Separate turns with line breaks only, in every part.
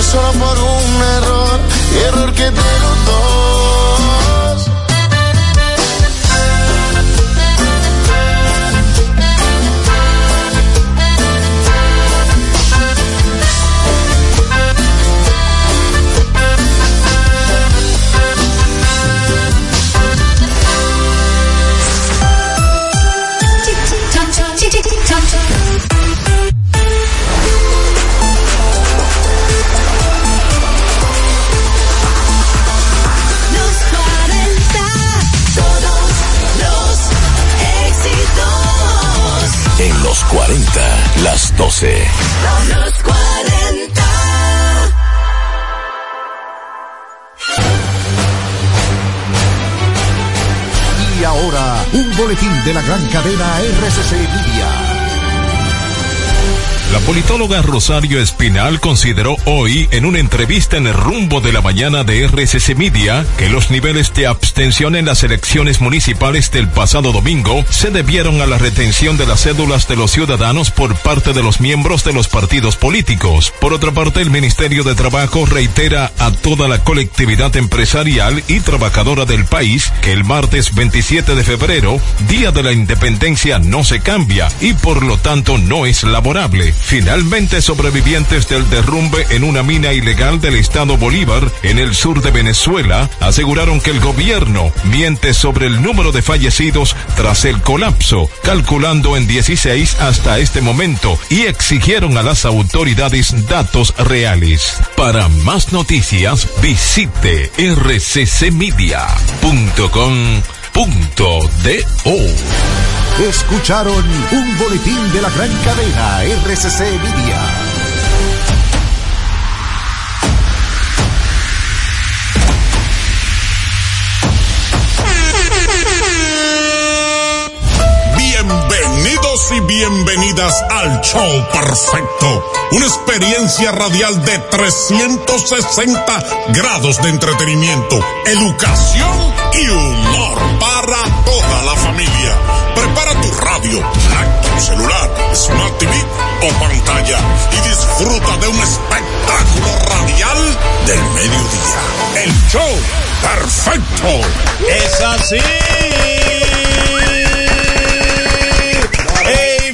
solo por un error, error que de los dos.
En los 40, las 12.
Los 40.
Y ahora, un boletín de la gran cadena RCC Media.
La politóloga Rosario Espinal consideró hoy en una entrevista en el rumbo de la mañana de RCC Media que los niveles de abstención en las elecciones municipales del pasado domingo se debieron a la retención de las cédulas de los ciudadanos por parte de los miembros de los partidos políticos. Por otra parte, el Ministerio de Trabajo reitera a toda la colectividad empresarial y trabajadora del país que el martes 27 de febrero, día de la independencia, no se cambia y por lo tanto no es laborable. Finalmente, sobrevivientes del derrumbe en una mina ilegal del estado Bolívar, en el sur de Venezuela, aseguraron que el gobierno miente sobre el número de fallecidos tras el colapso, calculando en 16 hasta este momento, y exigieron a las autoridades datos reales. Para más noticias, visite rccmedia.com.do.
Escucharon un boletín de la gran cadena RCC Media.
Bienvenidos y bienvenidas al show perfecto. Una experiencia radial de 360 grados de entretenimiento, educación y humor para toda la familia. Prepara tu radio, laptop, celular, smart TV o pantalla y disfruta de un espectáculo radial del mediodía. El show perfecto.
Es así. ¡Ey!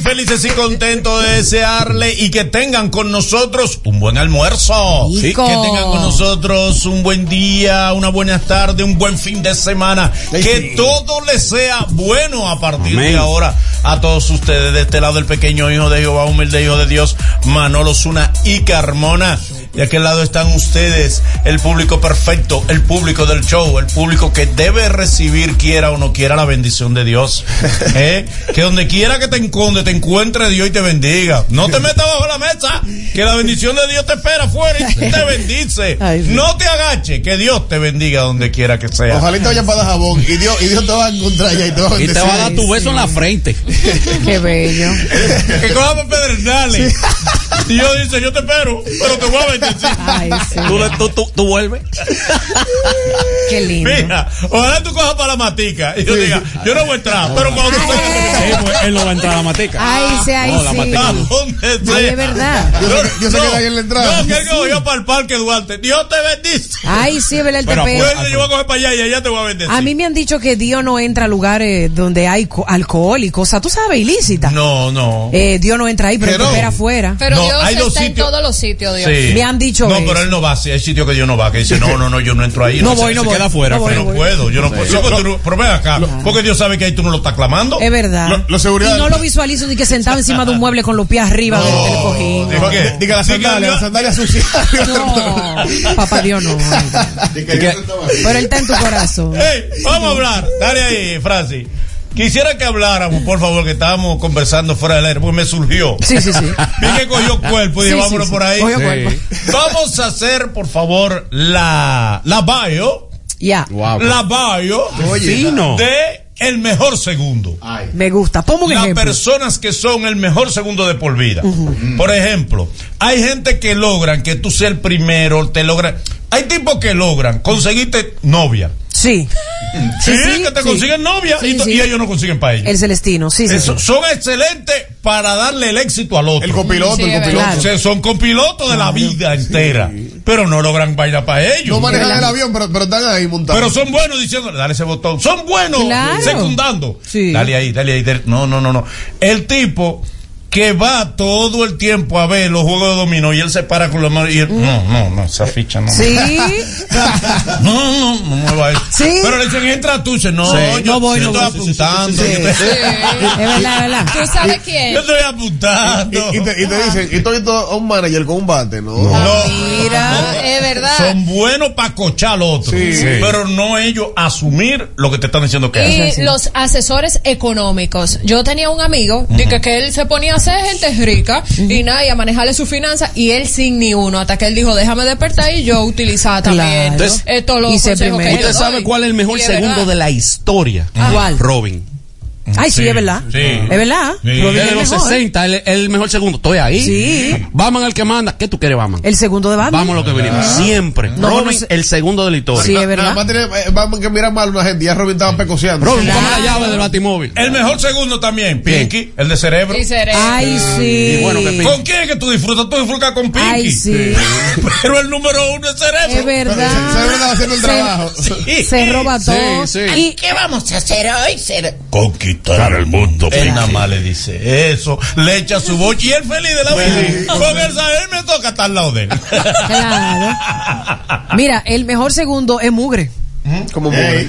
Felices y contentos de desearle y que tengan con nosotros un buen almuerzo. Sí,
Rico.
Que tengan con nosotros un buen día, una buena tarde, un buen fin de semana. Que todo les sea bueno a partir de ahora a todos ustedes de este lado el pequeño hijo de Jehová, humilde hijo de Dios, Manolo Zuna y Carmona. De aquel lado están ustedes, el público perfecto, el público del show, el público que debe recibir, quiera o no quiera, la bendición de Dios. ¿Eh? Que donde quiera que te encuentre, te encuentre Dios y te bendiga. No te metas bajo la mesa, que la bendición de Dios te espera afuera y te bendice.
Ay, sí.
No te agaches, que Dios te bendiga donde quiera que sea.
Ojalá y te vayas para jabón y Dios, y Dios te va a encontrar allá y te va a
Y te va a dar tu beso en la
frente.
Qué bello.
Que cojamos pedernales. Y yo dice, yo te espero, pero te voy a bendecir.
Tú
le- tú, tú- tú vuelves.
Qué lindo.
Mira, ojalá tú cojas para la matica. Y yo diga, yo no voy a entrar, pero cuando tú salgas. pues, él no va a entrar a la matica.
Ay, sí, ahí No, la sí. matica no.
¿Dónde
Ay,
sea.
es verdad. Yo sé que- yo sé que nadie le entraba.
No, que él cogió para el parque Duarte. Dios te bendice.
Ay, sí, ¿verdad? El
Pero
TPE.
acuérdate, yo voy a coger para allá y allá te voy a bendecir.
A mí me han dicho que Dios no entra a lugares donde hay co- alcohol y cosas, tú sabes, ilícitas.
No, no.
Eh, Dios no entra ahí, pero,
Pero-
te espera afuera.
Pero
No,
Dios
hay
está
dos
en
sitios.
todos los sitios, Dios.
Sí.
Me han dicho
No,
eso.
pero él no va. sí, hay sitios que yo no va. Que dice, no, no, no, yo no entro ahí.
No
se-
voy, no
se
voy.
queda afuera.
No voy,
no
no voy.
puedo, yo no
Sí.
puedo. Sí, pero tú no- pero ven acá. Porque Dios sabe que ahí tú no lo estás clamando.
Es verdad.
Lo- lo seguridad-
Y no lo visualizo ni que sentado encima de un mueble con los pies arriba del telecojín.
¿De qué?
Diga la sandalia, la sandalia sucia.
No, papá Dios no. Pero él está en tu corazón.
Ey, vamos a hablar. Dale ahí, Francis. Quisiera que habláramos, por favor, que estábamos conversando fuera del aire, porque me surgió.
Sí, sí, sí.
Vi que cogió cuerpo y
Sí,
dije,
sí,
vámonos
sí.
por ahí.
Cogió Sí. cuerpo.
Vamos a hacer, por favor, la, la bio.
Ya.
La bio
pues. Oye. Fino.
de el mejor segundo.
Me gusta. Pongo un
Las
ejemplo.
personas que son el mejor segundo de por vida.
Ujú.
Por ejemplo, hay gente que logran que tú seas el primero, te logran. Hay tipos que logran conseguirte novia.
Sí.
Sí,
Sí, sí,
que te
sí.
consiguen novia
Sí,
y, to-
sí.
y ellos no consiguen para ellos.
El Celestino, sí, sí.
Eso-
sí.
Son excelentes para darle el éxito al otro. El
copiloto, Sí, el es copiloto. verdad.
son copilotos de la vida entera. pero no logran vaina para ellos.
No manejan el avión, pero, pero están ahí montados.
Pero son buenos diciendo, dale ese botón. Son buenos
Claro.
secundando.
Sí.
Dale ahí, dale ahí. dale- No, no, no, no. El tipo que va todo el tiempo a ver los juegos de dominó y él se para con la mano y él, no, no, no, esa ficha no.
Sí.
No, no, no mueva eso.
Sí.
Pero le dicen, entra tú, dice, no,
Sí.
yo,
No voy,
yo
no
estoy
voy.
apuntando.
Sí.
yo estoy-
Es verdad, es verdad.
¿Tú sabes quién?
Yo estoy apuntando.
Y, y te, y te dicen, y estoy viendo a un manager con un bate, ¿no?
Ah,
No.
Mira, es verdad.
Son buenos para cochar al otro.
Sí. Sí.
Pero no ellos asumir lo que te están diciendo que hacen.
Y los asesores económicos. Yo tenía un amigo de que, que él se ponía a ser gente rica y nada, y a manejarle sus finanzas y él sin ni uno. Hasta que él dijo, déjame despertar y yo utilizaba también
Ah,
eh,
Claro.
esto lo
Y ser primero.
Usted sabe cuál es el mejor segundo de la historia. Mm,
¿Cuál?
Robin.
Ay, sí, es verdad.
sí.
Es verdad.
Sí.
Robin
Él
es
en los
mejor.
60, él es el mejor segundo. Estoy ahí.
Sí.
Batman el que manda. ¿Qué tú quieres, Batman?
El segundo de Batman. Ah.
Vamos a lo que venimos. Siempre.
No,
Robin,
no sé.
el segundo de la historia.
Sí, es
Nada
verdad.
más tiene, eh, vamos que mirar mal una gente. Ya Robin estaba pecoseando.
Robin, ponme la llave del batimóvil.
El mejor segundo también, Pinky, el de cerebro.
Y seré-
Ay, sí.
Y bueno, que
¿Con quién es que tú disfrutas? Tú disfrutas con Pinky.
Ay, sí.
Pero el número uno es cerebro.
Es
Se- se ve que estaba
verdad.
haciendo el
Se-
trabajo.
Sí.
Se roba todo.
sí.
Y
¿Qué vamos a hacer hoy? Cero?
Conquistar el mundo. Él nada más le dice eso, le echa su boche y él feliz de la vida. Con el saber me toca estar al lado de él.
Claro. Mira, el mejor segundo es mugre.
Como mugre.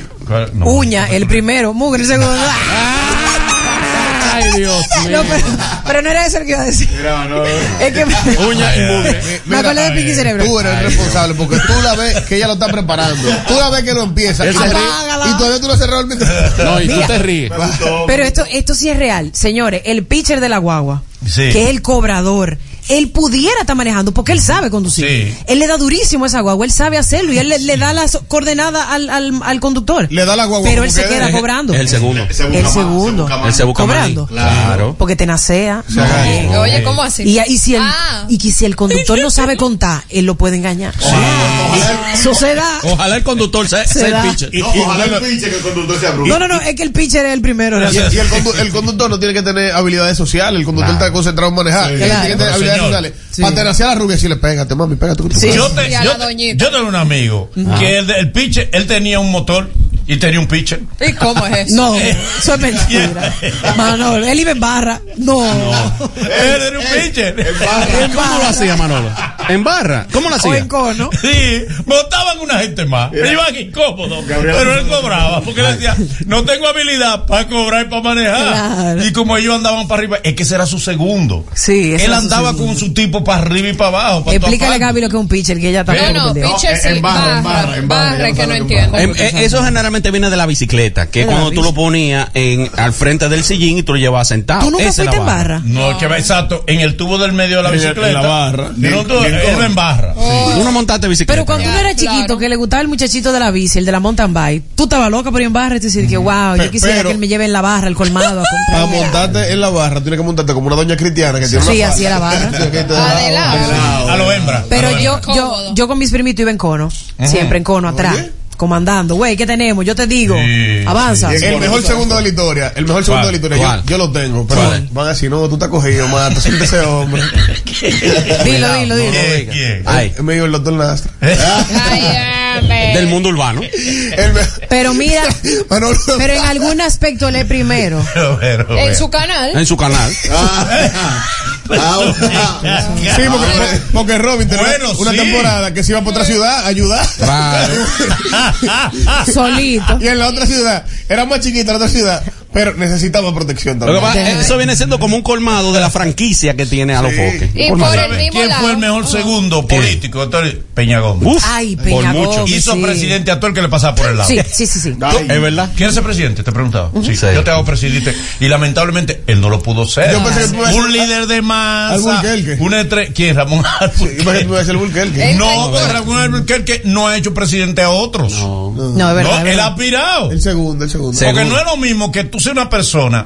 No.
Uña, el primero. Mugre, el segundo.
Ay, Dios mío.
No, pero, pero no era eso el que iba a decir. Es que
Uña y mugre.
me acordé de Pinky Cerebro.
Tú eres el responsable porque tú la ves que ella lo está preparando. Tú la ves que lo empieza. Y,
Ese-
te ríes,
Apágala.
y todavía tú lo cerrado el micrófono.
No, y tú
Mira.
te ríes.
Pero esto, esto sí es real. Señores, el pitcher de la guagua,
Sí.
que es el cobrador, él pudiera estar manejando porque él sabe conducir.
Sí.
Él le da durísimo a esa guagua, él sabe hacerlo y él le, le da las coordenadas al, al, al conductor.
Le da la guagua
Pero él
como
se
que
queda
deje.
cobrando.
Es el segundo.
El segundo.
Él se busca
cobrando.
maní. Claro.
Porque tenacea.
eh.
Oye, ¿cómo así?
Y, y si el,
Ah.
y que si el conductor no sabe contar, él lo puede engañar. Eso se da.
Ojalá el conductor sea,
Se
sea
da.
el pitcher.
Y- y-
ojalá el
y-
No, no, no, es que el pitcher es el primero.
y el, condu- el conductor no tiene que tener habilidades sociales. El conductor está concentrado en manejar. Él
Claro.
tiene que tener
Pero,
habilidades
señor.
sociales.
Sí.
Para tener hacia la rubia, decirle, pégate, mami, pégate. que tú puedes".
Yo, te,
Y a
yo,
la
te-
doñita.
yo tenía un amigo que el, el pitcher, él tenía un motor y tenía un pitcher.
¿Y cómo es eso?
No, eso es mentira. Manolo, él iba en barra. No.
él era un pitcher.
¿En ¿Cómo lo hacía, Manolo? ¿En barra? ¿Cómo lo
O
hacía?
en cono.
Sí, montaban una gente más. Me iban incómodo. pero él cobraba. Porque él decía, no tengo habilidad para cobrar y para manejar.
Claro.
Y como ellos andaban para arriba, es que ese era su segundo.
Sí, ese
Él
era su
andaba
segundo.
con su tipo para arriba y para abajo. para
Explícale,
todas
Gaby, lo que es un pitcher, que ella tampoco
No,
lo
no,
entendía.
pitcher
No, Eh, en-
sí,
en barra,
barra,
en barra,
barra,
en barra, ya no
que no
sabe lo que
entiendo.
Em, eh, eso generalmente viene de la bicicleta, que
De
es
la
cuando tú
bici.
lo ponías en, al frente del sillín y tú lo llevabas sentado.
¿Tú nunca
Esa es la
fuiste en barra?
partes. No, es que va exacto. En el tubo del medio de la
En el- en
bicicleta.
la barra.
No, tú-
Bien, bien
él
corto.
va en barra.
Tú no montaste bicicleta.
Oh. Pero cuando
Ya,
tú eras
claro.
chiquito, que le gustaba el muchachito de la bici, el de la mountain bike, tú estabas loca por ir en barra y te decir que, wow, yo
Mm. Pe-
quisiera
pero-
que él me lleve en la barra, el colmado, a
Para
comprar.
montarte en la barra, tienes que montarte como una doña cristiana que tiene
Sí,
una
así era barra.
Sí, que te-
Adelante.
A los hembras.
Pero
A lo
yo,
hembra.
yo,
Cómodo.
yo con mis primitos iba en cono, siempre en cono atrás, comandando. Güey, ¿qué tenemos? Yo te digo,
Sí,
avanza.
El mejor segundo de la historia, el mejor segundo de la historia,
¿Cuál?
yo, yo lo tengo, pero
¿Cuál?
van a decir, no, tú estás cogido, mata, siente ese hombre.
Dilo, dilo, dilo.
¿Quién? ¿Quién?
Ay,
Me dijo el doctor Nastra.
Ay, hombre.
del mundo urbano.
El me-
Pero mira,
Manolo-
pero en algún aspecto él es primero.
Pero, pero,
En
pero.
su canal.
En su canal.
Ah, Sí, porque, porque- porque Robin tenía
Bueno,
una
sí.
temporada que se iba para otra ciudad a ayudar.
Claro.
Solito.
Y en la otra ciudad, era más chiquita la otra ciudad, pero necesitaba protección
Lo que
también.
pasa es que eso viene siendo como un colmado de la franquicia que tiene a los foques.
Y por el mismo
¿Quién
lado.
fue el mejor segundo político? Entonces, Peña Gómez.
Uf,
Ay,
por
Peña
mucho.
Gómez,
Hizo
sí.
presidente a todo el que le pasaba por el lado.
Sí, sí, sí, sí.
Ay. ¿Es verdad?
¿Quieres ser presidente? Te preguntaba. Sí,
Sí.
Yo te hago presidente. Y lamentablemente, él no lo pudo ser.
Yo pensé que tú ibas a
un
decir-
líder de
al
Eh,
masa.
Burkelke.
Un entre... ¿Quién? Ramón Alburquerque.
Imagínate, tú ibas a ser el Burkelke.
No, Ramón Alburquerque no ha hecho presidente a otros. No,
No, es verdad. es
él
verdad.
ha pirado.
El segundo, el segundo.
Seguro.
Porque no es lo mismo que tú seas una persona.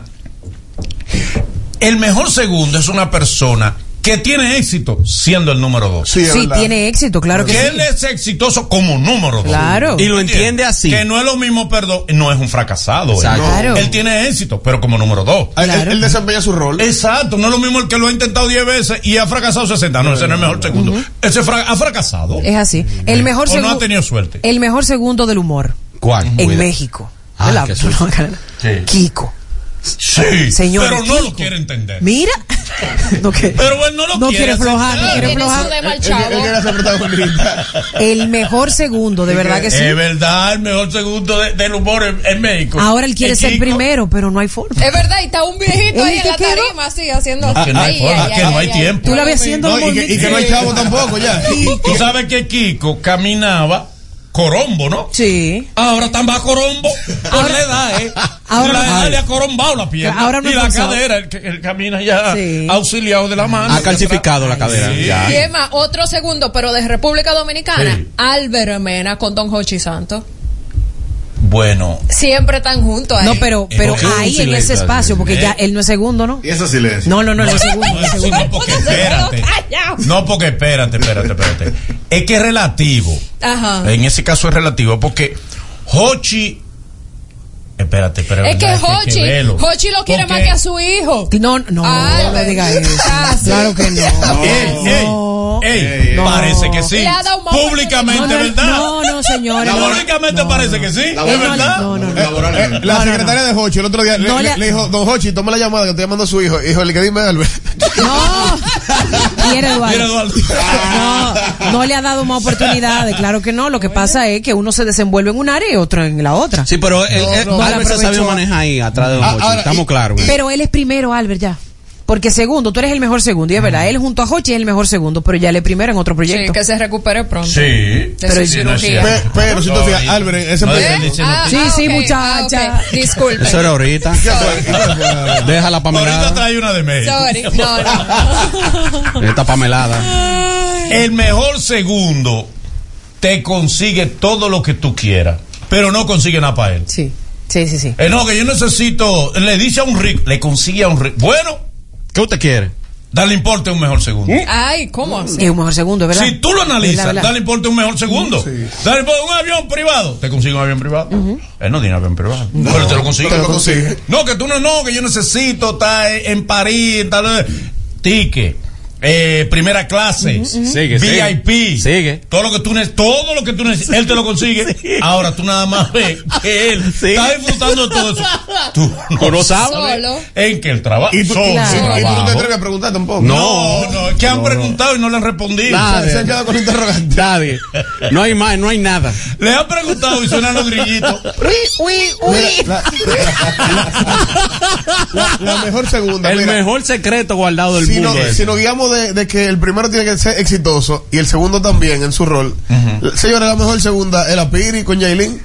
El mejor segundo es una persona que tiene éxito siendo el número dos.
Sí, tiene éxito, claro que
que él
sí.
es exitoso como número dos.
Claro.
Y lo entiende así.
Que no es lo mismo, perdón, no es un fracasado. él.
Exacto.
Claro.
Él tiene éxito, pero como número dos.
Él- Él, él desempeña su rol.
Exacto, no es lo mismo el que lo ha intentado 10 veces y ha fracasado 60. No, ese no es el mejor segundo. Ese fra- ha fracasado.
Es así. El mejor
O no
segu-
ha tenido suerte.
El mejor segundo del humor.
¿Cuál?
En
Cuida-
México.
Ah,
¿Verdad?
qué suerte.
Sí.
Kiko.
Sí,
Señor.
pero no lo quiere entender.
Mira. no que-
Pero él no lo
no
quiere
quiere aflojar,
aceptar.
no quiere
Tiene su
aflojar.
de mal
Él- él- él
chavo.
quiere ser protagonista.
El mejor segundo, de verdad que sí.
Es verdad, el mejor segundo de- del humor en, en México.
Ahora él quiere
El
ser
chico-
primero, pero no hay forma.
Es verdad, y está un viejito
¿El
ahí en la
que quedó?
tarima, así, haciendo.
Ah, que no hay
Ay,
forma,
ay,
que
ay,
no hay
ay,
tiempo.
Tú la ves haciendo
No,
el
y, que, y que no hay
movimiento.
chavo tampoco ya.
Tú sabes que Kiko caminaba corombo, ¿no?
Sí.
Ahora están más corombo por la edad, ¿eh?
ahora-
la edad le ha corombado la pierna.
Ahora no
y
es
la
forzado.
cadera, el, que- el camina ya
Sí.
auxiliado de la mano.
Ha calcificado la cadera.
Sí.
Ya.
Y es más, otro segundo, pero de República Dominicana,
Sí.
Álvaro Hermena con Don Hochi Santos.
Bueno,
Siempre están juntos ahí.
No, pero, pero
¿Por qué
ahí en
silencio
ese
así?
espacio, porque
¿Eh?
ya él no es segundo, ¿no?
Y eso silencio.
No, no, no, él no es segundo. él
No,
es
eso
segundo.
no, porque
Todo se quedó
espérate.
callado.
No, porque espérate, espérate, espérate. Es que es relativo.
Ah.
Ajá.
En ese caso es relativo porque Hochi. Espérate, espérate.
Es que Hochi, Hochi lo quiere más que a su hijo.
No, no,
Ay,
no
pero-
diga eso.
Ah, sí.
Claro que no.
Ey, ey,
No.
ey,
No.
parece que sí.
Le ha dado más
No,
Públicamente,
no,
¿verdad?
no, no, señores. no.
Públicamente
No,
parece
no.
que sí.
No,
¿Es
no,
verdad?
no, no, no.
Eh, la
No, no,
secretaria de Hochi el otro día le,
No
le-
le-
le dijo, don Hochi, toma la llamada que estoy llamando a su hijo. Hijo, el que dime, Albert.
No. Mira, Eduardo.
Mira, Eduardo.
No, no le ha dado más oportunidades, claro que no. Lo que pasa es que uno se desenvuelve en un área y otro en la otra.
Sí, pero él, él-
no,
Albert se
aprovechó.
sabe manejar ahí atrás de Don
Ah,
Hochi.
ahora,
Estamos
y-
claros.
Pero él es primero, Albert, ya. Porque segundo, tú eres el mejor segundo, y es verdad. Él junto a Hochi es el mejor segundo, pero ya él es primero en otro
Sí,
proyecto.
que se recupere pronto.
Sí.
De su
no es
cirugía.
cierto.
Pe- pero si tú
No,
fijas,
ahí-
Albert, en ese
no,
momento-
él
¿Eh?
dice, no,
Ah,
Sí,
ah,
sí,
ok,
muchacha.
ah, ok. Disculpe.
Eso era ahorita. Déjala
Ahorita
pamelada.
trae una de México.
Sorry. No, no.
Esta pamelada.
El mejor segundo te consigue todo lo que tú quieras, pero no consigue nada para él.
Sí, sí, sí. sí.
Eh, no, que yo necesito, le dice a un rico, le consigue a un rico. Bueno,
¿Qué usted quiere?
dale importe a un mejor segundo.
Ay, ¿cómo así?
Es un mejor segundo, ¿verdad?
¿Mm? Si tú lo analizas,
¿Verdad, verdad?
dale importe a un mejor segundo. Dale importe a un avión privado. Te consigue un avión privado. Él no tiene avión privado. pero te lo consigue.
te lo consigue.
No, que tú no, no, que yo necesito estar en París, tal. Tique. Eh, primera clase,
Sigue, sigue.
VIP,
Sigue.
todo lo que tú ne- todo lo que tú necesitas, él te lo consigue. Ahora tú nada más ves que él
Sí.
está disfrutando de todo eso. Tú
Tú no sabes.
Solo.
en que el trabajo.
Y tú,
Solo
y tú- y tú no te
trabajo.
atreves a preguntar tampoco.
No, no, es que han preguntado y no le han respondido.
Nada.
Se- Se han quedado con un interrogante.
Nadie. No hay más, no hay nada.
Le han preguntado y suenan los grillitos.
La, la- la mejor segunda.
El
mira.
mejor secreto guardado del
si,
mundo.
no-
ese.
si nos guiamos de, de que el primero tiene que ser exitoso y el segundo también en su rol. La- Señora, la mejor segunda es la Piri con Yailin.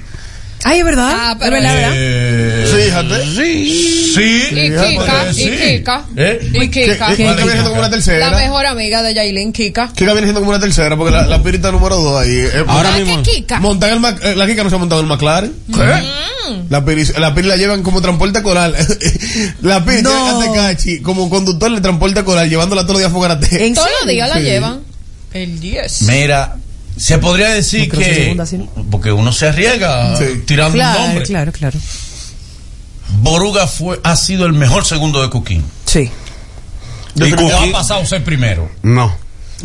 Ay, es verdad.
Ah,
es
pero-
verdad, verdad.
Eh,
Fíjate.
sí.
Y Kika,
Sí.
y Kika.
¿Eh?
Y Kika.
Que- que- que viene siendo como una
La
tercera.
mejor amiga de Yailin, Kika.
Kika viene siendo como una tercera porque la, la Piri está número dos ahí. Eh,
Ahora
Ah,
mismo.
que Kika.
montan el Mac- eh, la Kika no se ha montado en el McLaren.
Mm.
La Piri, la Piri la llevan como transporte coral. la Piri
No.
tiene a Tecachi como conductor de transporte coral, llevándola todos los días a Fogarate.
¿En
Todos
serio?
los días la
Sí.
llevan. El 10.
Mira, se podría decir
No creo que
que.
segunda, sí, ¿no?
Porque uno se arriesga
Sí.
tirando un
Claro,
nombre.
claro, claro.
Boruga fue, ha sido el mejor segundo de Cuquín.
Sí.
Y
Cuquín-
ha pasado ser primero.
No.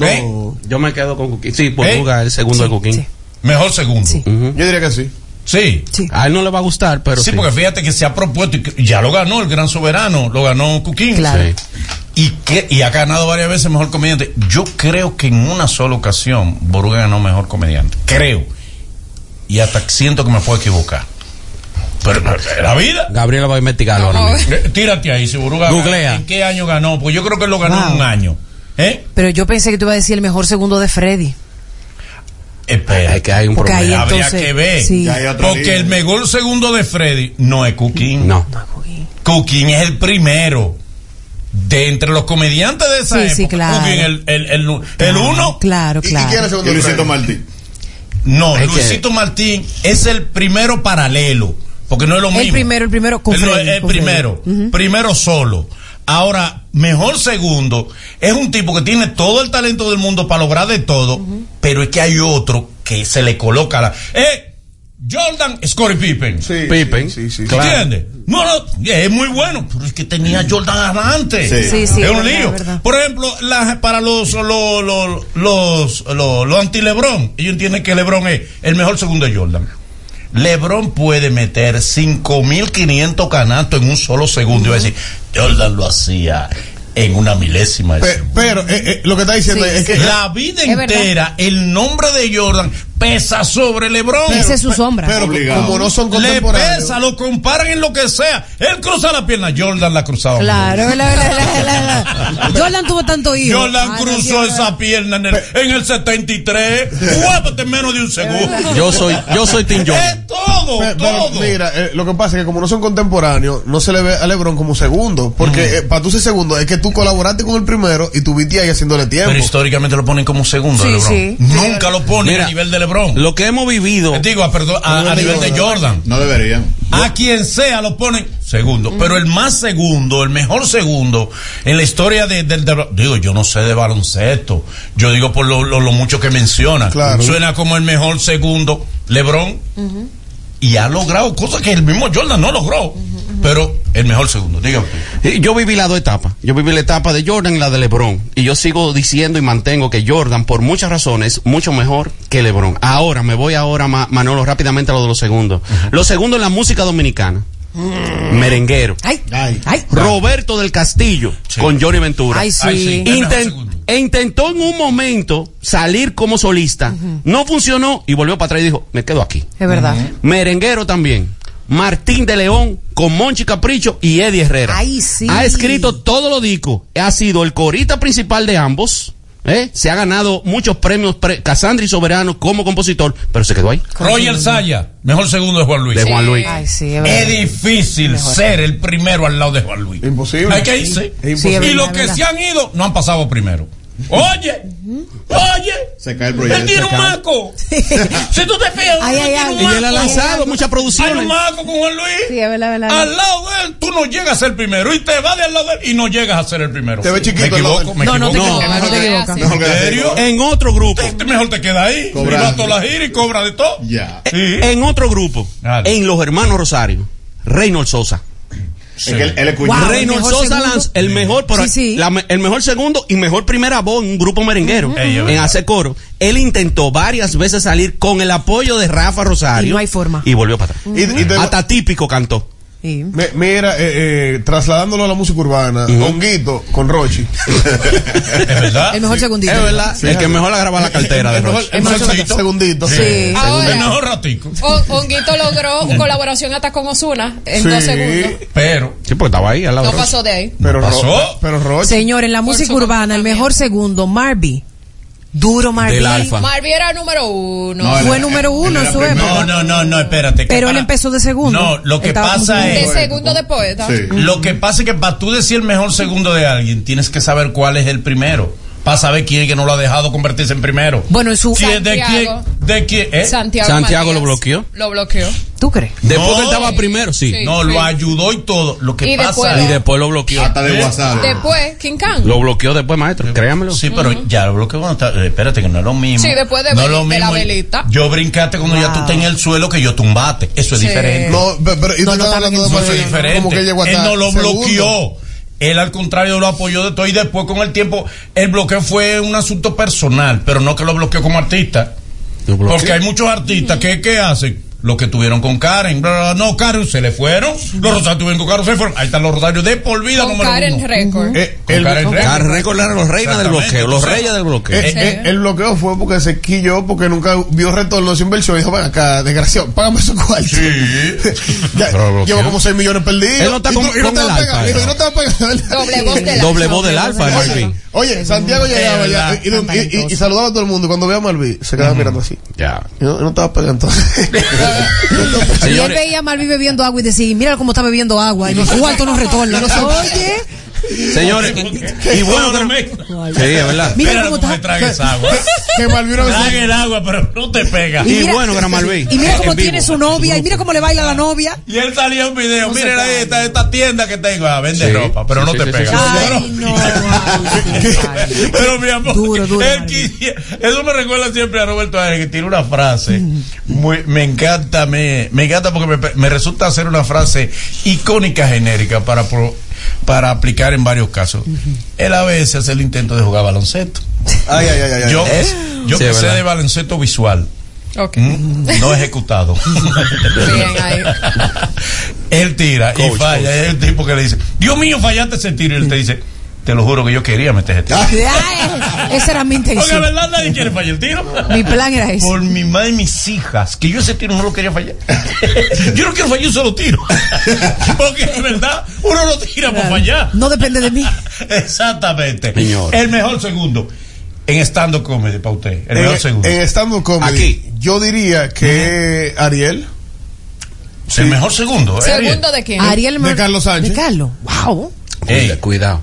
¿Eh?
Yo me quedo con Cuquín. Sí, Portugal, el segundo de Cuquín.
sí.
Mejor segundo.
Sí.
Ujú.
Yo diría que sí.
Sí.
Sí.
A él no le va a gustar, pero sí.
Sí, porque fíjate que se ha propuesto y que ya lo ganó el gran soberano, lo ganó Cuquín.
Claro.
Sí.
Y, que, y ha ganado varias veces mejor comediante. Yo creo que en una sola ocasión Boruga ganó mejor comediante. Creo. Y hasta siento que me puedo equivocar. Pero eh, la vida.
Gabriela va a investigarlo ahora mismo.
Eh, Tírate ahí, si Boruga.
Googlea.
¿En qué año ganó? Pues yo creo que lo ganó en
Wow.
un año. ¿Eh?
Pero yo pensé que te iba a decir el mejor segundo de Freddy.
Espera.
Es que hay un
Porque ahí
problema.
Habría
entonces-
que ver.
sí.
Ya hay otra
Porque
liga.
el mejor segundo de Freddy no es Cuquín.
No.
Cuquín es el primero. De entre los comediantes de esa
Sí,
época,
sí, claro.
Cuquín el, el, el, el uno.
Claro,
¿Y, y quién es el
claro.
segundo? Luisito Martín.
No,
Hay que-
Luisito Martín es el primero paralelo, porque no es lo
El
mismo.
primero, el primero con
Él no es
Freddy,
el
con Freddy.
primero, primero solo. Ahora mejor segundo es un tipo que tiene todo el talento del mundo para lograr de todo, pero es que hay otro que se le coloca la. ¡Eh! Jordan Scottie Pippen.
Pippen, claro.
¿Entiendes? No, no, es muy bueno, pero es que tenía Jordan adelante.
Sí. Sí, sí,
es un
es verdad,
lío.
es verdad.
Por ejemplo, las- para los los, los, los, los- los anti-Lebron, ellos entienden que Lebron es el mejor segundo de Jordan. Lebron puede meter 5.500 canastos en un solo segundo. Y va a decir, Jordan lo hacía en una milésima de
Pe-
segundo.
Pero eh, eh, lo que está diciendo
Sí,
es que
La vida
Es verdad.
entera, el nombre de Jordan pesa sobre Lebron.
Esa es su sombra.
Pero como no son
Le
contemporáneos.
pesa, lo comparan en lo que sea. Él cruza la pierna, Jordan la cruzaba.
Claro, la, la, la, la, la. Jordan tuvo tanto hijo.
Jordan
Ah, no, sí,
cruzó
es verdad.
esa pierna en el, en el 73. Guápate en menos de un segundo.
Yo soy, yo soy Tim Jordan.
Es todo,
Pe- pero
todo.
mira, eh, lo que pasa es que como no son contemporáneos, no se le ve a LeBron como segundo. Porque eh, para tú ser segundo es que tú colaboraste con el primero y tuviste ahí haciéndole tiempo.
Pero históricamente lo ponen como segundo
Sí,
de LeBron.
sí.
Nunca lo ponen
Mira,
a nivel de LeBron. Eh,
Lo que hemos vivido.
Digo, a, perdón, a, a nivel de Jordan.
No deberían.
A quien sea lo ponen segundo. Pero el más segundo, el mejor segundo en la historia de- del. de- digo, yo no sé de baloncesto. Yo digo por lo, lo- lo mucho que menciona.
Claro.
Suena como el mejor segundo, LeBron. Y ha logrado cosas que el mismo Jordan no logró. Pero el mejor segundo, dígame.
Eh, Yo viví las dos etapas. Yo viví la etapa de Jordan y la de LeBron. Y yo sigo diciendo y mantengo que Jordan, por muchas razones, mucho mejor que LeBron. Ahora, me voy ahora, Ma- Manolo, rápidamente a lo de los segundos. Los segundos en la música dominicana. Merenguero.
Ay, ay, ay.
Roberto del Castillo
Sí.
con Johnny Ventura.
Ay, sí.
Ay, sí.
Inten-
El mejor segundo.
e intentó en un momento salir como solista. No funcionó y volvió para atrás y dijo, me quedo aquí.
Es verdad.
Merenguero también. Martín de León con Monchi Capricho y Eddie Herrera.
Ay, sí.
Ha escrito todos los discos. Ha sido el corista principal de ambos. ¿eh? Se ha ganado muchos premios pre- Casandra y Soberano como compositor, pero se quedó ahí.
Roger Saya, mejor segundo de Juan Luis.
De Juan Luis.
Ay, sí, es verdad.
Es difícil
Mejor.
ser el primero al lado de Juan Luis.
Imposible.
Hay que irse.
Sí, es
verdad,
y los
es
que
verdad.
se han ido no han pasado primero. Oye, oye.
Se cae el proyecto.
Él tiene un
Se cae.
maco. si tú te fijas,
Ay, ay,
él tiene
ay.
un
Y él ha
maco.
lanzado muchas
Hay un
producciones.
maco con Juan Luis.
Sí, es verdad, es verdad.
Al lado de él, tú no llegas a ser primero. Y te vas de al lado de él y no llegas a ser el primero.
Te ves chiquito
Me
al lado de
equivoco,
él.
me
No, no te
equivoco.
equivocas, no te equivocas.
No, que
¿En serio?
En otro grupo.
Tú Mejor te quedas ahí.
Cobra.
Y vas a toda la gira y cobra de todo.
Ya.
Sí.
En otro grupo.
Claro.
En Los Hermanos Rosario. Reynolds Sosa.
Es que él, él escuchó.
Wow. Ah, el
Reynolds
mejor
Sosa
segundo.
lanz- el mejor por
Sí, sí.
la me- el mejor segundo y mejor primera voz en un grupo merenguero
Ey, es
en
verdad.
hacer coro. Él intentó varias veces salir con el apoyo de Rafa Rosario
Y no hay forma.
y volvió para atrás.
Y- y te-
Hasta típico cantó.
Sí.
Mi- Mira, eh, eh, trasladándolo a la música urbana, Honguito con Rochi.
Es verdad.
El mejor segundito.
Es verdad, el que mejor la graba la cartera de
El mejor-
Roche.
el mejor
Segundito.
segundito.
Sí.
El
Ahora,
mejor ratico.
Hon- Honguito logró colaboración hasta con Osuna en
Sí.
dos segundos.
Pero.
Sí, porque estaba ahí al lado
No
de Roche.
pasó de ahí.
Pero,
¿Pasó?
Ro- pero Rochi.
Señor, en la música
supuesto,
urbana, el
también.
mejor segundo, Marby. Duro Marby.
Del Alfa.
Marvi era número uno.
No, él
Fue
era-
número
él
uno
era
en su
primero.
época.
No, no, no, no, espérate. que
Pero él
para-
empezó de segundo.
No, lo que
Estaba como
pasa
segundo.
de
es.
segundo de poeta.
Sí.
Lo que pasa es que para tú decir el mejor segundo de alguien, tienes que saber cuál es el primero. Para saber quién es que no lo ha dejado convertirse en primero.
Bueno, en su-
Si es de quién.
Santiago.
¿De quién? ¿eh?
Santiago,
Santiago
Matías
lo bloqueó.
Lo bloqueó.
¿Tú crees?
Después
No.
que estaba primero, sí.
Sí.
No, lo ayudó y todo. Lo que
Y
pasa
después
es. Eh,
Y después lo bloqueó.
Hasta de WhatsApp.
Después, King Khan.
Lo bloqueó después, maestro, créamelo.
Sí, pero ya lo bloqueó cuando está- eh, Espérate, que no es lo mismo.
Sí, después de
no
Bel-
es lo
de la
mismo.
velita. Ah.
Yo brincaste cuando ya tú estás en el suelo que yo tumbaste. Eso es
Sí.
diferente.
No, pe- pero, y tú estás hablando de
No, eso
manera-
es diferente.
Como que él llegó hasta
él no lo
segundo.
bloqueó. Él al contrario lo apoyó de todo y después con el tiempo el bloqueo fue un asunto personal, pero no que lo bloqueó como artista.
Lo bloqueó.
Porque hay muchos artistas que ¿qué hacen lo que tuvieron con Karen, bla, bla, bla. no, Karen se le fueron, los rosarios tuvieron con Karen, se fueron, ahí están los rosarios de por vida
Con
número
Karen
uno.
Record.
Eh,
Con
el-
Karen Record.
Car- recordar los reinas del
Exactamente,
bloqueo, los
tú sabes.
reyes del bloqueo.
Eh, eh, el bloqueo fue porque se quilló, porque nunca vio retorno, se invirtió y dijo, ven acá, desgraciado, págame su cuarto. Ya,
Pero bloqueó.
lleva como 6 millones perdidos.
Él no está
Y tú-
con-
y no
con
te
el
va a
alfa,
pegar,
eh.
y no te va a pegar, ¿verdad?
Doble voz de la.
Doble voz del alfa,
Oye,
Marvin.
Oye, Santiago llegaba
Es
ya
verdad.
y, y- y- y saludaba a todo el mundo. Cuando veía a Malví, se quedaba mirando así.
Ya.
Y no, y no estaba pegando entonces.
Y él
Señores,
veía a Malvi bebiendo agua y decía, mira cómo está bebiendo agua. Y los cuartos nos retorna. Oye,
Señores, y bueno,
Ahora
pero-
mismo.
Sí, es verdad.
Mira Espérate cómo está- que tragues agua.
Que Malvino
Trague el agua, pero no te pega.
Y mira- Y mira cómo tiene su novia, y mira cómo le baila la novia.
Y él salió un video,
No se
miren ahí esta, esta tienda que tengo, ah, vende
Sí,
ropa, pero
sí,
no
sí,
te
sí,
pega.
sí, sí.
Pero- Pero mi amor, él quisiera- eso me recuerda siempre a Roberto Ángel que tiene una frase. muy- me encanta, me, me encanta porque me, me resulta ser una frase icónica genérica para, pro- para aplicar en varios casos. Él a veces hace el intento de jugar baloncesto.
Ay, ay, ay, ay, ay.
yo
¿Eh?
yo
Sí,
que
es
sé
verdad.
de baloncesto visual.
Ok.
¿Mm? No ejecutado. él tira y falla. y hay un tipo que le dice, Dios mío, fallaste ese tiro. Y él te dice, te lo juro que yo quería meter ese tiro.
Ay, eh, esa era mi
Porque la
intención.
verdad nadie quiere fallar el tiro.
Mi plan era ese.
Por mi madre y mis hijas, que yo ese tiro no lo quería fallar. yo no quiero fallar un solo tiro. Porque es verdad, uno lo tira por fallar.
No depende de mí.
Exactamente.
Señor.
El mejor segundo. En stand-up comedy para usted. El mejor
En,
segundo.
en stand-up comedy, yo diría que Ariel.
El mejor segundo. ¿eh?
¿Segundo de quién?
Ariel Mar-
De Carlos Sánchez.
De Carlos. Wow.
eh.
Cuida- cuidado.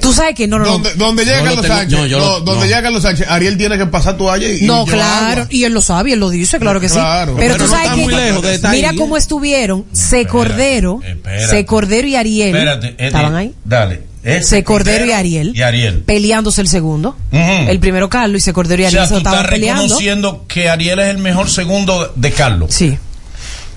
Tú sabes que no, no, no.
Donde, donde llega
No
Carlos
lo tengo-
Sánchez,
no, yo
no,
lo-
donde
no.
llega Carlos Sánchez, Ariel tiene que pasar toalla y
No,
y llevar
claro,
agua.
y él lo sabe, él lo dice, claro que sí.
Claro.
Pero,
Pero
tú
no
sabes
está
que
muy lejos de estar
mira
ahí.
cómo estuvieron, se Cordero,
espérate.
se Cordero y Ariel
Espérate, eh, Eddie,
estaban ahí
Dale. Ese
Se Cordero y Ariel.
Y Ariel.
peleándose el segundo.
Ujú.
El primero Carlos y se Cordero y
O
Ariel
sea,
se
tú
estaban
estás
peleando.
reconociendo que Ariel es el mejor segundo de Carlos.
Sí.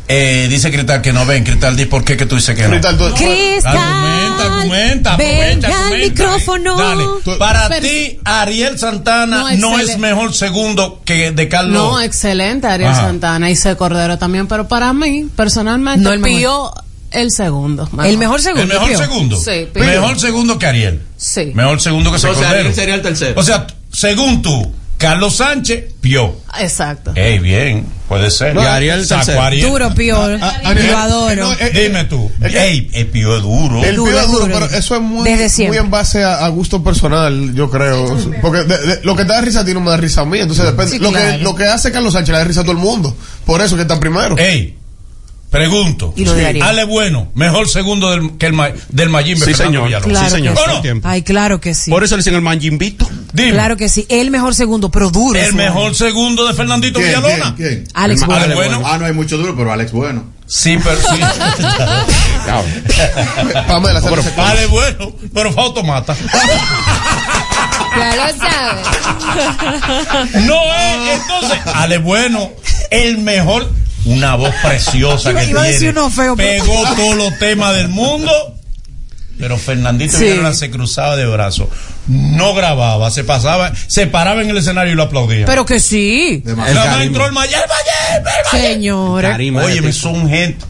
Eh, dice Cristal que no ven. Cristal, di por qué que tú dices que no.
Cristal, tú-
Cristal,
argumenta, argumenta, aprovecha,
venga al
argumenta.
micrófono.
Dale. Para
Pero-
ti, Ariel Santana
No,
no, es
excelente.
mejor segundo que de Carlos.
No, excelente, Ariel
Ajá.
Santana y C. Cordero también, pero para mí, personalmente,
No, el mejor.
Pío el segundo.
El mejor segundo.
El mejor
Pío.
segundo.
Sí, Pío.
mejor segundo que Ariel.
Sí.
Mejor segundo que se
Entonces,
Cordero.
Ariel sería el tercero.
O sea, según tú, Carlos Sánchez, Pio.
Exacto.
Eh,
Ey, bien, puede ser.
Y Ariel el
Sacó a
tercero.
Ariel.
Duro, Pior.
ah,
Ariel,
Lo adoro.
no, eh,
Dime tú. Ey, el Pío es duro.
El
Duro,
Pío es duro,
duro.
pero eso es muy,
Desde
muy
siempre.
en base a, a gusto personal, yo creo. Porque de- de- lo que te da risa a ti no me da risa a mí. Entonces depende.
Sí,
lo,
claro.
que, lo que hace Carlos Sánchez le da risa a todo el mundo. Por eso que está primero.
Ey, pregunto.
Y lo de Ariel.
Ale Bueno, mejor segundo del, que el, ma- del Mayimbe
Sí,
Fernando
señor.
Villalobos.
Claro
Sí, señor.
que
todo el
Bueno.
tiempo.
Ay, claro que sí.
Por eso le dicen el manjimbito.
Dime,
Claro que sí. El mejor segundo, pero duro.
el
es
mejor segundo de Fernandito
¿Quién,
Villalona.
quién, quién?
Alex
Ah,
Bueno.
Ale Bueno.
Ah, no hay mucho duro, pero Alex bueno.
Sí, pero sí.
Claro.
Pamela,
No, pero-
saca-
Ale Bueno, pero fue automata.
Ya lo sabes.
No es, entonces, Ale Bueno, el mejor, una voz preciosa
Iba-
que
iba a
tiene.
decir uno feo, pero-
Pegó todos los temas del mundo. Pero Fernandito
Sí.
Villalona se cruzaba de brazos, no grababa, se pasaba, se paraba en el escenario y lo aplaudía.
Pero que sí.
Nada más entró el Mayel, Mayel, Mayel, Mayel.
Señores.
Carisma de
Oye, me
tipo.
son gente.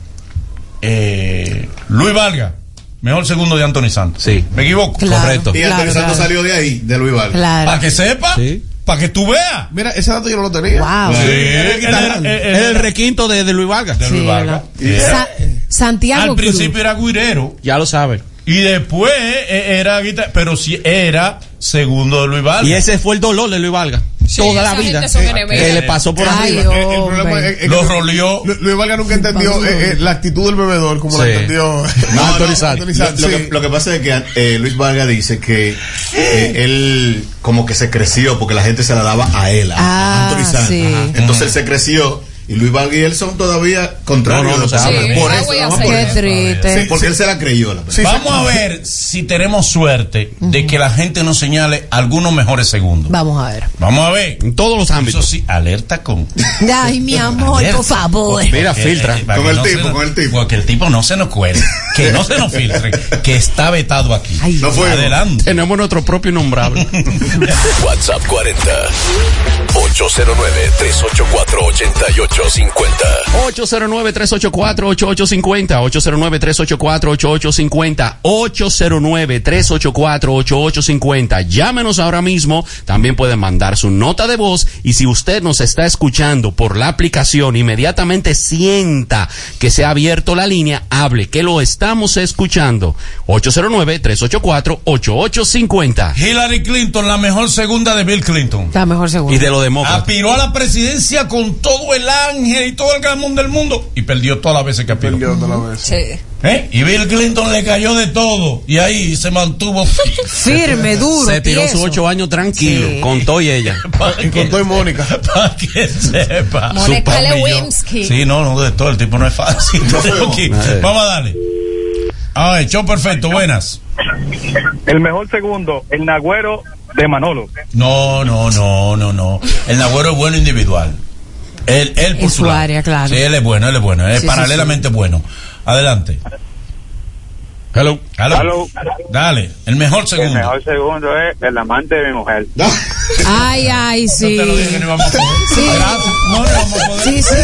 Eh, Luis Valga, mejor segundo de Anthony Santos.
Sí.
¿Me equivoco?
Claro.
Correcto.
Y
Claro,
Anthony Santos
claro.
salió de ahí, de Luis Val.
Claro.
Para que sepa,
Sí.
para que tú veas.
Mira, ese dato yo no lo tenía.
Wow.
Sí, Eh,
Es
él era- él- él
el
era
requinto de, de Luis Vargas.
de Luis Valga.
Sí.
Eh,
Sa- Santiago
Al
Cruz.
principio era guirero
Ya lo sabe.
y después eh, era guitarra, pero sí era segundo de Luis Valga.
Y ese fue el dolor de Luis Vargas.
Sí,
Toda la
esa
vida.
gente son
Eh,
enemigos.
Que le pasó por
Ay,
arriba.
Dios.
El, el problema
Hombre.
es, es que
lo roleó.
Lu- Luis Valga nunca entendió eh, eh, la actitud del bebedor como la
Sí.
entendió.
No,
Anthony
no,
Anthony
Santos.
Lo,
Santos,
lo
sí.
que, lo que pasa es que eh, Luis Vargas dice que eh, él como que se creció porque la gente se la daba a él, a
Ah,
Anthony Santos.
sí.
Ajá. Entonces él se creció y Luis Vargas y él son todavía contrarios.
No, no, no se
Sí,
hablan.
por
Ah,
Sí,
eso,
voy a
vamos
hacer
por
Qué
eso.
triste.
Sí, porque él se la creyó. La
Sí,
Vamos a ver si tenemos suerte de que la gente nos señale algunos mejores segundos.
Vamos a ver.
Vamos a ver.
En todos los
Eso
ámbitos.
sí, alerta con.
Ay, mi amor, por favor.
Mira, filtra.
para
Con
que
el
se
tipo,
nos-
con el tipo.
Porque el tipo no se nos cuele. Que no se nos filtre. Que está vetado aquí.
Ay,
No fue.
Adelante.
Tenemos nuestro propio innombrable.
WhatsApp 40 809 384 8850.
809-384-8850. 809-384-8850. 809-384-8850. Llámenos ahora mismo. También pueden mandar su nota de voz. Y si usted nos está escuchando por la aplicación, inmediatamente sienta que se ha abierto la línea. Hable, que lo estamos escuchando. 809-384-8850.
Hillary Clinton, la mejor segunda de Bill Clinton.
Está mejor seguro.
Y de lo demócrata.
Aspiró a la presidencia con todo el Ángel y todo el gamón del mundo y perdió todas las veces que apeló. Perdió todas las veces. ¿Eh? Y Bill Clinton le cayó de todo y ahí se mantuvo
Firme, duro,
Se tiró
tieso.
sus ocho años tranquilo,
Sí.
con todo y ella.
Y con todo y Mónica. Para que sepa.
Mónica
Su papillón.
Lewinsky.
Sí, no, no, de todo. El tipo no es fácil. Ok, Vamos a darle. Ah, show perfecto, buenas.
El mejor segundo, el Nagüero de Manolo.
No, no, no, no, no. El Nagüero es bueno individual. Él, él por
En su
lado.
área, claro.
Sí, él es bueno, él es bueno. Es
Sí, sí,
paralelamente bueno. Adelante. Hello. Hello.
Hello.
Dale, el mejor
El
segundo.
mejor segundo es el amante de mi mujer.
Ay, ay, sí. Sí. Sí, sí.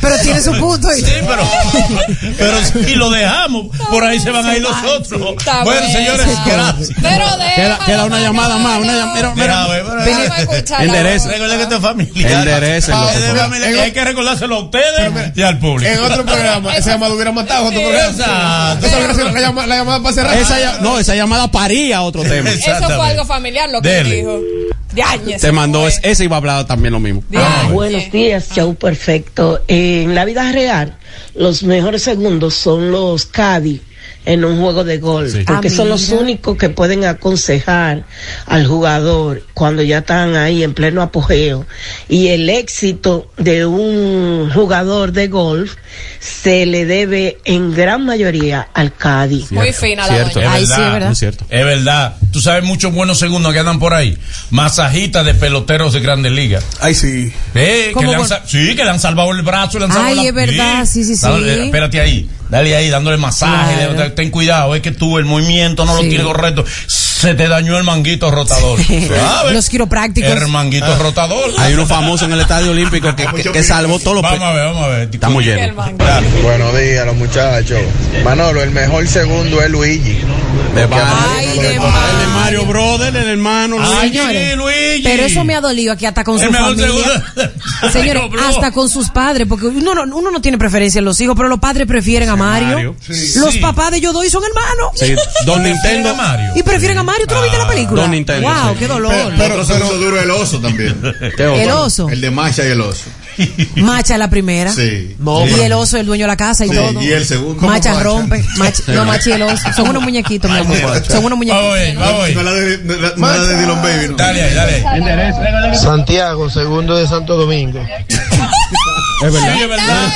Pero tiene su punto. ahí.
Pero si lo dejamos, por ahí se van a ir los otros. Bueno, señores, gracias.
Pero
Queda, queda una llamada más, una llamada. Mira, mira. Endereza.
Recuerda que esto es familiar.
Enderecenlo,
Es de
por favor.
familia, que Hay que recordárselo a ustedes y al público.
En otro programa, esa llamada hubiera matado a otro programa.
Exacto.
Esa hubiera sido la llama- la llamada para cerrar.
Esa ya- no, esa llamada paría otro tema.
Eso fue algo familiar lo que
Dele.
dijo. De Áñez.
Te mandó, es- ese iba a hablar también lo mismo.
Ah, Buenos días, show perfecto. En la vida real, los mejores segundos son los caddy en un juego de gol,
Sí.
porque
Ah,
son los
mira.
únicos que pueden aconsejar al jugador cuando ya están ahí en pleno apogeo. Y el éxito de un jugador de golf se le debe en gran mayoría al caddy.
Muy fina la doña.
cierto.
Es verdad. Tú sabes muchos buenos segundos que andan por ahí. Masajitas de peloteros de grandes ligas.
Ay, sí.
que
¿Cómo
le han,
con-
sa- sí, que le han salvado el brazo. Le han salvado
Ay,
la-
es verdad, sí, sí, sí.
Dale, espérate ahí. Dale ahí, dándole masaje.
Claro.
dale- ten cuidado. Es que tú el movimiento no
Sí.
lo tienes correcto. Se te dañó el manguito rotador. ¿Sabes?
Los quiroprácticos. Ah.
El manguito rotador.
Ah. Hay uno famoso en el Estadio Olímpico que, que- que salvó todos los.
Vamos a ver, vamos a ver.
Estamos llenos.
Buenos días, los muchachos. Manolo, el mejor segundo es Luigi.
De Mario. Mario Brother, el hermano.
Ay, señores, Pero eso me ha dolido aquí hasta con
El
su
mejor
familia. Señores, hasta con sus padres, porque uno no, uno no tiene preferencia en los hijos, pero los padres prefieren a Mario.
Mario. Sí.
Los
Sí.
papás de Yodoy son hermanos.
Sí, Don Nintendo.
Y prefieren a Mario. ¿Tú no viste la película?
Don Nintendo,
Wow,
sí.
qué dolor.
Ah, Pero, pero, duro el oso también.
¿El oso?
El de Masha y el oso.
Macha es la primera.
Sí.
No,
Sí.
y el oso, el dueño de la casa y
Sí,
todo.
y el segundo.
Macha
¿Cómo
rompe. Macha-
Sí.
no, Macha y el oso. Son unos muñequitos, mi amor. Son unos
Ah,
muñequitos.
No la de, no la- no la de Dylan Baby. ¿no? Dale ahí, dale.
Santiago, segundo de Santo Domingo.
Es
verdad. Sí, es verdad.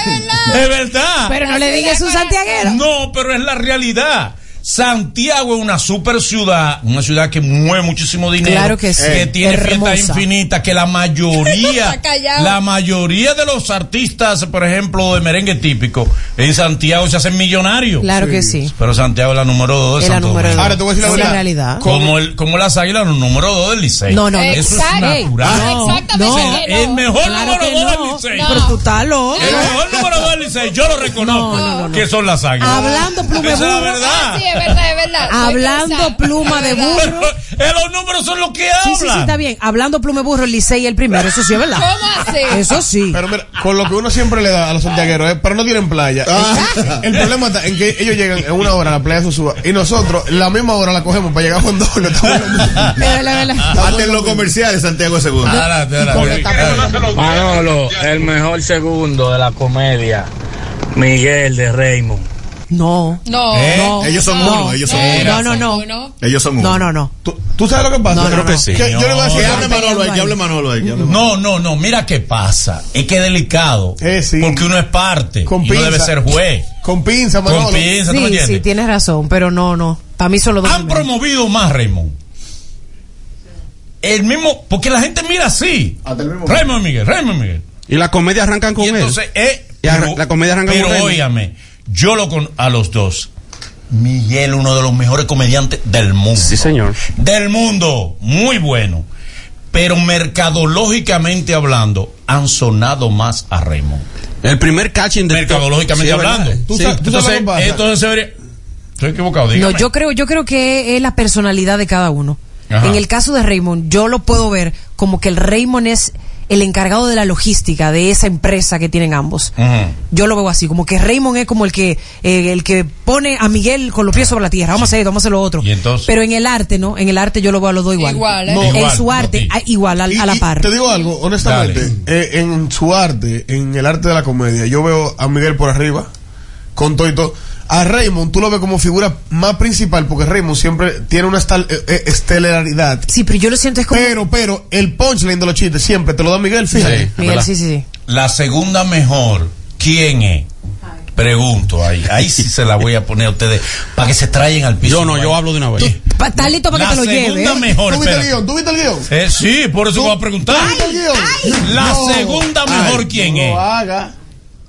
Es verdad.
Pero no le digas un santiaguero.
No, pero es la realidad. Santiago es una super ciudad, una ciudad que mueve muchísimo dinero,
Claro que sí.
que tiene
Hermosa.
fiestas infinitas, que la mayoría,
Está callado.
la mayoría de los artistas, por ejemplo, de merengue típico, en Santiago se hacen millonarios.
Claro que sí.
Pero Santiago es la número dos de
Es la
Santo
número
Domingo.
dos. Ahora, te voy a decir la Es la verdad. realidad.
Como, el, como las águilas, los número dos del Licey.
Ah, No, no, no.
Eso es
Exacto.
natural.
No, Exactamente no. que no.
El mejor
Claro
número
que
dos del
no.
Licey.
No. Pero tú estás loco.
El mejor número dos del Licey, yo lo reconozco, que son las águilas.
Hablando plume
Esa es la
burro.
verdad.
Ah,
Sí, es verdad, es verdad. Estoy
Hablando
cansada.
pluma de burro.
Eh, los números son los que
Sí, sí, sí,
hablan.
está bien. Hablando plume burro, el Licey el primero. Eso sí es verdad. Eso sí.
Pero mira, con lo que uno siempre le da a los santiagueros, eh, pero no tienen playa.
Ah.
El, el problema está en que ellos llegan en una hora a la playa de Susúa y nosotros la misma hora la cogemos para llegar a Fondoble.
Hasta en los comerciales, Santiago Segundo.
Adelante,
Manolo, el mejor segundo de la comedia. Miguel de Raymond.
No.
No.
Eh,
No.
ellos son
No.
uno, ellos son
Eh,
uno.
No, no, no.
Ellos son uno.
No, no, no.
¿Tú, sabes lo que pasa?
No, no,
Creo que
no.
sí.
Que yo le voy a decir-
Que hable Manolo ahí, que hable Manolo ahí. que hable Manolo.
No, no, no, mira qué pasa. Es que es delicado. Porque uno es parte. y uno
pinza.
debe ser juez.
Con pinza, Manolo.
Con pinza, ¿tú me
Sí,
entiendes?
sí, tienes razón, pero no, no. Para mí solo dos.
Han promovido más, Raymond. El mismo, porque la gente mira así. Raymond Miguel, Raymond Miguel.
Y las comedias arrancan con
Entonces,
él.
eh,
Y arran- la comedia arranca
pero
con Raymond.
óigame, yo lo con a los dos. Miguel, uno de los mejores comediantes del mundo. Sí,
señor.
Del mundo, muy bueno. Pero mercadológicamente hablando, han sonado más a Raymond.
El primer catching de
Mercadológicamente hablando.
¿Tú
Sí. entonces, entonces se vería- Estoy equivocado, dígame.
No, yo creo, yo creo que es la personalidad de cada uno.
Ajá.
En el caso de Raymond, yo lo puedo ver como que el Raymond es el encargado de la logística de esa empresa que tienen ambos. Yo lo veo así, como que Raymond es como el que eh, el que pone a Miguel con los pies sobre la tierra. Vamos a hacer esto, vamos a hacer lo otro.
Y entonces-
Pero en el arte, ¿no? En el arte yo lo veo a los dos igual.
Igual, ¿eh?
No, en
Igual,
su arte, ah, igual, a, a la
Y
par.
Te digo algo, honestamente, eh, en su arte, en el arte de la comedia, yo veo a Miguel por arriba, con todo y todo. A Raymond, tú lo ves como figura más principal, porque Raymond siempre tiene una estal- eh, eh, estelaridad.
Sí, pero yo lo siento es
como. Pero, pero, el punchline de los chistes siempre te lo da Miguel, fíjate.
Miguel, sí, sí, sí.
La segunda mejor, ¿quién es? Pregunto ahí. Ahí sí se la voy a poner a ustedes para que se traigan al piso. Yo no, yo hablo de una vez.
Pa- Está listo para
La
que te lo
segunda
lleve. ¿eh?
mejor,
¿Tú viste el
espérate.
guión? ¿Tú viste el guión?
Eh, sí, por eso voy a preguntar.
¿Tú viste el guión?
La
No.
segunda mejor, ¿quién
no
es?
lo
ah,
haga.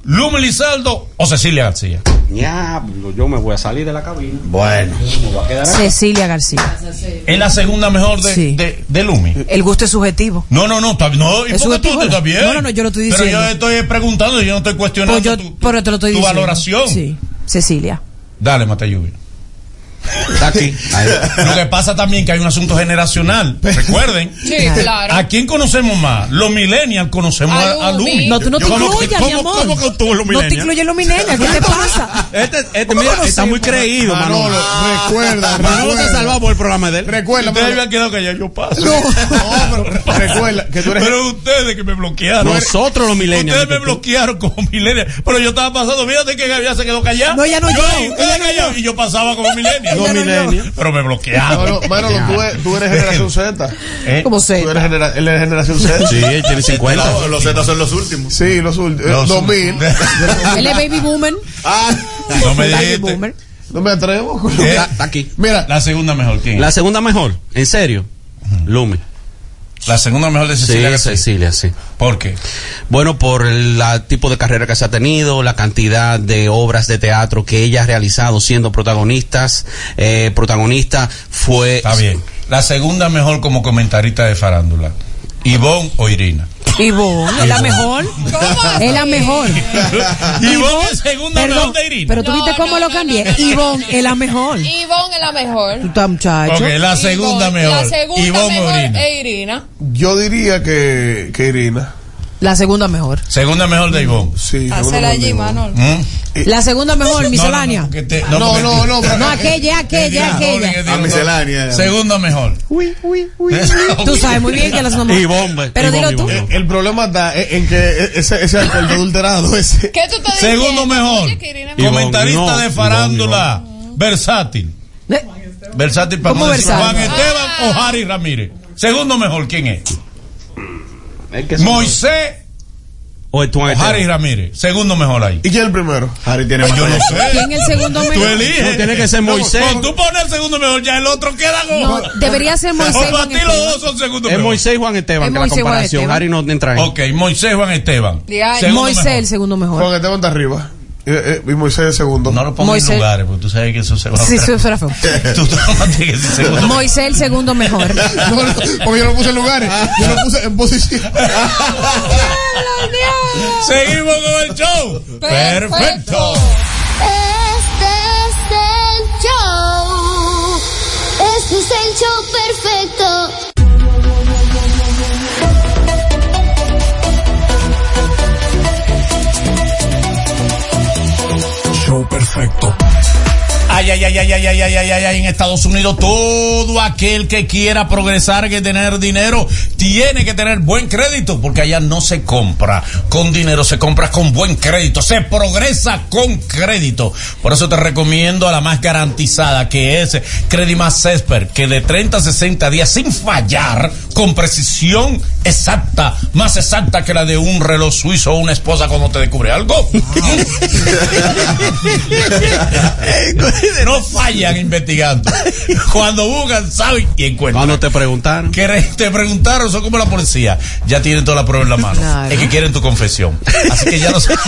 ¿Lume Lizardo o Cecilia García?
Diablo, yo me voy a salir de la cabina.
Bueno.
Cecilia García.
Es la segunda mejor de, de, de Lumi.
El gusto es subjetivo.
No, no, no, está- no,
Es
¿y por qué tú
subjetivo,
tú estás
¿no?
bien?
No, no, no, yo lo estoy
Pero yo
diciendo.
estoy preguntando, yo no estoy cuestionando
Pues yo-
tu,
pero te lo estoy
tu
diciendo.
valoración.
Sí, Cecilia.
Dale, Mata Lluvia. Está aquí. Lo que pasa también que hay un asunto generacional. Recuerden.
Sí, claro.
¿A quién conocemos más? Los millennials conocemos a, a Lumi.
No, tú no te
¿Cómo que-
incluyas, mi
cómo-
amor.
cómo que tú, los
no te
millennials?
incluyes los millennials. ¿Qué te pasa?
Este, este
¿Cómo
mira,
conocemos?
está muy creído, Manolo.
Manolo, recuerda,
Manolo te
recuerda.
salvamos el programa de él.
Recuerda,
Ustedes
Manolo.
habían quedado que ya yo paso.
Recuerda que tú eres.
Pero ustedes que me bloquearon.
Nosotros los millennials.
Ustedes me bloquearon como millennials. Pero yo estaba pasando, fíjate que Gabriel se quedó callado.
No, ya no
yo.
yo,
ahí, ustedes callados, Y yo pasaba como millennial.
No, millennial.
Pero me
Manolo,
bloquearon.
Manolo, tú, eres- tú eres generación Z.
¿Eh?
Como Z.
Tú eres genera- él es generación Z.
Sí, él tiene 50.
Este, Los, los Z son los últimos.
Sí, los últimos. Eh,
Los
2000.
Él es baby boomer.
No me
Baby
dijiste.
boomer.
Ah. No me atrevo. culo.
¿Qué?
Está aquí.
Eh, Mira,
La segunda mejor, ¿quién?
La segunda mejor, en serio. Lumi.
La segunda mejor de Cecilia
Sí,
García.
Cecilia, sí.
¿Por qué?
Bueno, por el la tipo de carrera que se ha tenido, la cantidad de obras de teatro que ella ha realizado siendo protagonistas, eh, protagonista fue...
Está bien. La segunda mejor como comentarista de farándula. Ivonne o Irina.
Y vos, es la mejor. Es la mejor.
Ivonne es segunda
Perdón,
mejor de Irina.
pero tú
No,
viste
no,
cómo
no,
lo
no,
cambié.
no, no,
Ivonne es la mejor. Tú
Ivonne es la mejor.
estás muchacho.
Ok, la segunda
Ivonne,
mejor.
La segunda
Ivonne o
mejor
Irina.
es Irina.
yo diría que, que Irina.
La segunda mejor.
Segunda mejor de Ivonne.
Sí.
Hazla allí, Manolo.
¿Mm?
La segunda mejor, miscelánea.
No, no, no, porque te-
No,
porque
no,
te-
no,
te-
pero-
No, aquella,
te-
aquella,
no, porque
aquella.
te-
A
no.
miscelánea.
Segunda mejor.
Uy, uy, uy. Tú sabes muy bien que la segunda
Y
mejor.
pues,
bomba.
Pero
y bomba,
dilo
y
tú.
bomba.
El problema está en que e, ese, ese alcohol adulterado, ese.
¿Qué tú estás diciendo?
Segundo mejor.
Oye, que Irina es
Ivonne,
Comentarista
no,
de
Ivonne,
farándula. Versátil.
Eh,
Versátil para
¿Cómo
no decir Juan
versátil?
Esteban o Harry Ramírez. Segundo mejor, ¿quién es?
Es que son-
Moisés
O el
o
Twitter.
Harry Ramírez. Segundo mejor ahí.
¿Y quién es el primero?
Harry tiene más
Yo no
talento.
sé.
¿Quién es el segundo
Tú
mejor?
eliges.
No, tiene que ser Moisés.
Cuando tú pones el segundo mejor, ya el otro queda con.
No, debería ser Moisés este.
O para
Juan
ti los
Esteban.
dos son segundo
Es
mejor.
Moisés y Juan Esteban,
Es
que
Moisés y
la
Juan
comparación.
Esteban.
Harry Eh, no entra ahí.
Ok, Moisés Juan Esteban.
Ya,
Segundo
Moisés
mejor.
el segundo mejor.
Juan Esteban está arriba. Eh, eh, y Moisés el segundo.
No lo pongas en
Moisés.
lugares, porque tú sabes que eso se va a
Sí,
hacer.
sí, eso era feo.
Tú tomaste que ese segundo.
Moisés el segundo mejor.
No, no, porque yo lo puse en lugares. Yo lo puse en posición.
Seguimos con el show. Perfecto.
Este es el show. Este es el show perfecto.
Show perfecto.
Ay, ay, ay, ay, ay, ay, ay, ay, ay, ay, en Estados Unidos todo aquel que quiera progresar, que tener dinero, tiene que tener buen crédito, porque allá no se compra con dinero, se compra con buen crédito, se progresa con crédito. Por eso te recomiendo a la más garantizada, que es Credimas Cesper, que de 30 a 60 días sin fallar, con precisión exacta, más exacta que la de un reloj suizo o una esposa cuando te descubre algo. no fallan investigando. Cuando buscan, saben y encuentran.
Cuando te preguntaron.
Que re- te preguntaron, son como la policía. Ya tienen toda la prueba en la mano.
Claro.
Es que quieren tu confesión. Así que ya lo saben.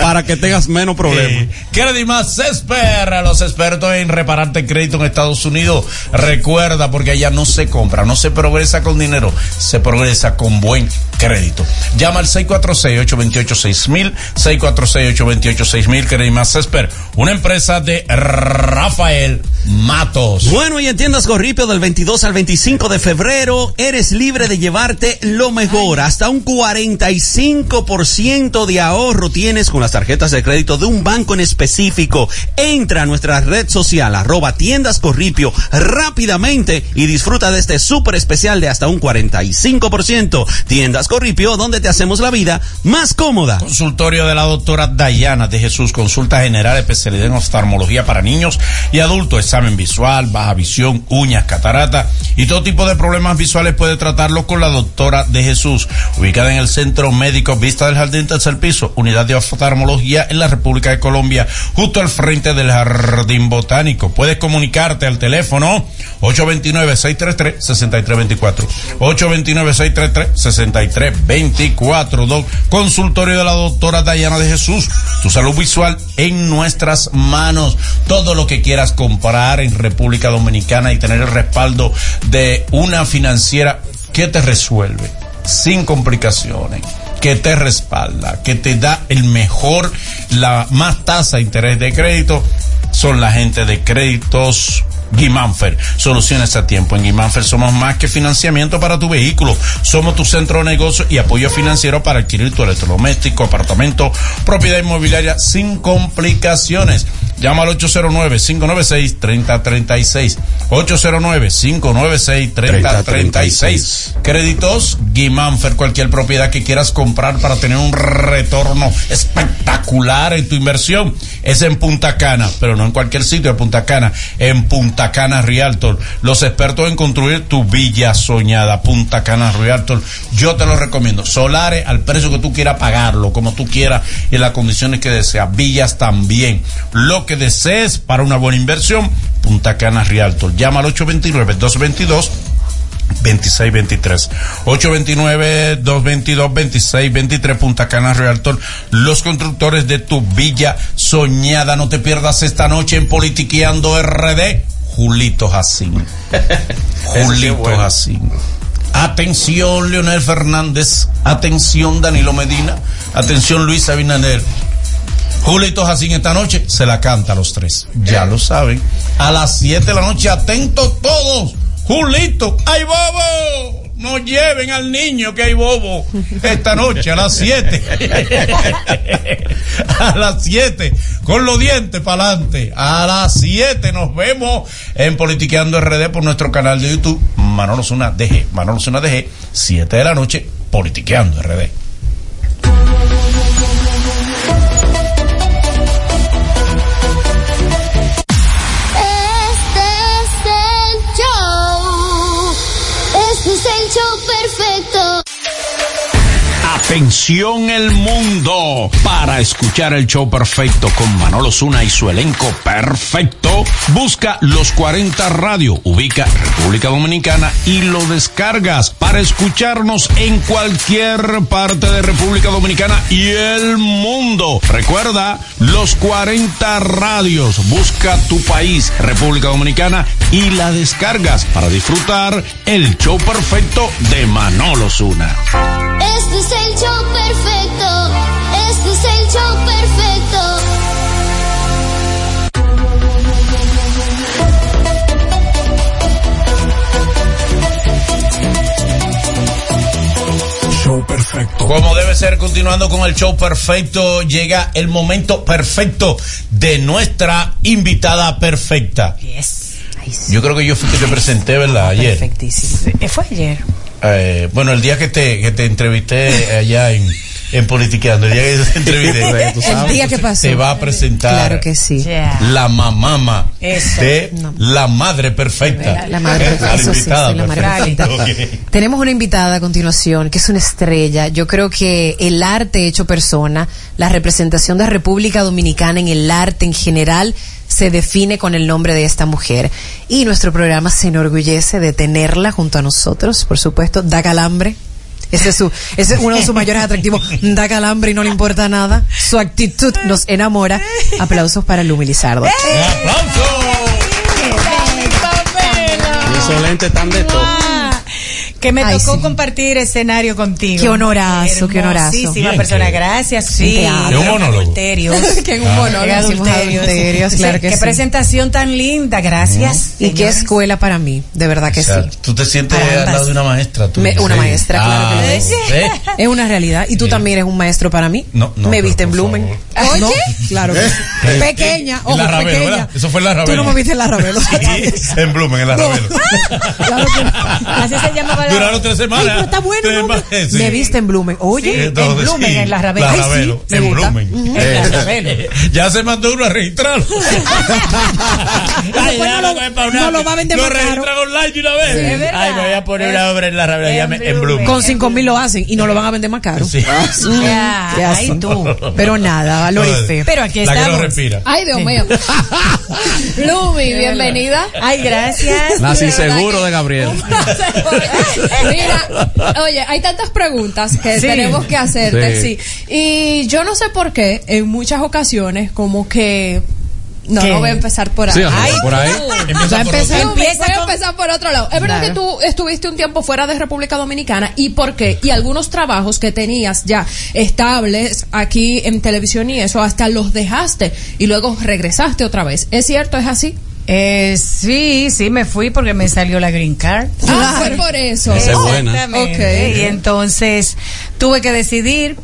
Para que tengas menos problemas.
Eh, Credit Más Cesper, a los expertos en repararte el crédito en Estados Unidos. Recuerda, porque allá no se compra, no se progresa con dinero, se progresa con buen crédito. Llama al 646-828-6000, 646-828-6000, Credit Más Cesper, una empresa de Rafael Matos.
Bueno, y en tiendas Corripio del 22 al 25 de febrero, eres libre de llevarte lo mejor. Hasta un 45% de ahorro tienes con las tarjetas de crédito de un banco en específico. Entra a nuestra red social, arroba tiendas Corripio, rápidamente y disfruta de este súper especial de hasta un 45%. Tiendas Corripio, donde te hacemos la vida más cómoda.
Consultorio de la doctora Dayana de Jesús, consulta general, especialidad en oftalmología para niños y adultos, examen visual, baja visión, uñas, cataratas y todo tipo de problemas visuales puede tratarlo con la doctora de Jesús, ubicada en el Centro Médico Vista del Jardín Tercer Piso, unidad de oftalmología en la República de Colombia, justo al frente del Jardín Botánico. Puedes comunicarte al teléfono 829-633-6324. 829-633-6324. Doc, Consultorio de la doctora Dayana de Jesús. Tu salud visual en nuestras manos. Todo lo que quieras comprar en República Dominicana y tener el respaldo de una financiera que te resuelve sin complicaciones que te respalda, que te da el mejor, la más tasa de interés de crédito, son la gente de créditos. Guimánfer, soluciones a tiempo. En Guimánfer somos más que financiamiento para tu vehículo. Somos tu centro de negocio y apoyo financiero para adquirir tu electrodoméstico, apartamento, propiedad inmobiliaria sin complicaciones. Llama al 809-596-3036. 809-596-3036. Créditos Guimánfer. Cualquier propiedad que quieras comprar para tener un retorno espectacular en tu inversión es en Punta Cana, pero no en cualquier sitio de Punta Cana. En Punta Cana Realtor. Los expertos en construir tu villa soñada. Punta Cana Realtor. Yo te lo recomiendo. Solares al precio que tú quieras pagarlo, como tú quieras y en las condiciones que deseas. Villas también. Lo que desees para una buena inversión, Punta Cana Realtor. Llama al 829-222. 2623 829-222-2623 Punta Cana Realtor los constructores de tu villa soñada no te pierdas esta noche en Politiqueando RD Julito Jacín Julito bueno. Jacín atención Leonel Fernández atención Danilo Medina atención Luis Abinader Julito Jacín esta noche se la canta a los tres ya lo saben a las 7 de la noche atentos todos Julito, ¡ay bobo! No lleven al niño que hay bobo esta noche a las 7. a las 7, con los dientes para adelante. A las 7 nos vemos en Politiqueando RD por nuestro canal de YouTube Manolo Zuna DG. Manolo Zuna DG, 7 de la noche, Politiqueando RD.
Este
Atención el mundo para escuchar el show perfecto con Manolo Zuna y su elenco perfecto. Busca los 40 Radio, ubica República Dominicana y lo descargas para escucharnos en cualquier parte de República Dominicana y el mundo. Recuerda los 40 radios. Busca tu país, República Dominicana y la descargas para disfrutar el show perfecto de Manolo Zuna.
Este es el show perfecto. Este es el show perfecto.
Show perfecto.
Como debe ser, continuando con el show perfecto, llega el momento perfecto de nuestra invitada perfecta.
Yes. Nice.
Yo creo que yo fui que te presenté, ¿verdad? Ayer.
Perfectísimo. Eh, Fue ayer.
Eh, bueno, el día que te, que te entrevisté allá en, en Politiqueando, el día que te entrevisté, tú sabes,
El día que pasó.
te va a presentar
Claro que sí.
Yeah.
la mamama
Eso.
de
No.
la madre perfecta. Eh,
La madre perfecta,
La
eso sí,
invitada
sí, la madre
perfecta.
perfecta.
Ok.
Tenemos una invitada a continuación que es una estrella. Yo creo que el arte hecho persona, la representación de República Dominicana en el arte en general, se define con el nombre de esta mujer. Y nuestro programa se enorgullece de tenerla junto a nosotros, por supuesto. Da calambre. Ese es, su, ese es uno de sus mayores atractivos. Da calambre y no le importa nada. Su actitud nos enamora. Aplausos para Lumi Lizardo.
¡Eh!
¡Un aplauso!
Excelente, tan de todo.
Que me Ay, tocó sí. compartir escenario contigo.
Qué honorazo, qué honorazo.
Muchísima persona, que... gracias. Sí,
que un monólogo.
que
en un monólogo. claro que
Qué
sí.
presentación tan linda, gracias.
Y qué escuela para mí, de verdad que o sea, sí.
Tú te sientes al lado de una maestra. Tú,
me, una sí. maestra, ah, claro que sí. Es una realidad. Y tú también eres un maestro para mí.
No, no,
me viste en Blumen.
Oye,
no, claro que sí. Pequeña, ojo,
¿Eh? la Ravelo,
pequeña.
¿verdad? Eso fue en la Ravelo.
Tú no me viste en la Ravelo.
en Blumen, en la Ravelo.
Claro que Así se llamaba la-
Duraron tres semanas.
Ay, pero está bueno,
Tres
¿no?
semanas, sí.
Me viste en Blumen. Oye,
Sí,
en
entonces,
Blumen,
sí,
en la Ravelo. Ay, sí,
Ravelo,
me
en
gusta.
Blumen.
Ujú.
Eh,
En la Ravelo.
Ya se mandó uno a registrar.
después
Ay,
no
ahora
lo-
voy pa'
no
una-
lo va a vender
Lo
más caro.
registran online de una vez.
Sí, es verdad.
Ay, me voy a poner una obra en la Ravelo. ya me- En
Con
Bloom.
Con cinco mil lo hacen y no lo van a vender más caro.
Sí.
Mm,
Ya,
qué
ay,
asco.
tú.
Pero nada, valores fe.
Pero aquí
La que no
estamos.
respira.
Ay, Dios mío. Lumi, bienvenida.
Ay, gracias.
La sin
De verdad
seguro
que-
de Gabriel.
Mira, oye, hay tantas preguntas que
Sí.
tenemos que hacerte,
Sí.
sí. Y yo no sé por qué, en muchas ocasiones, como que. No,
¿Qué?
no voy a empezar por ahí.
Sí, ajá,
Ay,
por ahí.
tú.
Empieza
Ya
por
empezó.
Lumi,
Empieza
voy a
con-
empezar por otro lado. Es verdad
Claro.
que tú estuviste un tiempo fuera de República Dominicana y por qué. Y algunos trabajos que tenías ya estables aquí en televisión y eso, hasta los dejaste y luego regresaste otra vez. ¿Es cierto? ¿Es así?
Eh, sí, sí, me fui porque me salió la green card.
Ah, fue por eso.
Esa es buena.
Exactamente.
Ok.
Y entonces tuve que decidir.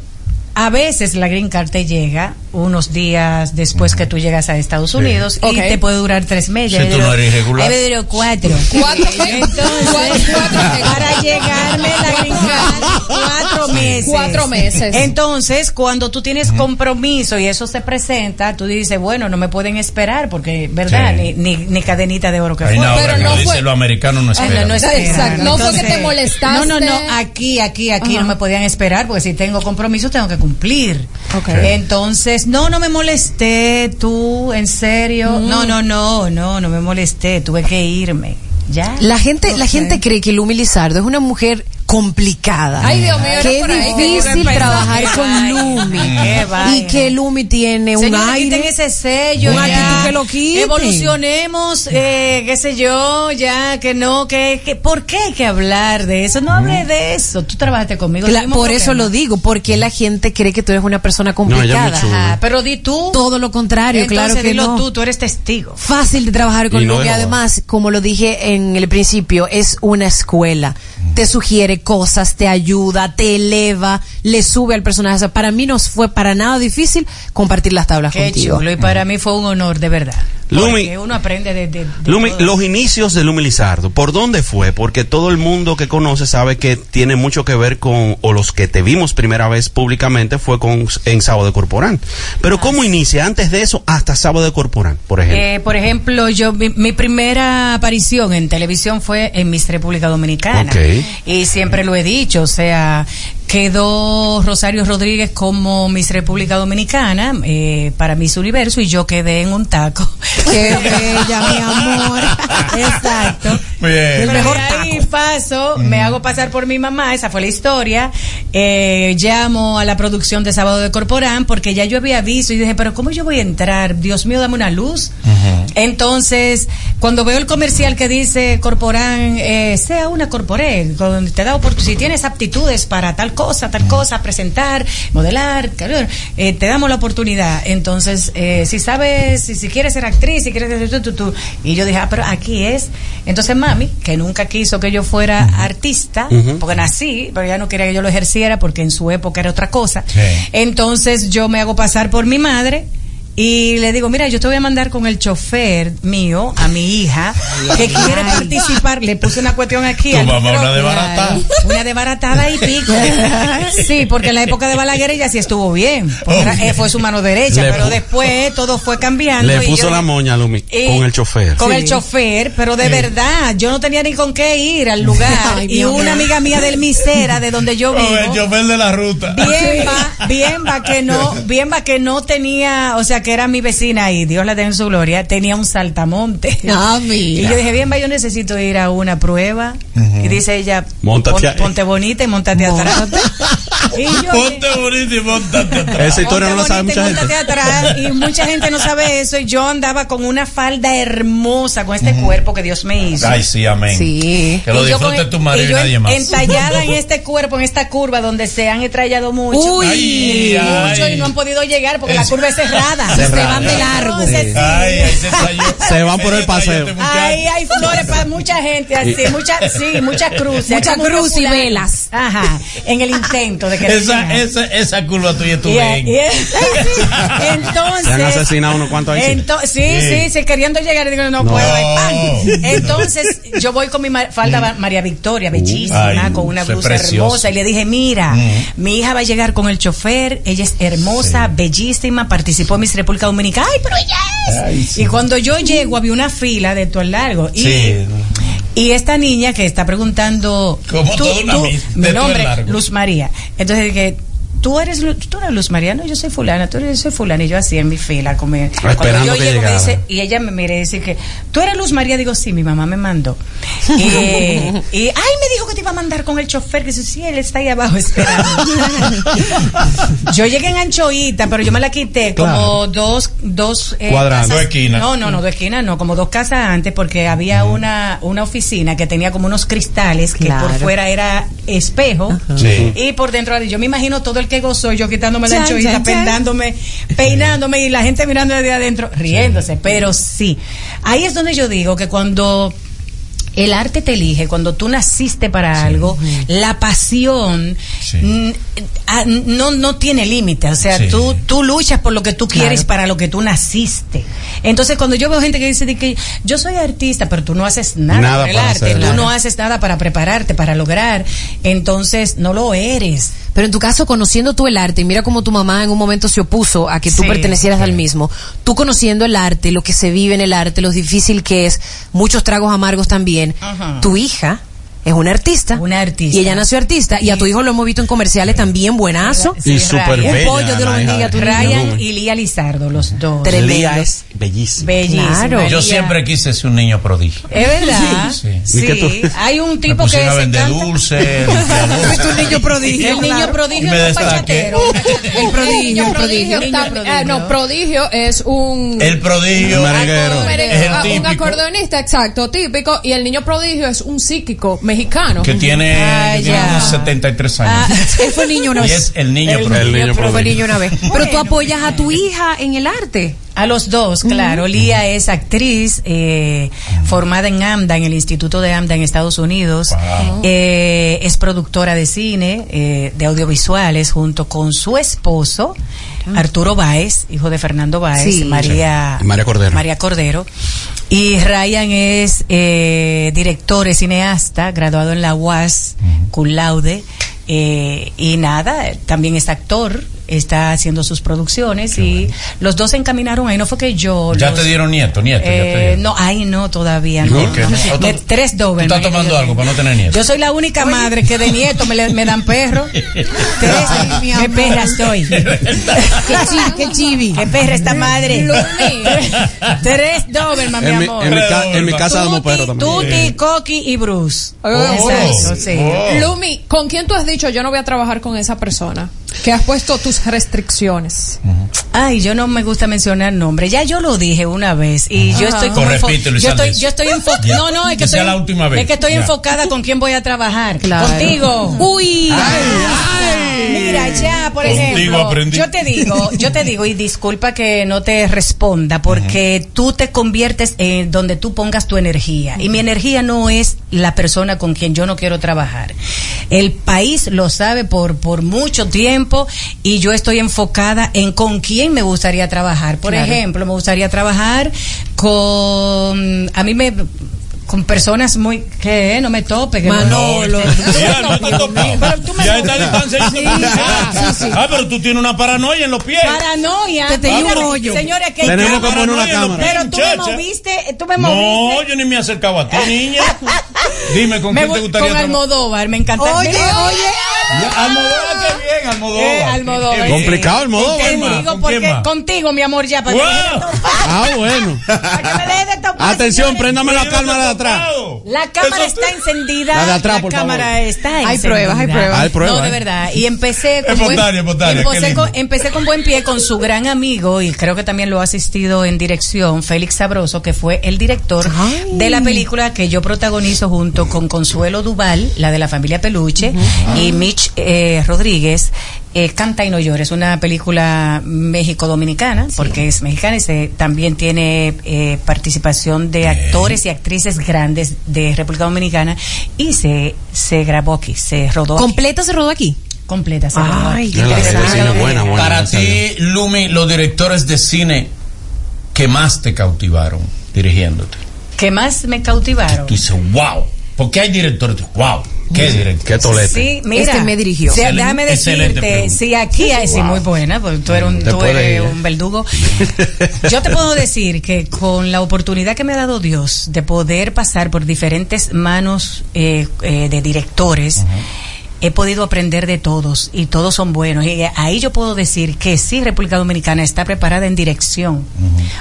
A veces la green card te llega unos días después que tú llegas a Estados Unidos y
Ok.
te puede durar tres meses.
Si tú no eres regular.
Ahí me duró cuatro.
Cuatro meses.
Entonces,
Cuatro- cuatro meses.
para llegarme la green card, cuatro meses.
Cuatro meses.
Entonces, cuando tú tienes compromiso y eso se presenta, tú dices, bueno, no me pueden esperar porque, ¿verdad?
Sí.
Ni, ni, ni cadenita de oro que
Hay
fue.
una
Pero
obra que
no
dice
fue-
lo americano no
Ay, no,
espera.
no esperan.
Exacto. No fue que te molestaste.
No, no, no. Aquí, aquí, aquí
Ajá.
no me podían esperar porque si tengo compromiso tengo que cumplir.
Ok.
Entonces, no, no me molesté tú, en serio.
Mm.
No, no, no, no, no me molesté. Tuve que irme. Ya.
La gente, la
Ok.
gente cree que Lumi Lizardo es una mujer complicada.
Ay, Dios mío, era
Qué
por ahí que
difícil
iba a empezar.
trabajar
Qué
con
vaina,
Lumi.
qué vaina.
Y que Lumi tiene un
Señores,
aire.
quiten ese sello
Una
ya.
actitud que lo quiten.
Evolucionemos, eh, qué sé yo, ya que no, que, que ¿por qué hay que hablar de eso? No hable de eso. Tú trabajaste conmigo.
Mm. Cla-
tuvimos
por eso
problemas.
lo digo, porque la gente cree que tú eres una persona
ella es muy
complicada.
chula.
Ah, pero di tú.
Todo lo contrario,
Entonces,
claro que
dilo
no.
tú, tú eres testigo.
fácil de trabajar con
Y no
Lumi.
de joda.
Además, como lo dije en el principio, es una escuela. Te sugiere cosas, te ayuda, te eleva, le sube al personaje. O sea, para mí no fue para nada difícil compartir las tablas
Qué
contigo.
chulo. Y para mí fue un honor, de verdad.
Lumi.
Porque uno aprende de. de- de
Lumi,
todo.
los inicios de Lumi Lizardo, ¿por dónde fue? Porque todo el mundo que conoce sabe que tiene mucho que ver con, o los que te vimos primera vez públicamente fue con en Sábado de Corporán.
Ah,
Pero ¿cómo inicia antes de eso hasta Sábado de Corporán, por ejemplo?
Eh, por ejemplo, yo mi, mi primera aparición en televisión fue en Miss República Dominicana.
Ok.
Y siempre lo he dicho, o sea, quedó Rosario Rodríguez como Miss República Dominicana eh, para Miss Universo y yo quedé en un taco.
Qué bella, mi amor.
Exacto.
Muy bien.
Pero de ahí paso, me hago pasar por mi mamá, esa fue la historia. Eh, llamo a la producción de Sábado de Corporán porque ya yo había visto y dije, pero ¿cómo yo voy a entrar? Dios mío, dame una luz. Entonces, cuando veo el comercial que dice Corporán, eh, sea una corporé, con- te da oportunidad, si tienes aptitudes para tal cosa, tal cosa, presentar, modelar, cabrón, eh, te damos la oportunidad. Entonces, eh, si sabes, si, si quieres ser actriz, si quieres ser tú, tú, tú. Y yo dije, ah, pero aquí es. Entonces, mami, que nunca quiso que yo fuera artista,
Ujú.
porque nací, pero ella no quería que yo lo ejerciera porque en su época era otra cosa.
Sí.
Entonces, yo me hago pasar por mi madre. Y le digo, mira, yo te voy a mandar con el chofer mío a mi hija que quiere participar. Le puse una cuestión aquí.
Tu
al
mamá, una
micrófono.
desbaratada.
Una desbaratada y pico. Sí, porque en la época de Balaguer ella sí estuvo bien. porque era- eh, fue su mano derecha,
Le
pero
pu-
después todo fue cambiando.
Le
y Eh,
puso
yo-
la moña, Lumi,
y-
con el chofer.
Con
Sí.
el chofer, pero de verdad, yo no tenía ni con qué ir al lugar.
Ay, mi
y
amor.
una amiga mía del Misera, de donde yo vivo.
Con el chofer de la ruta.
Bien va, bien va que no, bien va que no tenía, o sea, que era mi vecina y Dios la tenga en su gloria, tenía un saltamonte.
Ah,
y
mira.
yo dije, bien, va, yo necesito ir a una prueba.
Ujú.
Y dice ella,
Móntate
"Pon-
ahí".
ponte bonita y montate atrás. y yo,
Ponte bonito y montate atrás.
Esa historia no la sabe
Ponte
mucha
bonita y
gente.
montate atrás. Y mucha gente no sabe eso. Y yo andaba con una falda hermosa, con este cuerpo que Dios me hizo.
Ay, sí, amén.
Sí.
Que lo
Y yo con-
disfrute tu marido y,
yo
nadie más.
Entallada en este cuerpo, en esta curva donde se han estrellado mucho.
Uy. Ay,
mucho
ay.
y no han podido llegar porque la curva es cerrada.
Cerrada.
Se van de largo. Entonces, sí.
Ay, ahí se
Se van por el paseo.
Este
Ahí hay flores para mucha gente, así, mucha, sí, muchas cruces.
Mucha
Hay como una
cruz y
fulana.
velas.
Ajá, en el intento de que
Esa, esa, esa curva tuya tú
Yeah,
ven.
yeah. Entonces.
Se han asesinado unos cuantos ahí, sí.
Ento- sí,
Sí.
sí, sí, queriendo llegar, digo, no,
No.
puedo. ay, pan. Entonces, yo voy con mi ma- falda va- María Victoria, bellísima,
Mm. Uh, ay,
con una
se
blusa
preciosa.
hermosa. Y le dije, mira,
Mm.
mi hija va a llegar con el chofer, ella es hermosa, bellísima, participó en Miss República Dominicana. Ay, pero ella es.
Ay, sí.
Y cuando yo llego, había una fila de tu largo. Y
Sí.
y esta niña que está preguntando
Como toda una mis- de
mi
todo
nombre,
el largo.
Luz María. Entonces dije, tú eres Lu- tú eres Luz María, no, yo soy fulana, tú eres yo soy fulana y yo así en mi fila con mi-
Ah, esperando
yo
que
me
llegara.
dice y ella me mira y dice que tú eres Luz María, digo, sí, mi mamá me mandó. Y, eh, y, ay, me dijo que te iba a mandar con el chofer, que dice, sí, él está ahí abajo esperando. yo llegué en anchoita, pero yo me la quité como
Claro.
dos dos eh,
Cuadrados.
casas-
Dos esquinas.
No, no, no, dos esquinas, no, como dos casas antes porque había una, una oficina que tenía como unos cristales que
Claro.
por fuera era espejo
Sí.
y por dentro yo me imagino todo el que gozó yo quitándome la
Chan,
anchoita,
chan, chan.
pendándome, peinándome y la gente mirando desde adentro riéndose, pero sí. Ahí es donde yo digo que cuando el arte te elige, cuando tú naciste para algo, la pasión mm, ah, no, no tiene límite. O sea,
Sí.
tú, tú luchas por lo que tú quieres
Claro.
para lo que tú naciste. Entonces, cuando yo veo gente que dice de que yo soy artista, pero tú no haces nada,
Nada
por el
para
arte,
hacer,
tú
claro.
no haces nada para prepararte, para lograr, entonces no lo eres.
Pero en tu caso, conociendo tú el arte, y mira cómo tu mamá en un momento se opuso a que tú
Sí,
pertenecieras al mismo, tú conociendo el arte, lo que se vive en el arte, lo difícil que es, muchos tragos amargos también,
Ajá.
tu hija es una artista. Una
artista.
Y ella nació artista, y a tu hijo lo hemos visto en comerciales también, buenazo.
Y súper
Un
bella,
pollo, Dios lo
la
bendiga,
hija
tu
de
niño.
Ryan y Lía Lizardo, los dos.
Lía es bellísima.
Bellísima. Claro.
Yo
María.
siempre quise ser un niño prodigio.
Es verdad.
Sí.
Sí.
¿Y qué tú-
Hay un
Me
tipo que
pusieron a
se
vender
canta.
dulce.
Es un niño prodigio. El niño
Claro.
prodigio
Y me
es un
destaqué.
bachatero.
El prodigio, el prodigio. tam- eh, no, prodigio es un.
El
Un
prodigio. merenguero.
merengue-
Es el
ah, un
típico.
acordeonista, exacto, típico. Y el niño prodigio es un psíquico mexicano.
Que tiene, que tiene unos 73
Ah,
Ah,
años.
Él fue niño una
y
vez.
es el niño
El
prodigio.
niño Fue niño una vez. Pero tú apoyas a tu hija en el arte. Mm.
A los dos, claro. Lía es actriz eh, formada en AMDA, en el Instituto de AMDA en Estados Unidos. Eh, es productora de cine, eh, de audiovisuales, junto con su esposo, Arturo Báez, hijo de Fernando Báez,
Sí.
María,
Sí. Y María Cordero.
María Cordero. Y Ryan es eh, director, es cineasta, graduado en la UAS, cum laude. eh, y nada, también es actor, está haciendo sus producciones y los dos se encaminaron ahí. No fue que yo.
Ya
los-
te dieron nieto, nieto. ya te
Eh,
dieron.
no, ahí no, todavía no.
¿Por qué?
no.
¿O tú-
De tres
Tú
dobles.
estás tomando algo para no tener nieto.
Yo soy la única madre que de nieto me, le- me dan perro. Tres, qué perra soy. qué chibi, qué chibi. Qué perra esta madre. Tres Doberman, mi
En mi,
amor.
en mi ca- en mi casa damos perro también.
Tuti, Coqui y Bruce.
Oh.
Exacto, sí.
Lumi, ¿con quién tú has dicho yo no voy a trabajar con esa persona? Que has puesto tus restricciones.
Ay, yo no me gusta mencionar nombres. Ya yo lo dije una vez y yo
Ajá.
estoy como
Pues
enfo-
repítelo,
yo estoy
Isandés.
yo estoy enfo-
Ya.
No, no, es que
Que sea
estoy
la última vez.
es que estoy
Ya.
enfocada con quién voy a trabajar. Contigo.
Uy.
Mira, ya, por
Contigo
ejemplo,
aprendí.
yo te digo, yo te digo y disculpa que no te responda porque tú te conviertes en donde tú pongas tu energía y mi energía no es la persona con quien yo no quiero trabajar. El país lo sabe por por mucho tiempo y yo estoy enfocada en con quién me gustaría trabajar. Por
Claro.
ejemplo, me gustaría trabajar con a mí me con personas muy que no me tope que no-
Manolo. Mira, no te topado. Ya está a distancia.
Sí.
Ah, pero tú tienes una paranoia en los pies.
Paranoia.
Te tenía un
Señores,
hoyo.
Señores, que
Tenemos que poner una cámara.
Pero tú me
Muchacha.
moviste, tú me
No,
moviste.
yo ni me he acercado a ti, niña. Dime, ¿con
Me
quién
voy-
te gustaría
con
trabajar?
Almodóvar, me encanta.
Oye,
Mira,
oye. Ya, Almodóvar, qué bien, bien, Almodóvar.
Eh, Almodóvar.
Qué bien.
Complicado, Almodóvar,
Te
hermano.
digo
¿Con
porque
quién más?
contigo, mi amor, ya. Para
¡Wow!
que me dejes de topar.
Ah, bueno.
Para que me dejes de topar,
Atención,
señores.
préndame la cámara de atrás.
La cámara está encendida.
La de atrás, por
cámara
favor.
está
Hay
encendida.
pruebas, hay pruebas. Hay pruebas,
No, de
¿eh?
verdad. Y empecé con,
Espontánea,
buen,
espontánea, qué
empecé,
lindo.
con, empecé con buen pie con su gran amigo y creo que también lo ha asistido en dirección, Félix Sabroso, que fue el director de la película que yo protagonizo junto con Consuelo Duval, la de la familia Peluche, y Mitch eh, Rodríguez. eh, Canta y no llores, una película México-Dominicana, porque es mexicana y se, también tiene eh, participación de actores y actrices grandes de República Dominicana y se, se grabó aquí, se rodó. ¿Completa se rodó aquí? Completa se rodó aquí.
qué interesante. buena, buena,
Para
buena,
ti, Lumi, los directores de cine que más te cautivaron dirigiéndote.
que más me cautivaron.
Tú dices, wow. Porque hay directores, wow. Qué director. Qué
Sí, mira.
Este me dirigió.
Sí,
Excelente-
déjame
excelente
decirte,
pregunta.
sí, aquí hay, sí,
Wow.
muy buena, porque tú eres un,
Te
tú
puedes
eres
ir, ¿eh?
un verdugo. Yo te puedo decir que con la oportunidad que me ha dado Dios de poder pasar por diferentes manos eh, eh, de directores, he podido aprender de todos y todos son buenos. Y ahí yo puedo decir que sí, República Dominicana está preparada en dirección,